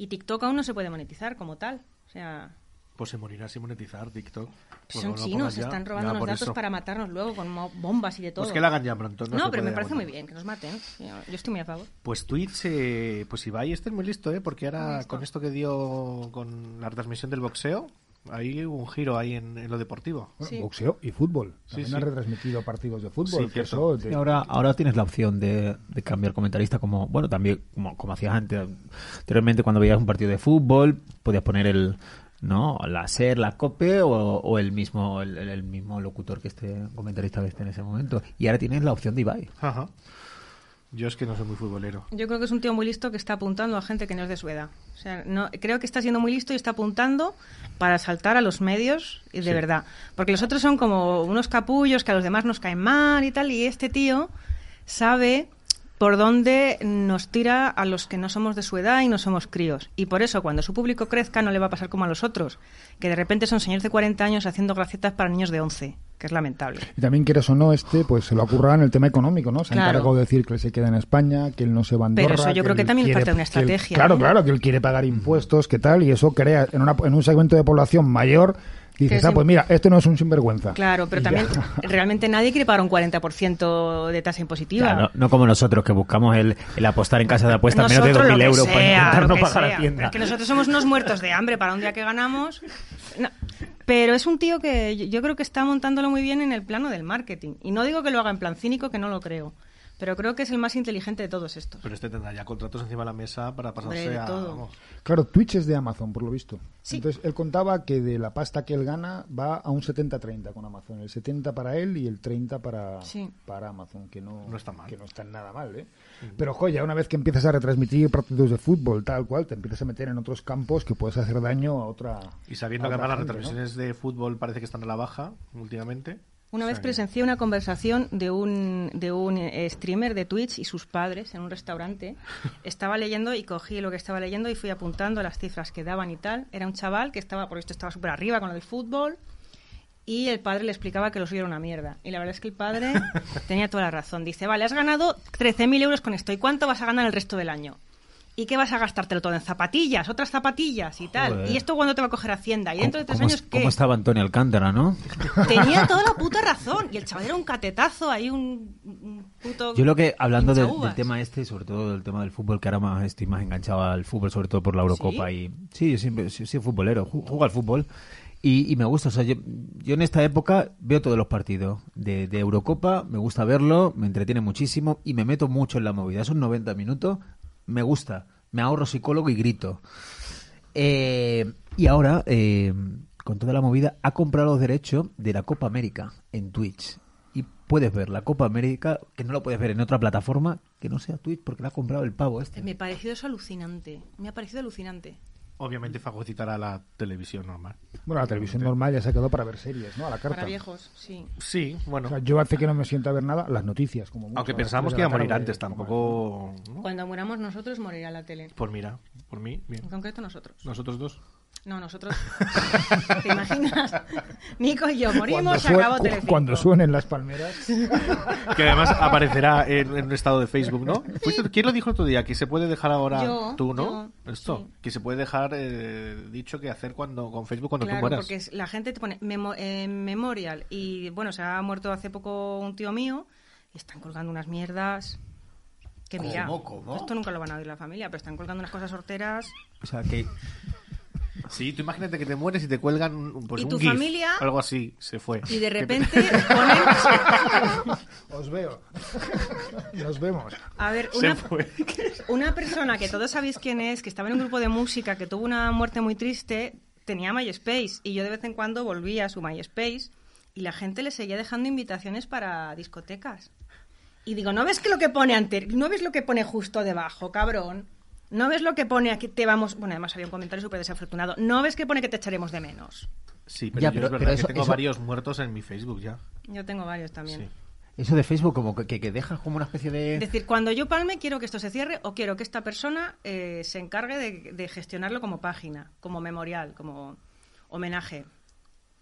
[SPEAKER 5] Y TikTok aún no se puede monetizar como tal. O sea,
[SPEAKER 6] Pues se morirá sin monetizar TikTok. Pues
[SPEAKER 5] son
[SPEAKER 6] no lo
[SPEAKER 5] chinos,
[SPEAKER 6] pongas ya.
[SPEAKER 5] están robando
[SPEAKER 6] Ya,
[SPEAKER 5] los
[SPEAKER 6] por
[SPEAKER 5] datos
[SPEAKER 6] eso.
[SPEAKER 5] para matarnos luego con mo- bombas y de todo.
[SPEAKER 6] Pues que la hagan ya pronto.
[SPEAKER 5] no,
[SPEAKER 6] se
[SPEAKER 5] pero me
[SPEAKER 6] puede
[SPEAKER 5] parece
[SPEAKER 6] aguantar.
[SPEAKER 5] muy bien, que nos maten. Yo yo estoy muy a favor.
[SPEAKER 6] Pues Twitch, eh, pues Ibai, este es muy listo, ¿eh? Porque ahora con esto que dio con la retransmisión del boxeo, hay un giro ahí en, en lo deportivo.
[SPEAKER 2] Bueno,
[SPEAKER 5] Sí.
[SPEAKER 2] Boxeo y fútbol.
[SPEAKER 6] Sí,
[SPEAKER 2] También
[SPEAKER 6] sí.
[SPEAKER 2] han retransmitido partidos de
[SPEAKER 6] Sí,
[SPEAKER 2] fútbol. que
[SPEAKER 6] cierto.
[SPEAKER 2] eso
[SPEAKER 4] Y
[SPEAKER 2] te-
[SPEAKER 4] ahora, ahora tienes la opción de, de cambiar comentarista como, bueno, también como, como hacías antes. Anteriormente cuando veías un partido de fútbol, podías poner el, ¿no? La SER, la COPE o, o el mismo el, el- el mismo locutor que esté, comentarista que esté en ese momento. Y ahora tienes la opción de Ibai.
[SPEAKER 6] Ajá. Yo es que no soy muy futbolero.
[SPEAKER 5] Yo creo que es un tío muy listo que está apuntando a gente que no es de su edad. O sea, no, creo que está siendo muy listo y está apuntando para saltar a los medios y de verdad. Porque los otros son como unos capullos que a los demás nos caen mal y tal. Y este tío sabe por dónde nos tira a los que no somos de su edad y no somos críos. Y por eso cuando su público crezca no le va a pasar como a los otros, que de repente son señores de 40 años haciendo gracietas para niños de 11, que es lamentable.
[SPEAKER 2] Y también quieres o no, este, pues se lo ha currado en el tema económico, ¿no? Se ha
[SPEAKER 5] Claro.
[SPEAKER 2] encargado de decir que él se queda en España, que él no se va a Andorra.
[SPEAKER 5] Pero eso yo creo
[SPEAKER 2] él
[SPEAKER 5] que también es
[SPEAKER 2] quiere-
[SPEAKER 5] parte de una
[SPEAKER 2] que él-
[SPEAKER 5] estrategia,
[SPEAKER 2] claro,
[SPEAKER 5] ¿no?
[SPEAKER 2] claro, que él quiere pagar impuestos, que tal, y eso crea en, una- en un segmento de población mayor. Dices,
[SPEAKER 5] es
[SPEAKER 2] ah,
[SPEAKER 5] im-
[SPEAKER 2] pues mira, este no es un sinvergüenza.
[SPEAKER 5] Claro, pero
[SPEAKER 2] Y ya.
[SPEAKER 5] también realmente nadie quiere pagar un 40% de tasa impositiva.
[SPEAKER 4] Ya, no, no como nosotros que buscamos el, el apostar en casa de apuestas menos de 2.000
[SPEAKER 5] Nosotros lo que
[SPEAKER 4] euros para
[SPEAKER 5] sea,
[SPEAKER 4] intentar
[SPEAKER 5] lo
[SPEAKER 4] no
[SPEAKER 5] que
[SPEAKER 4] pagar
[SPEAKER 5] sea.
[SPEAKER 4] la tienda.
[SPEAKER 5] Pero es que nosotros somos unos muertos de hambre para un día que ganamos. No, Pero es un tío que yo- yo creo que está montándolo muy bien en el plano del marketing. Y no digo que lo haga en plan cínico, que no lo creo. Pero creo que es el más inteligente de todos estos.
[SPEAKER 6] Pero este tendrá ya contratos encima de la mesa para pasarse
[SPEAKER 5] Hombre, de
[SPEAKER 6] a...
[SPEAKER 5] todo.
[SPEAKER 6] vamos.
[SPEAKER 2] Claro, Twitch es de Amazon, por lo visto.
[SPEAKER 5] Sí.
[SPEAKER 2] Entonces, él contaba que de la pasta que él gana va a un 70-30 con Amazon. El 70 para él y el 30 para,
[SPEAKER 5] Sí.
[SPEAKER 2] para Amazon, que no,
[SPEAKER 6] No está mal.
[SPEAKER 2] que no está nada mal. ¿eh? Pero, joya, una vez que empiezas a retransmitir partidos de fútbol, tal cual, te empiezas a meter en otros campos que puedes hacer daño a otra.
[SPEAKER 6] Y sabiendo
[SPEAKER 2] a
[SPEAKER 6] que
[SPEAKER 2] otra
[SPEAKER 6] además las
[SPEAKER 2] gente, ¿no?
[SPEAKER 6] retransmisiones de fútbol parece que están a la baja últimamente.
[SPEAKER 5] Una
[SPEAKER 6] O
[SPEAKER 5] vez
[SPEAKER 6] sea que-
[SPEAKER 5] presencié una conversación de un, de un eh, streamer de Twitch y sus padres en
[SPEAKER 4] (laughs)
[SPEAKER 5] un restaurante. Estaba leyendo y cogí lo que estaba leyendo y fui apuntando las cifras que daban y tal. Era un chaval que estaba, por esto estaba súper arriba con el fútbol y el padre le explicaba que lo suyo era una mierda. Y la verdad es que
[SPEAKER 4] (laughs)
[SPEAKER 5] el padre tenía toda la razón. Dice, vale, has ganado 13.000 euros con esto. ¿Y cuánto vas a ganar el resto del año? ¿Y qué vas a gastártelo todo? En zapatillas, otras zapatillas y tal.
[SPEAKER 4] Joder.
[SPEAKER 5] ¿Y esto cuándo te va a coger Hacienda? ¿Y dentro de tres
[SPEAKER 4] ¿Cómo-
[SPEAKER 5] años qué?
[SPEAKER 4] ¿Cómo estaba Antonio Alcántara, no?
[SPEAKER 5] Tenía toda la puta razón. Y el chaval era un catetazo, ahí un, un puto.
[SPEAKER 4] Yo lo que, hablando del-
[SPEAKER 5] pinchaúvas.
[SPEAKER 4] del tema este, sobre todo del tema del fútbol, que ahora más estoy más enganchado al fútbol, sobre todo por la Eurocopa.
[SPEAKER 5] ¿Sí?
[SPEAKER 4] y Sí, yo siempre sí, sí, futbolero, ju- juego al fútbol. Y, y me gusta, o sea, yo, yo en esta época veo todos los partidos de, de Eurocopa, me gusta verlo, me entretiene muchísimo y me meto mucho en la movida. Esos 90 minutos me gusta, me ahorro psicólogo y grito. Eh, y ahora, eh, con toda la movida, ha comprado los derechos de la Copa América en Twitch. Y puedes ver la Copa América, que no la puedes ver en otra plataforma que no sea Twitch, porque la ha comprado el pavo este.
[SPEAKER 5] Me pareció eso alucinante. Me ha parecido alucinante.
[SPEAKER 6] Obviamente fagocitará la televisión normal.
[SPEAKER 2] Bueno, la televisión normal ya se ha quedado para ver series, ¿no? A la carta.
[SPEAKER 5] Para viejos, sí.
[SPEAKER 6] Sí,
[SPEAKER 2] O
[SPEAKER 6] bueno.
[SPEAKER 2] sea, yo hace que no me siento a ver nada, las noticias, como mucho,
[SPEAKER 6] Aunque
[SPEAKER 2] a las
[SPEAKER 6] pensábamos
[SPEAKER 2] tres
[SPEAKER 6] que
[SPEAKER 2] de
[SPEAKER 6] iba
[SPEAKER 2] la
[SPEAKER 6] a morir
[SPEAKER 2] tarde,
[SPEAKER 6] antes,
[SPEAKER 2] como-
[SPEAKER 6] tampoco... ¿no?
[SPEAKER 5] Cuando muramos nosotros, morirá la tele.
[SPEAKER 6] Pues mira, por mí, bien.
[SPEAKER 5] En concreto, nosotros.
[SPEAKER 6] Nosotros dos. (laughs)
[SPEAKER 4] (laughs)
[SPEAKER 5] No, nosotros. ¿Te imaginas? Nico y yo morimos, se
[SPEAKER 2] sue-
[SPEAKER 5] acabó
[SPEAKER 2] cu-
[SPEAKER 5] Telecinco.
[SPEAKER 2] cuando suenen las palmeras.
[SPEAKER 5] (laughs)
[SPEAKER 6] Que además aparecerá en, en un estado de Facebook, ¿no? Fuiste tú- ¿Quién lo dijo el otro día? Que se puede dejar ahora
[SPEAKER 5] Yo,
[SPEAKER 6] tú, ¿no?
[SPEAKER 5] yo,
[SPEAKER 6] Esto.
[SPEAKER 5] sí.
[SPEAKER 6] Que se puede dejar eh, dicho que hacer cuando con Facebook cuando tú
[SPEAKER 5] Claro,
[SPEAKER 6] mueras.
[SPEAKER 5] porque es- la gente te pone memo- eh, memorial y bueno, se ha muerto hace poco un tío mío y están colgando unas mierdas que mira,
[SPEAKER 4] ¿Cómo, cómo?
[SPEAKER 5] esto nunca lo van a oír la familia, pero están colgando unas cosas horteras
[SPEAKER 4] O sea, que
[SPEAKER 6] Sí, tú imagínate que te mueres y te cuelgan un- pues,
[SPEAKER 5] ¿Y
[SPEAKER 6] un
[SPEAKER 5] tu
[SPEAKER 6] GIF,
[SPEAKER 5] familia?
[SPEAKER 6] Algo así, se fue.
[SPEAKER 5] y de
[SPEAKER 6] Que-
[SPEAKER 5] repente
[SPEAKER 6] (laughs)
[SPEAKER 5] (laughs) ponen,
[SPEAKER 2] (laughs) Os veo. Nos vemos.
[SPEAKER 5] a ver,
[SPEAKER 6] Se
[SPEAKER 5] una,
[SPEAKER 6] fue.
[SPEAKER 5] una persona que todos sabéis quién es, que estaba en un grupo de música, que tuvo una muerte muy triste, tenía MySpace y yo de vez en cuando volvía a su MySpace y la gente le seguía dejando invitaciones para discotecas. Y digo, ¿no ves que lo que pone antes? ¿No ves lo que pone justo debajo, cabrón? ¿No ves lo que pone aquí? Te vamos. Bueno, además había un comentario súper desafortunado. ¿No ves que pone que te echaremos de menos?
[SPEAKER 6] Sí, pero
[SPEAKER 4] Ya,
[SPEAKER 6] yo
[SPEAKER 4] pero-
[SPEAKER 6] es verdad
[SPEAKER 4] pero
[SPEAKER 6] que
[SPEAKER 4] eso-
[SPEAKER 6] tengo
[SPEAKER 4] eso-
[SPEAKER 6] varios muertos en mi Facebook ya.
[SPEAKER 5] Yo tengo varios también.
[SPEAKER 6] Sí.
[SPEAKER 4] eso de Facebook como que, que, que dejas como una especie de...
[SPEAKER 5] Es decir, cuando yo palme, quiero que esto se cierre o quiero que esta persona eh, se encargue de, de gestionarlo como página, como memorial, como homenaje.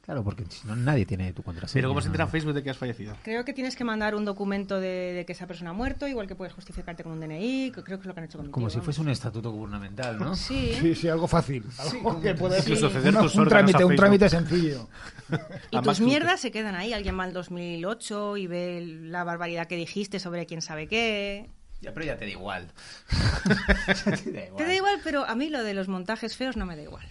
[SPEAKER 4] Claro, porque si no nadie tiene tu contraseña.
[SPEAKER 6] Pero ¿cómo se entera Facebook de que has fallecido?
[SPEAKER 5] Creo que tienes que mandar un documento de, de que esa persona ha muerto, igual que puedes justificarte con un DNI, que creo que es lo que han hecho conmigo.
[SPEAKER 4] Como si fuese un estatuto gubernamental, ¿no?
[SPEAKER 5] (laughs) Sí.
[SPEAKER 2] Sí, sí, algo fácil. Algo que pueda ser
[SPEAKER 6] Incluso ceder
[SPEAKER 2] una-
[SPEAKER 6] tus
[SPEAKER 2] un
[SPEAKER 6] órganos a
[SPEAKER 2] trámite, un
[SPEAKER 6] Facebook.
[SPEAKER 2] trámite sencillo.
[SPEAKER 5] Y
[SPEAKER 6] Además,
[SPEAKER 5] tus
[SPEAKER 6] tú-
[SPEAKER 5] mierdas se quedan ahí. Alguien va al 2008 y ve la barbaridad que dijiste sobre quién sabe qué.
[SPEAKER 4] Ya, pero ya te da (laughs) igual. te da igual.
[SPEAKER 5] Te da igual, pero a mí lo de los montajes feos no me da igual.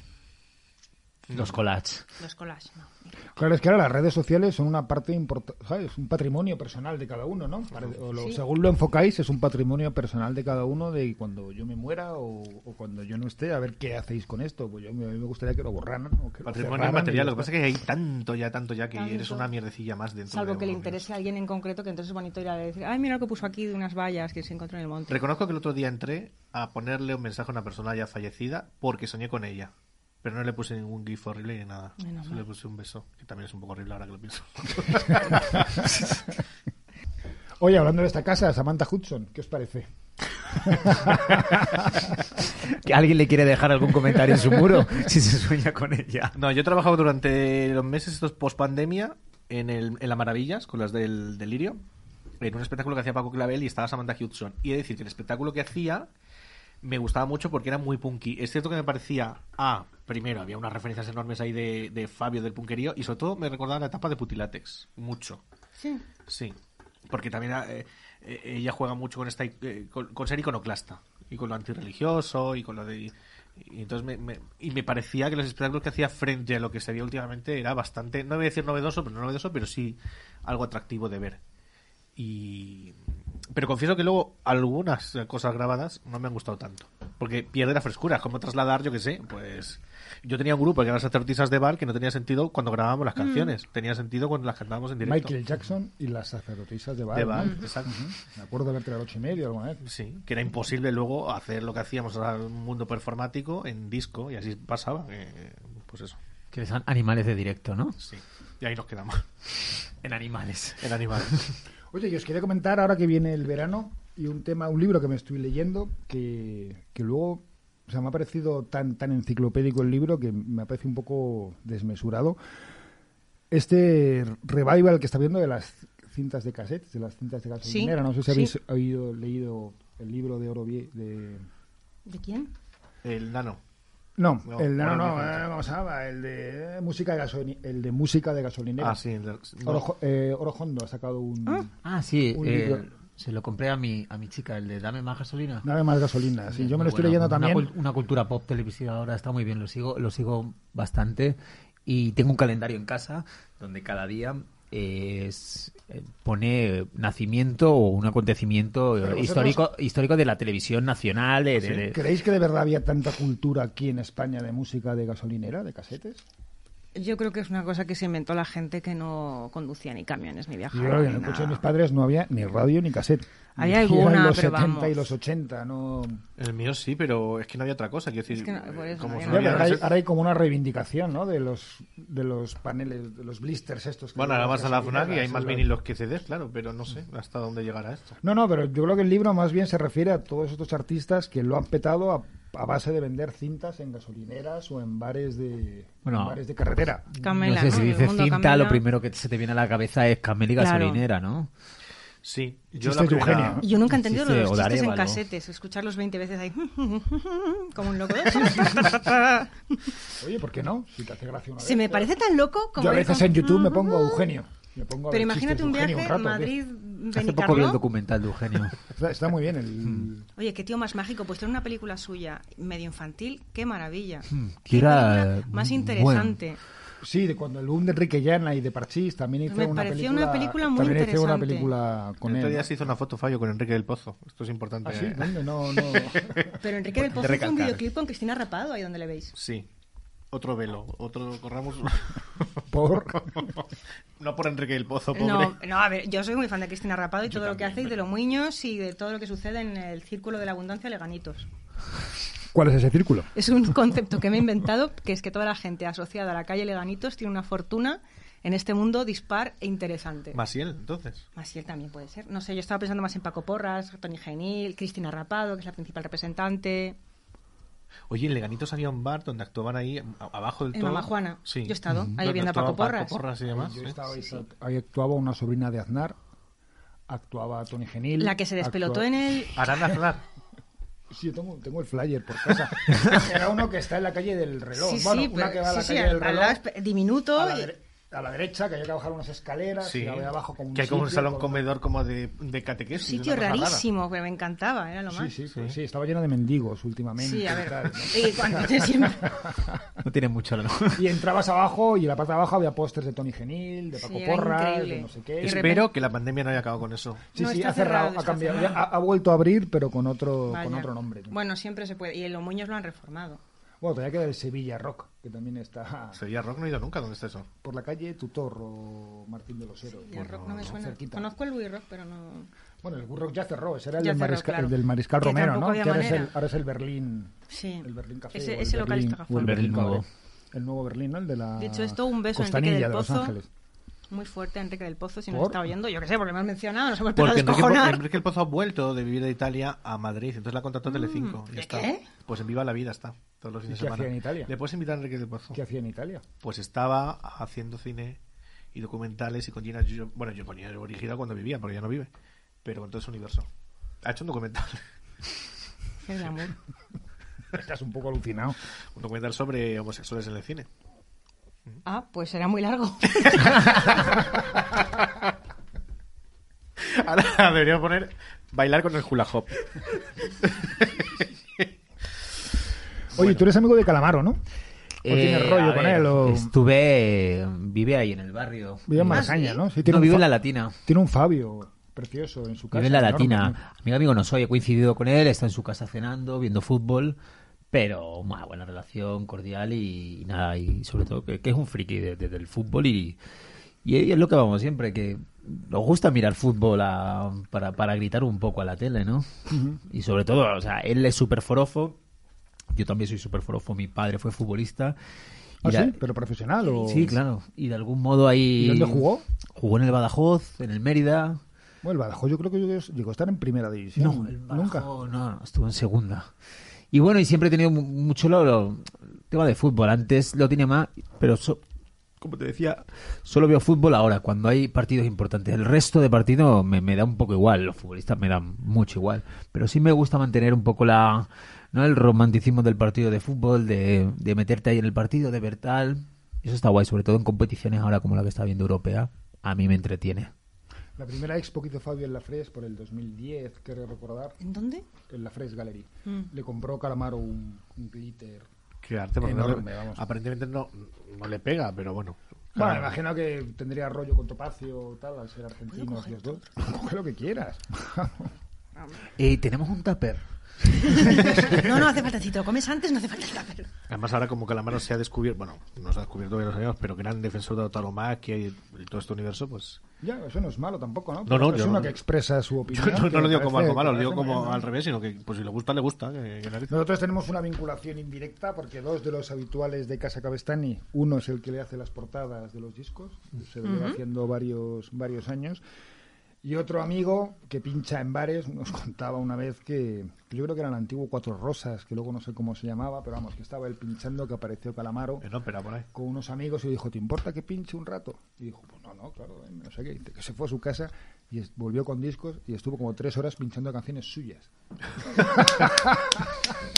[SPEAKER 4] Los collages.
[SPEAKER 5] Los collages, no. Mira.
[SPEAKER 2] Claro, es que ahora las redes sociales son una parte importante, ¿sabes? Un patrimonio personal de cada uno, ¿no? Para- o lo-
[SPEAKER 5] Sí.
[SPEAKER 2] Según lo enfocáis, es un patrimonio personal de cada uno de cuando yo me muera o, o cuando yo no esté, a ver qué hacéis con esto. Pues yo, a mí me gustaría que lo borraran. O que lo
[SPEAKER 6] Patrimonio
[SPEAKER 2] cerraran y
[SPEAKER 6] material.
[SPEAKER 2] ya
[SPEAKER 6] Lo que pasa
[SPEAKER 2] está.
[SPEAKER 6] es que hay tanto ya, tanto ya que
[SPEAKER 5] Tanto.
[SPEAKER 6] eres una mierdecilla más dentro
[SPEAKER 5] Salvo
[SPEAKER 6] de
[SPEAKER 5] que le
[SPEAKER 6] uno mismo.
[SPEAKER 5] interese a alguien en concreto, que entonces es bonito ir a decir, ay, mira lo que puso aquí de unas vallas que se encontró en el monte.
[SPEAKER 6] Reconozco que el otro día entré a ponerle un mensaje a una persona ya fallecida porque soñé con ella. Pero no le puse ningún gif horrible ni nada.
[SPEAKER 5] Menos
[SPEAKER 6] Solo le
[SPEAKER 5] mal.
[SPEAKER 6] puse un beso, que también es un poco horrible ahora que lo pienso. (laughs)
[SPEAKER 2] Oye, hablando de esta casa, Samantha Hudson, ¿qué os parece?
[SPEAKER 4] Que alguien le quiere dejar algún comentario en su muro (laughs) si se sueña con ella. (laughs)
[SPEAKER 6] No, yo he trabajado durante los meses estos post pandemia en, el- en la Maravillas, con las del Delirio, en un espectáculo que hacía Paco Clavel y estaba Samantha Hudson. Y he de decir que el espectáculo que hacía me gustaba mucho porque era muy punky. Es cierto que me parecía, ah, primero, había unas referencias enormes ahí de, de Fabio del punquerío y sobre todo me recordaba la etapa de Putilatex, mucho.
[SPEAKER 5] Sí.
[SPEAKER 6] Sí, porque también eh, eh, ella juega mucho con, esta, eh, con, con ser iconoclasta y con lo antirreligioso y con lo de... Y entonces me, me- y me parecía que los espectáculos que hacía frente a lo que se veía últimamente era bastante, no voy a decir novedoso, pero no novedoso, pero sí algo atractivo de ver. Y, pero confieso que luego algunas eh, cosas grabadas no me han gustado tanto. Porque pierde la frescura. Es como trasladar, yo qué sé, pues. Yo tenía un grupo que eran las sacerdotisas de Val que no tenía sentido cuando grabábamos las canciones. Tenía sentido cuando las cantábamos en directo.
[SPEAKER 2] Michael Jackson y las sacerdotisas de Baal.
[SPEAKER 6] de
[SPEAKER 2] ¿no?
[SPEAKER 6] Val, exacto.
[SPEAKER 2] Me acuerdo de verte a las ocho y media alguna vez.
[SPEAKER 6] Sí, que era imposible luego hacer lo que hacíamos en un mundo performático en disco y así pasaba. eh, pues eso,
[SPEAKER 4] Que son animales de directo, ¿no?
[SPEAKER 6] sí. Y ahí nos quedamos. (laughs)
[SPEAKER 4] En animales.
[SPEAKER 6] El animal.
[SPEAKER 2] Oye, y os quería comentar ahora que viene el verano y un tema, un libro que me estoy leyendo que, que luego, o sea, me ha parecido tan, tan enciclopédico el libro que me ha parecido un poco desmesurado. Este revival que está viendo de las cintas de cassettes, de las cintas de gasolinera, no sé si
[SPEAKER 5] sí.
[SPEAKER 2] habéis oído, leído el libro de Oro Vie- de...
[SPEAKER 5] ¿De quién?
[SPEAKER 6] El nano.
[SPEAKER 2] No,
[SPEAKER 6] No,
[SPEAKER 2] el no,
[SPEAKER 6] Oro
[SPEAKER 2] no,
[SPEAKER 6] Vie-
[SPEAKER 2] eh, ¿cómo se llama? El de eh, música de gasoli- el de música de gasolinera.
[SPEAKER 6] Ah, sí. el de- no.
[SPEAKER 2] Oro, eh, Orojondo ha sacado un
[SPEAKER 4] Ah, sí.
[SPEAKER 2] Un
[SPEAKER 4] eh,
[SPEAKER 2] libro.
[SPEAKER 4] se lo compré a mi, a mi chica, el de Dame más gasolina.
[SPEAKER 2] Nada más gasolina. Sí, yo me lo
[SPEAKER 4] Muy
[SPEAKER 2] estoy
[SPEAKER 4] bueno.
[SPEAKER 2] leyendo
[SPEAKER 4] Una
[SPEAKER 2] también.
[SPEAKER 4] cul- Una, cultura pop televisiva ahora está muy bien, lo sigo, lo sigo bastante. Y tengo un calendario en casa donde cada día eh, es- eh, pone nacimiento o un acontecimiento eh,
[SPEAKER 2] Pero vosotros-
[SPEAKER 4] histórico histórico de la televisión nacional. de- de- de-
[SPEAKER 2] ¿Creéis que de verdad había tanta cultura aquí en España de música de gasolinera, de casetes?
[SPEAKER 5] Yo creo que es una cosa que se inventó la gente que no conducía ni camiones ni
[SPEAKER 2] Yo
[SPEAKER 5] viajaba.
[SPEAKER 2] creo que
[SPEAKER 5] ni
[SPEAKER 2] en el
[SPEAKER 5] nada.
[SPEAKER 2] coche de mis padres no había ni radio ni cassette.
[SPEAKER 5] Había
[SPEAKER 2] Ni siquiera
[SPEAKER 5] alguna,
[SPEAKER 2] en los
[SPEAKER 5] pero
[SPEAKER 2] 70 y
[SPEAKER 5] vamos.
[SPEAKER 2] los 80, no...
[SPEAKER 6] El mío sí, pero es que no había otra cosa. Quiero decir,
[SPEAKER 5] que no- por eso
[SPEAKER 6] como
[SPEAKER 5] no había
[SPEAKER 6] se
[SPEAKER 2] Ya, pero
[SPEAKER 5] nada.
[SPEAKER 2] ¿eh? ahora, hay,
[SPEAKER 6] había-
[SPEAKER 2] ahora hay como una reivindicación, ¿no? De los, de los paneles, de los blisters estos. que
[SPEAKER 6] Bueno,
[SPEAKER 2] llevan
[SPEAKER 6] ahora vas a
[SPEAKER 2] las
[SPEAKER 6] la FNAC y hay
[SPEAKER 2] gasolineras,
[SPEAKER 6] más
[SPEAKER 2] ¿sabes?
[SPEAKER 6] vinilos que CDs, claro, pero no sé hasta dónde llegará esto.
[SPEAKER 2] No, no, pero yo creo que el libro más bien se refiere a todos estos artistas que lo han petado a a base de vender cintas en gasolineras o en bares de,
[SPEAKER 4] Bueno,
[SPEAKER 2] en bares de carretera.
[SPEAKER 5] Camela,
[SPEAKER 4] no sé si
[SPEAKER 5] El
[SPEAKER 4] dices
[SPEAKER 5] mundo
[SPEAKER 4] cinta,
[SPEAKER 5] Camela.
[SPEAKER 4] lo primero que se te viene a la cabeza es Camel y
[SPEAKER 5] Claro.
[SPEAKER 4] gasolinera, ¿no?
[SPEAKER 6] Sí,
[SPEAKER 2] Yo
[SPEAKER 6] yo
[SPEAKER 2] la
[SPEAKER 6] la
[SPEAKER 2] primera-
[SPEAKER 6] primera,
[SPEAKER 5] Y Yo nunca he entendido lo de
[SPEAKER 4] Existe
[SPEAKER 5] los chistes
[SPEAKER 4] Odarévalo.
[SPEAKER 5] en casetes, escucharlos 20 veces ahí, (laughs) como un loco. (laughs) Ah,
[SPEAKER 2] Oye, ¿por qué no? Si te hace gracia una
[SPEAKER 5] Se
[SPEAKER 2] vez.
[SPEAKER 5] me parece tan loco como...
[SPEAKER 2] Yo a veces en YouTube me pongo a
[SPEAKER 5] agujeros.
[SPEAKER 2] Eugenio. Me pongo a
[SPEAKER 5] Pero
[SPEAKER 2] ver chistes de
[SPEAKER 5] imagínate un
[SPEAKER 2] Eugenio
[SPEAKER 5] viaje
[SPEAKER 2] rato, tío.
[SPEAKER 4] Hace
[SPEAKER 5] Madrid-Benicarló.
[SPEAKER 4] poco vi el documental de
[SPEAKER 5] (laughs)
[SPEAKER 4] Eugenio.
[SPEAKER 2] Está, está muy bien el...
[SPEAKER 5] Oye, qué tío más mágico. Pues tiene una película suya, medio infantil, qué maravilla.
[SPEAKER 4] Hmm, que
[SPEAKER 5] Qué
[SPEAKER 4] era,
[SPEAKER 5] película más
[SPEAKER 4] bueno.
[SPEAKER 5] interesante.
[SPEAKER 2] Sí, de cuando el boom de Enrique Llana y de Parchís también hizo
[SPEAKER 5] Me
[SPEAKER 2] una
[SPEAKER 5] pareció
[SPEAKER 2] película...
[SPEAKER 5] una película muy
[SPEAKER 2] también hizo una
[SPEAKER 5] interesante.
[SPEAKER 2] película con
[SPEAKER 6] el
[SPEAKER 2] él.
[SPEAKER 6] otro día se hizo una foto fallo con Enrique del Pozo. Esto es importante.
[SPEAKER 2] Ah, sí,
[SPEAKER 6] eh.
[SPEAKER 2] coño, no,
[SPEAKER 6] (laughs)
[SPEAKER 2] no...
[SPEAKER 5] Pero Enrique del Pozo
[SPEAKER 6] Importante
[SPEAKER 5] hizo un
[SPEAKER 6] recalcar.
[SPEAKER 5] videoclip con Cristina Rapado, ahí donde le veis.
[SPEAKER 6] Sí. Otro velo, otro corramos.
[SPEAKER 2] Por...
[SPEAKER 6] (laughs) no por Enrique del Pozo, pobre.
[SPEAKER 5] No, no, a ver, yo soy muy fan de Cristina Rapado y
[SPEAKER 6] Yo
[SPEAKER 5] todo lo que
[SPEAKER 6] también,
[SPEAKER 5] hace y de
[SPEAKER 6] pero-
[SPEAKER 5] los muños y de todo lo que sucede en el círculo de la abundancia Leganitos.
[SPEAKER 2] ¿Cuál es ese círculo?
[SPEAKER 5] Es un (laughs) concepto que me he inventado, que es que toda la gente asociada a la calle Leganitos tiene una fortuna en este mundo dispar e interesante.
[SPEAKER 6] Masiel, entonces.
[SPEAKER 5] Masiel también puede ser. No sé, yo estaba pensando más en Paco Porras, Tony Genil, Cristina Rapado, que es la principal representante,
[SPEAKER 6] Oye, en Leganitos había un bar donde actuaban ahí a- abajo del
[SPEAKER 5] en
[SPEAKER 6] todo.
[SPEAKER 5] Mama Juana.
[SPEAKER 6] Sí.
[SPEAKER 5] Yo he estado ahí
[SPEAKER 6] Donde
[SPEAKER 5] viendo a
[SPEAKER 6] actuaba
[SPEAKER 5] Paco Porras.
[SPEAKER 6] y demás.
[SPEAKER 2] Yo
[SPEAKER 6] sí.
[SPEAKER 2] estaba ahí, ahí actuaba una sobrina de Aznar, actuaba Tony Genil.
[SPEAKER 5] La que se despelotó en el...
[SPEAKER 6] Arana Aznar.
[SPEAKER 2] Sí, yo tengo, tengo el flyer por
[SPEAKER 5] (laughs)
[SPEAKER 2] casa. Era uno que está en la calle del reloj.
[SPEAKER 5] Sí,
[SPEAKER 2] bueno,
[SPEAKER 5] sí,
[SPEAKER 2] una
[SPEAKER 5] pero-
[SPEAKER 2] que va a la
[SPEAKER 5] sí, sí,
[SPEAKER 2] calle
[SPEAKER 5] al-
[SPEAKER 2] del
[SPEAKER 5] al
[SPEAKER 2] reloj.
[SPEAKER 5] lado espe- diminuto.
[SPEAKER 2] a, la
[SPEAKER 5] y-
[SPEAKER 2] dere- a la derecha, que hay que bajar unas escaleras y
[SPEAKER 6] Sí.
[SPEAKER 2] la ve abajo como un
[SPEAKER 6] que hay como un
[SPEAKER 2] sitio
[SPEAKER 6] salón
[SPEAKER 2] con-
[SPEAKER 6] comedor como de, de catequesis.
[SPEAKER 5] sitio
[SPEAKER 6] una cosa rara.
[SPEAKER 5] rarísimo, que me encantaba, era lo
[SPEAKER 2] Sí,
[SPEAKER 5] más.
[SPEAKER 2] sí, pues sí, estaba lleno de mendigos últimamente.
[SPEAKER 5] Sí, a
[SPEAKER 2] y
[SPEAKER 5] ver.
[SPEAKER 2] tal, ¿no?
[SPEAKER 5] Y cuando
[SPEAKER 2] (laughs)
[SPEAKER 5] te sirve-
[SPEAKER 4] No tiene mucho, ¿no?
[SPEAKER 2] Y entrabas abajo y en la parte de abajo había pósters de Tony Genil, de
[SPEAKER 5] Sí,
[SPEAKER 2] Paco
[SPEAKER 5] era
[SPEAKER 2] Porras,
[SPEAKER 5] increíble.
[SPEAKER 2] de no sé qué.
[SPEAKER 5] Y re-
[SPEAKER 6] Espero que la pandemia no haya acabado con eso.
[SPEAKER 2] Sí,
[SPEAKER 5] No,
[SPEAKER 2] sí,
[SPEAKER 5] está
[SPEAKER 2] ha cerrado,
[SPEAKER 5] cerrado,
[SPEAKER 2] ha
[SPEAKER 5] está
[SPEAKER 2] cambiado.
[SPEAKER 5] cerrado.
[SPEAKER 2] Ya ha, ha vuelto a abrir, pero con otro, con
[SPEAKER 5] Vaya.
[SPEAKER 2] otro nombre.
[SPEAKER 5] Bueno, siempre se puede. Y en los Muños lo han reformado.
[SPEAKER 2] Bueno, todavía queda el Sevilla Rock, que también está
[SPEAKER 6] Sevilla Rock no he ido nunca. ¿Dónde está eso?
[SPEAKER 2] por la calle Tutor o Martín de los Heros.
[SPEAKER 5] Y el rock no me suena.
[SPEAKER 2] Pues cerquita.
[SPEAKER 5] Conozco el Louis Rock, pero no.
[SPEAKER 2] Bueno, el Burrock ya cerró, ese era el,
[SPEAKER 5] Ya
[SPEAKER 2] del,
[SPEAKER 5] cerró,
[SPEAKER 2] marisca-
[SPEAKER 5] claro.
[SPEAKER 2] el del Mariscal
[SPEAKER 5] Que
[SPEAKER 2] Romero,
[SPEAKER 5] tampoco
[SPEAKER 2] ¿no?
[SPEAKER 5] había
[SPEAKER 2] Que ahora es, el,
[SPEAKER 5] manera.
[SPEAKER 2] ahora es el Berlín.
[SPEAKER 5] Sí,
[SPEAKER 2] El Berlín Café. o
[SPEAKER 5] ese,
[SPEAKER 2] el
[SPEAKER 5] ese local
[SPEAKER 2] Berlín-
[SPEAKER 5] está
[SPEAKER 2] o el
[SPEAKER 5] gafado.
[SPEAKER 2] Berlín
[SPEAKER 4] El nuevo.
[SPEAKER 2] Cabaret. El nuevo Berlín, ¿no? El de la.
[SPEAKER 5] Dicho esto, un beso a Enrique
[SPEAKER 2] Costanilla
[SPEAKER 5] del
[SPEAKER 2] de Los
[SPEAKER 5] Pozo.
[SPEAKER 2] Ángeles.
[SPEAKER 5] Muy fuerte, Enrique del Pozo, si nos
[SPEAKER 2] ¿Por?
[SPEAKER 5] está oyendo. Yo qué sé, porque me han mencionado, nos hemos empezado a
[SPEAKER 6] Porque Enrique, Po-
[SPEAKER 5] descojonar.
[SPEAKER 6] Enrique el Pozo ha vuelto de vivir de Italia a Madrid, entonces la contrató Telecinco.
[SPEAKER 5] Mm,
[SPEAKER 6] Ya
[SPEAKER 5] ¿de
[SPEAKER 6] está.
[SPEAKER 5] qué?
[SPEAKER 6] Pues en Viva la Vida está, todos los fines
[SPEAKER 2] qué
[SPEAKER 6] de semana.
[SPEAKER 2] hacía en Italia?
[SPEAKER 6] ¿Le puedes invitar a Enrique del
[SPEAKER 5] Oh.
[SPEAKER 6] Pozo?
[SPEAKER 2] ¿Qué hacía en
[SPEAKER 5] (laughs)
[SPEAKER 2] Italia?
[SPEAKER 6] Pues estaba haciendo cine y documentales y con Gina... Giro- Bueno, yo con Gina Yorigida cuando vivía, porque ya no vive, pero con todo ese universo. Ha hecho un documental, (laughs)
[SPEAKER 5] El amor.
[SPEAKER 2] Estás un poco alucinado.
[SPEAKER 6] un documental sobre homosexuales en el cine. (laughs)
[SPEAKER 5] Ah, pues será muy largo.
[SPEAKER 6] Ahora debería poner bailar con el hula hop.
[SPEAKER 2] Oye, tú eres amigo de Calamaro, ¿no? ¿O tienes
[SPEAKER 4] Eh,
[SPEAKER 2] rollo
[SPEAKER 4] a
[SPEAKER 2] con
[SPEAKER 4] ver,
[SPEAKER 2] él? O...
[SPEAKER 4] Estuve. Vive ahí en el barrio.
[SPEAKER 2] Vive en
[SPEAKER 4] Y-
[SPEAKER 2] Malasaña, ¿no? Sí,
[SPEAKER 4] no,
[SPEAKER 2] un
[SPEAKER 4] vive en
[SPEAKER 2] fa-
[SPEAKER 4] la Latina.
[SPEAKER 2] Tiene un Fabio precioso en su casa.
[SPEAKER 4] Vive en la
[SPEAKER 2] enorme,
[SPEAKER 4] Latina. Amigo, amigo, no soy. He coincidido con él, está en su casa cenando, viendo fútbol. Pero una buena relación, cordial y, y nada. Y sobre todo que, que es un friki de- de- del fútbol y, y es lo que vamos siempre, que nos gusta mirar fútbol a- para, para gritar un poco a la tele, ¿no? Y sobre todo, o sea, él es súper forofo. Yo también soy súper forofo. Mi padre fue futbolista.
[SPEAKER 2] ¿Ah,
[SPEAKER 4] Y la-
[SPEAKER 2] sí? ¿Pero profesional o...?
[SPEAKER 4] Sí, claro. Y de algún modo ahí.
[SPEAKER 2] ¿Y dónde jugó?
[SPEAKER 4] Jugó en el Badajoz, en el Mérida.
[SPEAKER 2] Bueno, el Badajoz yo creo que llegó- llegó a estar en primera división.
[SPEAKER 4] No, Uh, el Badajoz,
[SPEAKER 2] Nunca.
[SPEAKER 4] No, no, estuvo en segunda. Y bueno, y siempre he tenido mu- mucho lo, lo- tema de fútbol. Antes lo tenía más, pero so- como te decía, solo veo fútbol ahora, cuando hay partidos importantes. El resto de partidos me, me da un poco igual, los futbolistas me dan mucho igual. Pero sí me gusta mantener un poco la no el romanticismo del partido de fútbol, de, de meterte ahí en el partido, de ver tal. Eso está guay, sobre todo en competiciones ahora como la que está viendo europea. A mí me entretiene.
[SPEAKER 2] La primera expo que hizo Fabio en la Fres por el 2010, quiero recordar,
[SPEAKER 5] ¿En dónde?
[SPEAKER 2] en la Fres Gallery.
[SPEAKER 5] Mm.
[SPEAKER 2] Le compró Calamaro un, un glitter.
[SPEAKER 6] Qué arte, porque
[SPEAKER 2] Enorme,
[SPEAKER 6] no le-
[SPEAKER 2] vamos.
[SPEAKER 6] aparentemente no, no le pega, pero bueno.
[SPEAKER 2] Bueno,
[SPEAKER 6] Claro.
[SPEAKER 2] imagino que tendría rollo con Topacio o tal, al ser argentinos los dos. (laughs) Coge lo que quieras.
[SPEAKER 4] Eh, tenemos un tupper.
[SPEAKER 5] No, no hace falta. Si te lo comes antes, no hace falta el tupper.
[SPEAKER 6] Además, ahora como Calamaro se ha descubierto, bueno, no se ha descubierto que lo sabíamos, pero gran defensor de la tauromaquia y y todo este universo, pues.
[SPEAKER 2] Ya, eso no es malo tampoco, ¿no?
[SPEAKER 6] No, no,
[SPEAKER 2] es
[SPEAKER 6] yo
[SPEAKER 2] uno
[SPEAKER 6] no-
[SPEAKER 2] que expresa su
[SPEAKER 6] (laughs) Yo
[SPEAKER 2] opinión. que
[SPEAKER 6] no, no lo
[SPEAKER 2] me
[SPEAKER 6] digo como
[SPEAKER 2] parece-
[SPEAKER 6] algo malo, lo
[SPEAKER 2] me
[SPEAKER 6] digo
[SPEAKER 2] parece
[SPEAKER 6] como
[SPEAKER 2] muy
[SPEAKER 6] al
[SPEAKER 2] bien.
[SPEAKER 6] revés, sino que pues si le gusta, le gusta. que- que narices.
[SPEAKER 2] Nosotros tenemos una vinculación indirecta porque dos de los habituales de Casa Cabestani, uno es el que le hace las portadas de los discos, se lo lleva haciendo varios, varios años, Y otro amigo que pincha en bares nos (laughs) contaba una vez que, que yo creo que era el antiguo Cuatro Rosas, que luego no sé cómo se llamaba, pero vamos, que estaba él pinchando, que apareció Calamaro
[SPEAKER 6] En ópera, Eh, por ahí.
[SPEAKER 2] con unos amigos y dijo, ¿te importa que pinche un rato? Y dijo, pues no, no, claro, ven, no sé qué. Y que se fue a su casa y es- volvió con discos y estuvo como tres horas pinchando canciones suyas.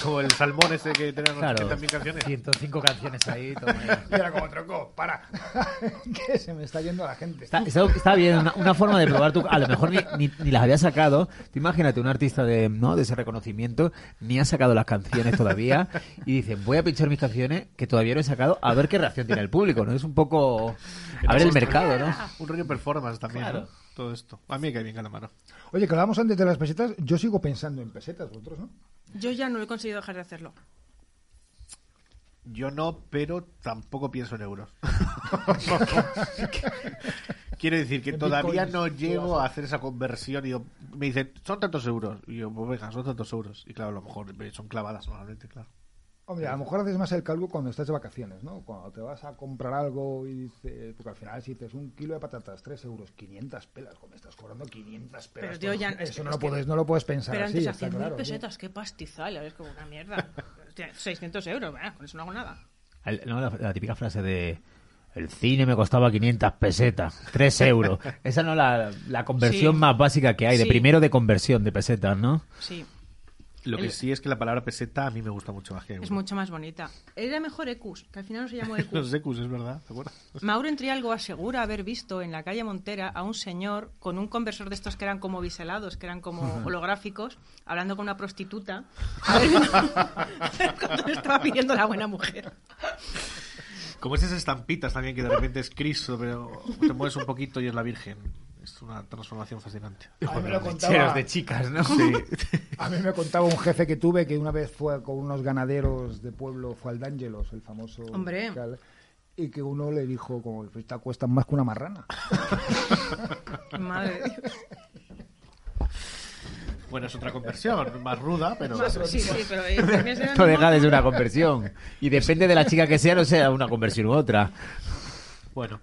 [SPEAKER 6] Como el salmón ese que tenemos
[SPEAKER 4] Claro,
[SPEAKER 6] también canciones.
[SPEAKER 4] 105 canciones ahí. toma ya.
[SPEAKER 2] Y era como, troco, para, (laughs) que se me está yendo la gente.
[SPEAKER 4] Está, está- está bien, una, una forma de probar tu... A lo mejor ni, ni- ni las había sacado. Tú imagínate, un artista de, ¿no? de ese reconocimiento ni ha sacado las canciones todavía y dice, voy a pinchar mis canciones que todavía no he sacado a ver qué reacción tiene el público, ¿no? Es un poco... A ver el mercado, ¿no?
[SPEAKER 6] Un rollo performance también,
[SPEAKER 4] Claro.
[SPEAKER 6] ¿no? Todo esto. A mí me cae bien Calamaro.
[SPEAKER 2] Oye, que hablábamos antes de las pesetas, yo sigo pensando en pesetas, vosotros, ¿no?
[SPEAKER 5] Yo ya no he conseguido dejar de hacerlo.
[SPEAKER 6] Yo no, pero tampoco pienso en euros. (laughs) Quiero decir que
[SPEAKER 2] En
[SPEAKER 6] todavía
[SPEAKER 2] bitcoins,
[SPEAKER 6] no
[SPEAKER 2] tú
[SPEAKER 6] llego a hacer esa conversión y yo- me dicen, son tantos euros. Y yo, pues venga, son tantos euros. Y claro, a lo mejor eh, son clavadas normalmente, claro.
[SPEAKER 2] Hombre, a lo mejor haces más el cálculo cuando estás de vacaciones, ¿no? Cuando te vas a comprar algo y dices, porque al final si dices un kilo de patatas, 3 euros, 500 pelas, como estás cobrando 500 pelas.
[SPEAKER 5] tío, ya-
[SPEAKER 2] eso
[SPEAKER 5] es que-
[SPEAKER 2] no,
[SPEAKER 5] es
[SPEAKER 2] lo
[SPEAKER 5] que-
[SPEAKER 2] puedes, no lo puedes pensar
[SPEAKER 5] Pero
[SPEAKER 2] así,
[SPEAKER 5] antes
[SPEAKER 2] está
[SPEAKER 5] hacía mil
[SPEAKER 2] claro. sí.
[SPEAKER 5] pesetas, qué pastizal, es como una mierda. Hostia, 600 euros, ¿verdad? con eso no hago nada.
[SPEAKER 4] El- no, la, la típica frase de... El cine me costaba 500 pesetas, 3 euros. Esa no la, la conversión
[SPEAKER 5] Sí.
[SPEAKER 4] más básica que hay, de
[SPEAKER 5] Sí.
[SPEAKER 4] primero de conversión de pesetas, ¿no?
[SPEAKER 5] Sí,
[SPEAKER 6] Lo que
[SPEAKER 5] El-
[SPEAKER 6] sí es que la palabra peseta a mí me gusta mucho más que euro.
[SPEAKER 5] es
[SPEAKER 6] (laughs)
[SPEAKER 5] mucho más bonita. Era mejor EQs, que al final no se llamó
[SPEAKER 6] Los
[SPEAKER 5] EQs.
[SPEAKER 6] ecus, es verdad, ¿te acuerdas?
[SPEAKER 5] Mauro Entrialgo asegura haber visto en la calle Montera a un señor con un conversor de estos que eran como biselados, que eran como holográficos, hablando con una prostituta. A ver, a ver (laughs) cuánto le estaba pidiendo la buena mujer.
[SPEAKER 6] Como esas estampitas también que de repente es Cristo, pero te mueves un poquito y es la Virgen. Es una transformación fascinante.
[SPEAKER 2] A mí me lo
[SPEAKER 4] Cheros
[SPEAKER 2] contaba-
[SPEAKER 4] de chicas, ¿no?
[SPEAKER 2] A mí me contaba un jefe que tuve que una vez fue con unos ganaderos de pueblo, fue al D'Angelos, el famoso.
[SPEAKER 5] Hombre.
[SPEAKER 2] tal, y que uno le dijo, como, "Pues te cuestan más que una marrana.
[SPEAKER 5] Madre de Dios.
[SPEAKER 6] Bueno, es otra conversión, más ruda, pero...
[SPEAKER 5] Sí, sí, pero eh, también será
[SPEAKER 4] Esto deja
[SPEAKER 5] mismo-
[SPEAKER 4] de ser una conversión. Y depende de la chica que sea, no sea una conversión u otra.
[SPEAKER 6] Bueno,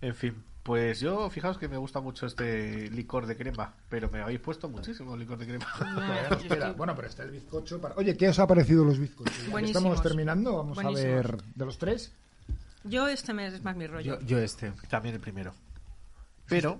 [SPEAKER 6] en fin, pues yo, fijaos que me gusta mucho este licor de crema, pero me habéis puesto muchísimo licor de crema.
[SPEAKER 5] No,
[SPEAKER 2] (laughs)
[SPEAKER 5] yo estoy-
[SPEAKER 2] Espera, bueno, pero está el bizcocho. para- Oye, ¿qué os ha parecido los bizcochos? Ya que
[SPEAKER 5] Buenísimos.
[SPEAKER 2] Estamos terminando, vamos a
[SPEAKER 5] Buenísimos.
[SPEAKER 2] ver. ¿De los tres?
[SPEAKER 5] Yo este mes es más mi rollo.
[SPEAKER 4] este.
[SPEAKER 6] También el primero. Pero,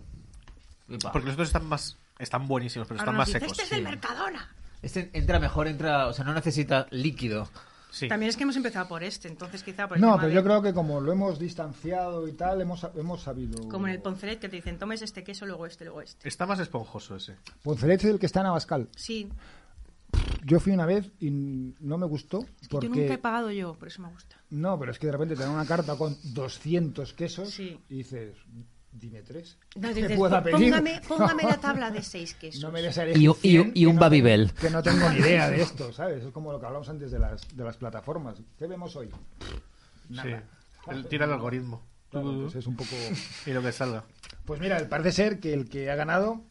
[SPEAKER 6] porque los otros están más... Están buenísimos, pero están más
[SPEAKER 5] nos dice,
[SPEAKER 6] secos.
[SPEAKER 5] Este es del Mercadona.
[SPEAKER 4] Este entra mejor, entra, o sea, no necesita líquido.
[SPEAKER 6] Sí.
[SPEAKER 5] También es que hemos empezado por este, entonces quizá por el
[SPEAKER 2] No,
[SPEAKER 5] tema
[SPEAKER 2] pero
[SPEAKER 5] de-
[SPEAKER 2] yo creo que como lo hemos distanciado y tal, hemos, hemos sabido.
[SPEAKER 5] Como en el Ponceret que te dicen, tomes este queso, luego este, luego este.
[SPEAKER 6] Está más esponjoso ese.
[SPEAKER 2] Poncelet es el que está en Abascal.
[SPEAKER 5] Sí,
[SPEAKER 2] Yo fui una vez y no me gustó. porque...
[SPEAKER 5] yo nunca he pagado yo, por eso me gusta.
[SPEAKER 2] No, pero es que de repente te dan una carta con 200 quesos
[SPEAKER 5] Sí.
[SPEAKER 2] y dices, dime tres.
[SPEAKER 5] No,
[SPEAKER 2] ¿Qué
[SPEAKER 5] dices,
[SPEAKER 2] pueda
[SPEAKER 5] "Pó-
[SPEAKER 2] pedir?
[SPEAKER 5] Póngame,
[SPEAKER 2] (laughs)
[SPEAKER 5] póngame la tabla de seis quesos.
[SPEAKER 2] No me des a
[SPEAKER 4] Y un- y
[SPEAKER 2] elegir
[SPEAKER 4] un- y un
[SPEAKER 2] que no tengo-
[SPEAKER 4] Babybel.
[SPEAKER 2] Que no tengo ni idea de esto, ¿sabes? Es como lo que hablamos antes de las, de las plataformas. ¿Qué vemos hoy? Nada.
[SPEAKER 6] Sí. El- Tira el algoritmo.
[SPEAKER 2] Claro, pues es un poco...
[SPEAKER 6] Y lo que salga.
[SPEAKER 2] Pues mira, parece ser que el que ha ganado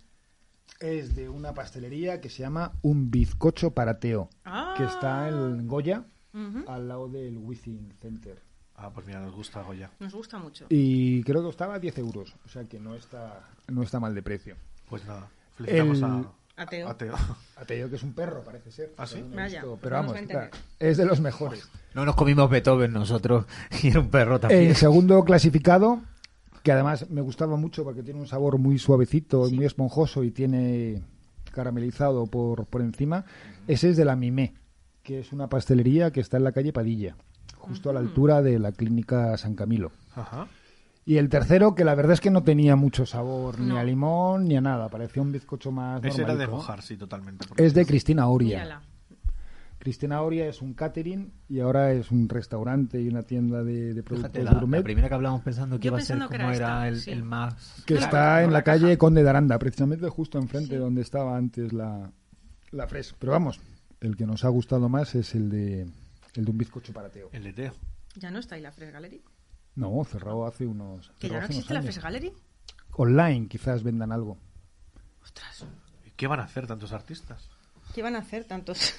[SPEAKER 2] es de una pastelería que se llama Un Bizcocho para Teo,
[SPEAKER 5] Ah.
[SPEAKER 2] que está en Goya, al lado del Within Center.
[SPEAKER 6] Ah, pues mira, nos gusta Goya.
[SPEAKER 5] Nos gusta mucho.
[SPEAKER 2] Y creo que costaba 10 euros, o sea que no está, no está mal de precio.
[SPEAKER 6] Pues nada, felicitamos
[SPEAKER 2] El-
[SPEAKER 6] a...
[SPEAKER 5] A Teo.
[SPEAKER 2] (laughs)
[SPEAKER 6] a Teo.
[SPEAKER 2] Ah, Te digo que es un perro, parece ser.
[SPEAKER 6] ¿Ah, sí?
[SPEAKER 2] Según he
[SPEAKER 5] Vaya,
[SPEAKER 2] visto,
[SPEAKER 5] pues
[SPEAKER 2] pero
[SPEAKER 5] vamos
[SPEAKER 2] vamos,
[SPEAKER 5] a entender.
[SPEAKER 2] está- es de los mejores.
[SPEAKER 4] No nos comimos Beethoven nosotros (laughs) y era un perro también.
[SPEAKER 2] El segundo clasificado, que además me gustaba mucho porque tiene un sabor muy suavecito, y muy esponjoso y tiene caramelizado por, por encima, ese es de la Mimé, que es una pastelería que está en la calle Padilla, justo
[SPEAKER 5] Mm.
[SPEAKER 2] a la altura de la clínica San Camilo.
[SPEAKER 6] Ajá.
[SPEAKER 2] Y el tercero, que la verdad es que no tenía mucho sabor ni
[SPEAKER 5] No.
[SPEAKER 2] a limón ni a nada, parecía un bizcocho más
[SPEAKER 6] Ese era de
[SPEAKER 2] normalico.
[SPEAKER 6] mojar, sí, totalmente. porque-
[SPEAKER 2] Es de Cristina Oria.
[SPEAKER 5] Mírala.
[SPEAKER 2] Cristina Oria es un catering y ahora es un restaurante y una tienda de, de productos
[SPEAKER 4] Fíjate, la,
[SPEAKER 2] gourmet
[SPEAKER 4] la primera que hablamos pensando que
[SPEAKER 5] Yo
[SPEAKER 4] iba a ser
[SPEAKER 5] pensando que
[SPEAKER 4] como
[SPEAKER 5] era
[SPEAKER 4] era
[SPEAKER 5] esta,
[SPEAKER 4] el,
[SPEAKER 5] sí.
[SPEAKER 4] el más...
[SPEAKER 2] que
[SPEAKER 5] Claro,
[SPEAKER 2] está
[SPEAKER 5] no
[SPEAKER 2] en
[SPEAKER 5] la
[SPEAKER 2] la calle Conde de Aranda, precisamente justo enfrente donde estaba antes la, la Fres. Pero vamos, el que nos ha gustado más es el de, el de un bizcocho para Teo.
[SPEAKER 6] El de Teo.
[SPEAKER 5] Ya no está ahí la Fresh Gallery.
[SPEAKER 2] No, cerrado hace unos. cerrado
[SPEAKER 5] Que ya
[SPEAKER 2] hace
[SPEAKER 5] no
[SPEAKER 2] unos
[SPEAKER 5] existe la
[SPEAKER 2] años.
[SPEAKER 5] Fresh Gallery.
[SPEAKER 2] Online quizás vendan algo.
[SPEAKER 5] Ostras.
[SPEAKER 6] ¿Qué van a hacer tantos artistas?
[SPEAKER 5] ¿Qué van a hacer tantos?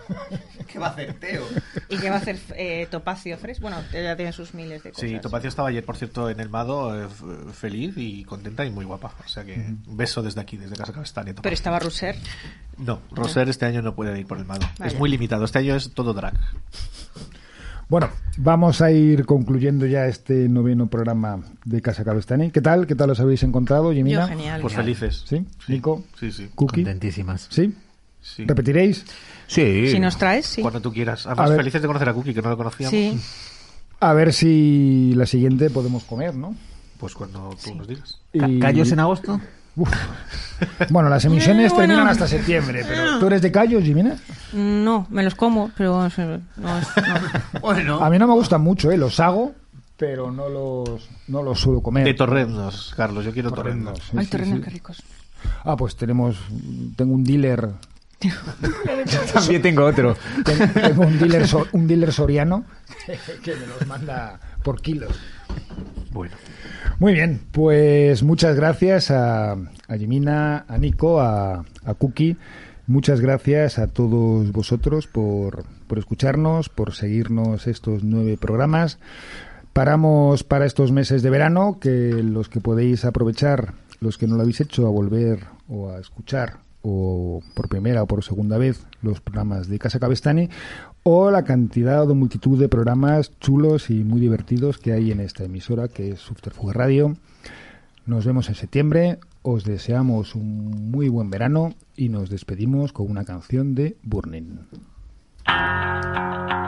[SPEAKER 4] (laughs) ¿Qué va a hacer Teo?
[SPEAKER 5] ¿Y qué va a hacer eh, Topacio Fres? Bueno, ya tiene sus miles de cosas.
[SPEAKER 6] Sí, Topacio estaba ayer, por cierto, en el Mado, eh, f- feliz y contenta y muy guapa. O sea que un beso desde aquí, desde Casa Cabestani.
[SPEAKER 5] Pero estaba Russer.
[SPEAKER 6] No, Roser este año no puede ir por el Mado.
[SPEAKER 5] Vaya.
[SPEAKER 6] Es muy limitado. Este año es todo drag.
[SPEAKER 2] Bueno, vamos a ir concluyendo ya este noveno programa de Casa Cabestani. ¿Qué tal? ¿Qué tal os habéis encontrado, Jimena?
[SPEAKER 5] Yo genial.
[SPEAKER 6] Pues felices.
[SPEAKER 2] ¿Sí? ¿Nico?
[SPEAKER 6] Sí, sí.
[SPEAKER 2] ¿Cookie?
[SPEAKER 4] Contentísimas.
[SPEAKER 2] ¿Sí?
[SPEAKER 6] sí.
[SPEAKER 2] ¿Repetiréis?
[SPEAKER 4] Sí.
[SPEAKER 5] Si nos traes, sí.
[SPEAKER 6] Cuando tú quieras. Además,
[SPEAKER 2] A ver.
[SPEAKER 6] felices de conocer a Cookie, que no lo conocíamos.
[SPEAKER 5] Sí.
[SPEAKER 2] A ver si la siguiente podemos comer, ¿no?
[SPEAKER 6] Pues cuando tú nos digas.
[SPEAKER 4] Ca-
[SPEAKER 2] Y-
[SPEAKER 4] ¿Callos
[SPEAKER 2] (laughs)
[SPEAKER 4] en agosto?
[SPEAKER 2] Uf. Bueno, las emisiones
[SPEAKER 5] Eh, (laughs) bueno.
[SPEAKER 2] terminan hasta septiembre, pero ¿tú eres de callos, Jimena?
[SPEAKER 5] Mm, No, me los como, pero no,
[SPEAKER 2] (laughs)
[SPEAKER 5] es- no es- no.
[SPEAKER 2] A mí no me gustan mucho, ¿eh? Los hago, pero no los, no los suelo comer.
[SPEAKER 6] De torrendos, Carlos. Yo quiero torrendos.
[SPEAKER 2] Sí,
[SPEAKER 5] Ay,
[SPEAKER 2] sí,
[SPEAKER 5] terrenos,
[SPEAKER 2] sí.
[SPEAKER 5] qué ricos.
[SPEAKER 2] Ah, pues tenemos. Tengo un dealer.
[SPEAKER 4] También tengo otro.
[SPEAKER 2] ten- Tengo un dealer, so- un dealer soriano (laughs) que me los manda por kilos.
[SPEAKER 6] Bueno.
[SPEAKER 2] Muy bien, pues muchas gracias a, a Jimina, a Nico, a, a Cookie. Muchas gracias a todos vosotros por, por escucharnos, por seguirnos estos nueve programas. Paramos para estos meses de verano, que los que podéis aprovechar, los que no lo habéis hecho, a volver o a escuchar o por primera o por segunda vez los programas de Casa Cabestani o la cantidad o multitud de programas chulos y muy divertidos que hay en esta emisora que es Subterfuge Radio. Nos vemos en septiembre, os deseamos un muy buen verano y nos despedimos con una canción de Burning.
[SPEAKER 7] Thank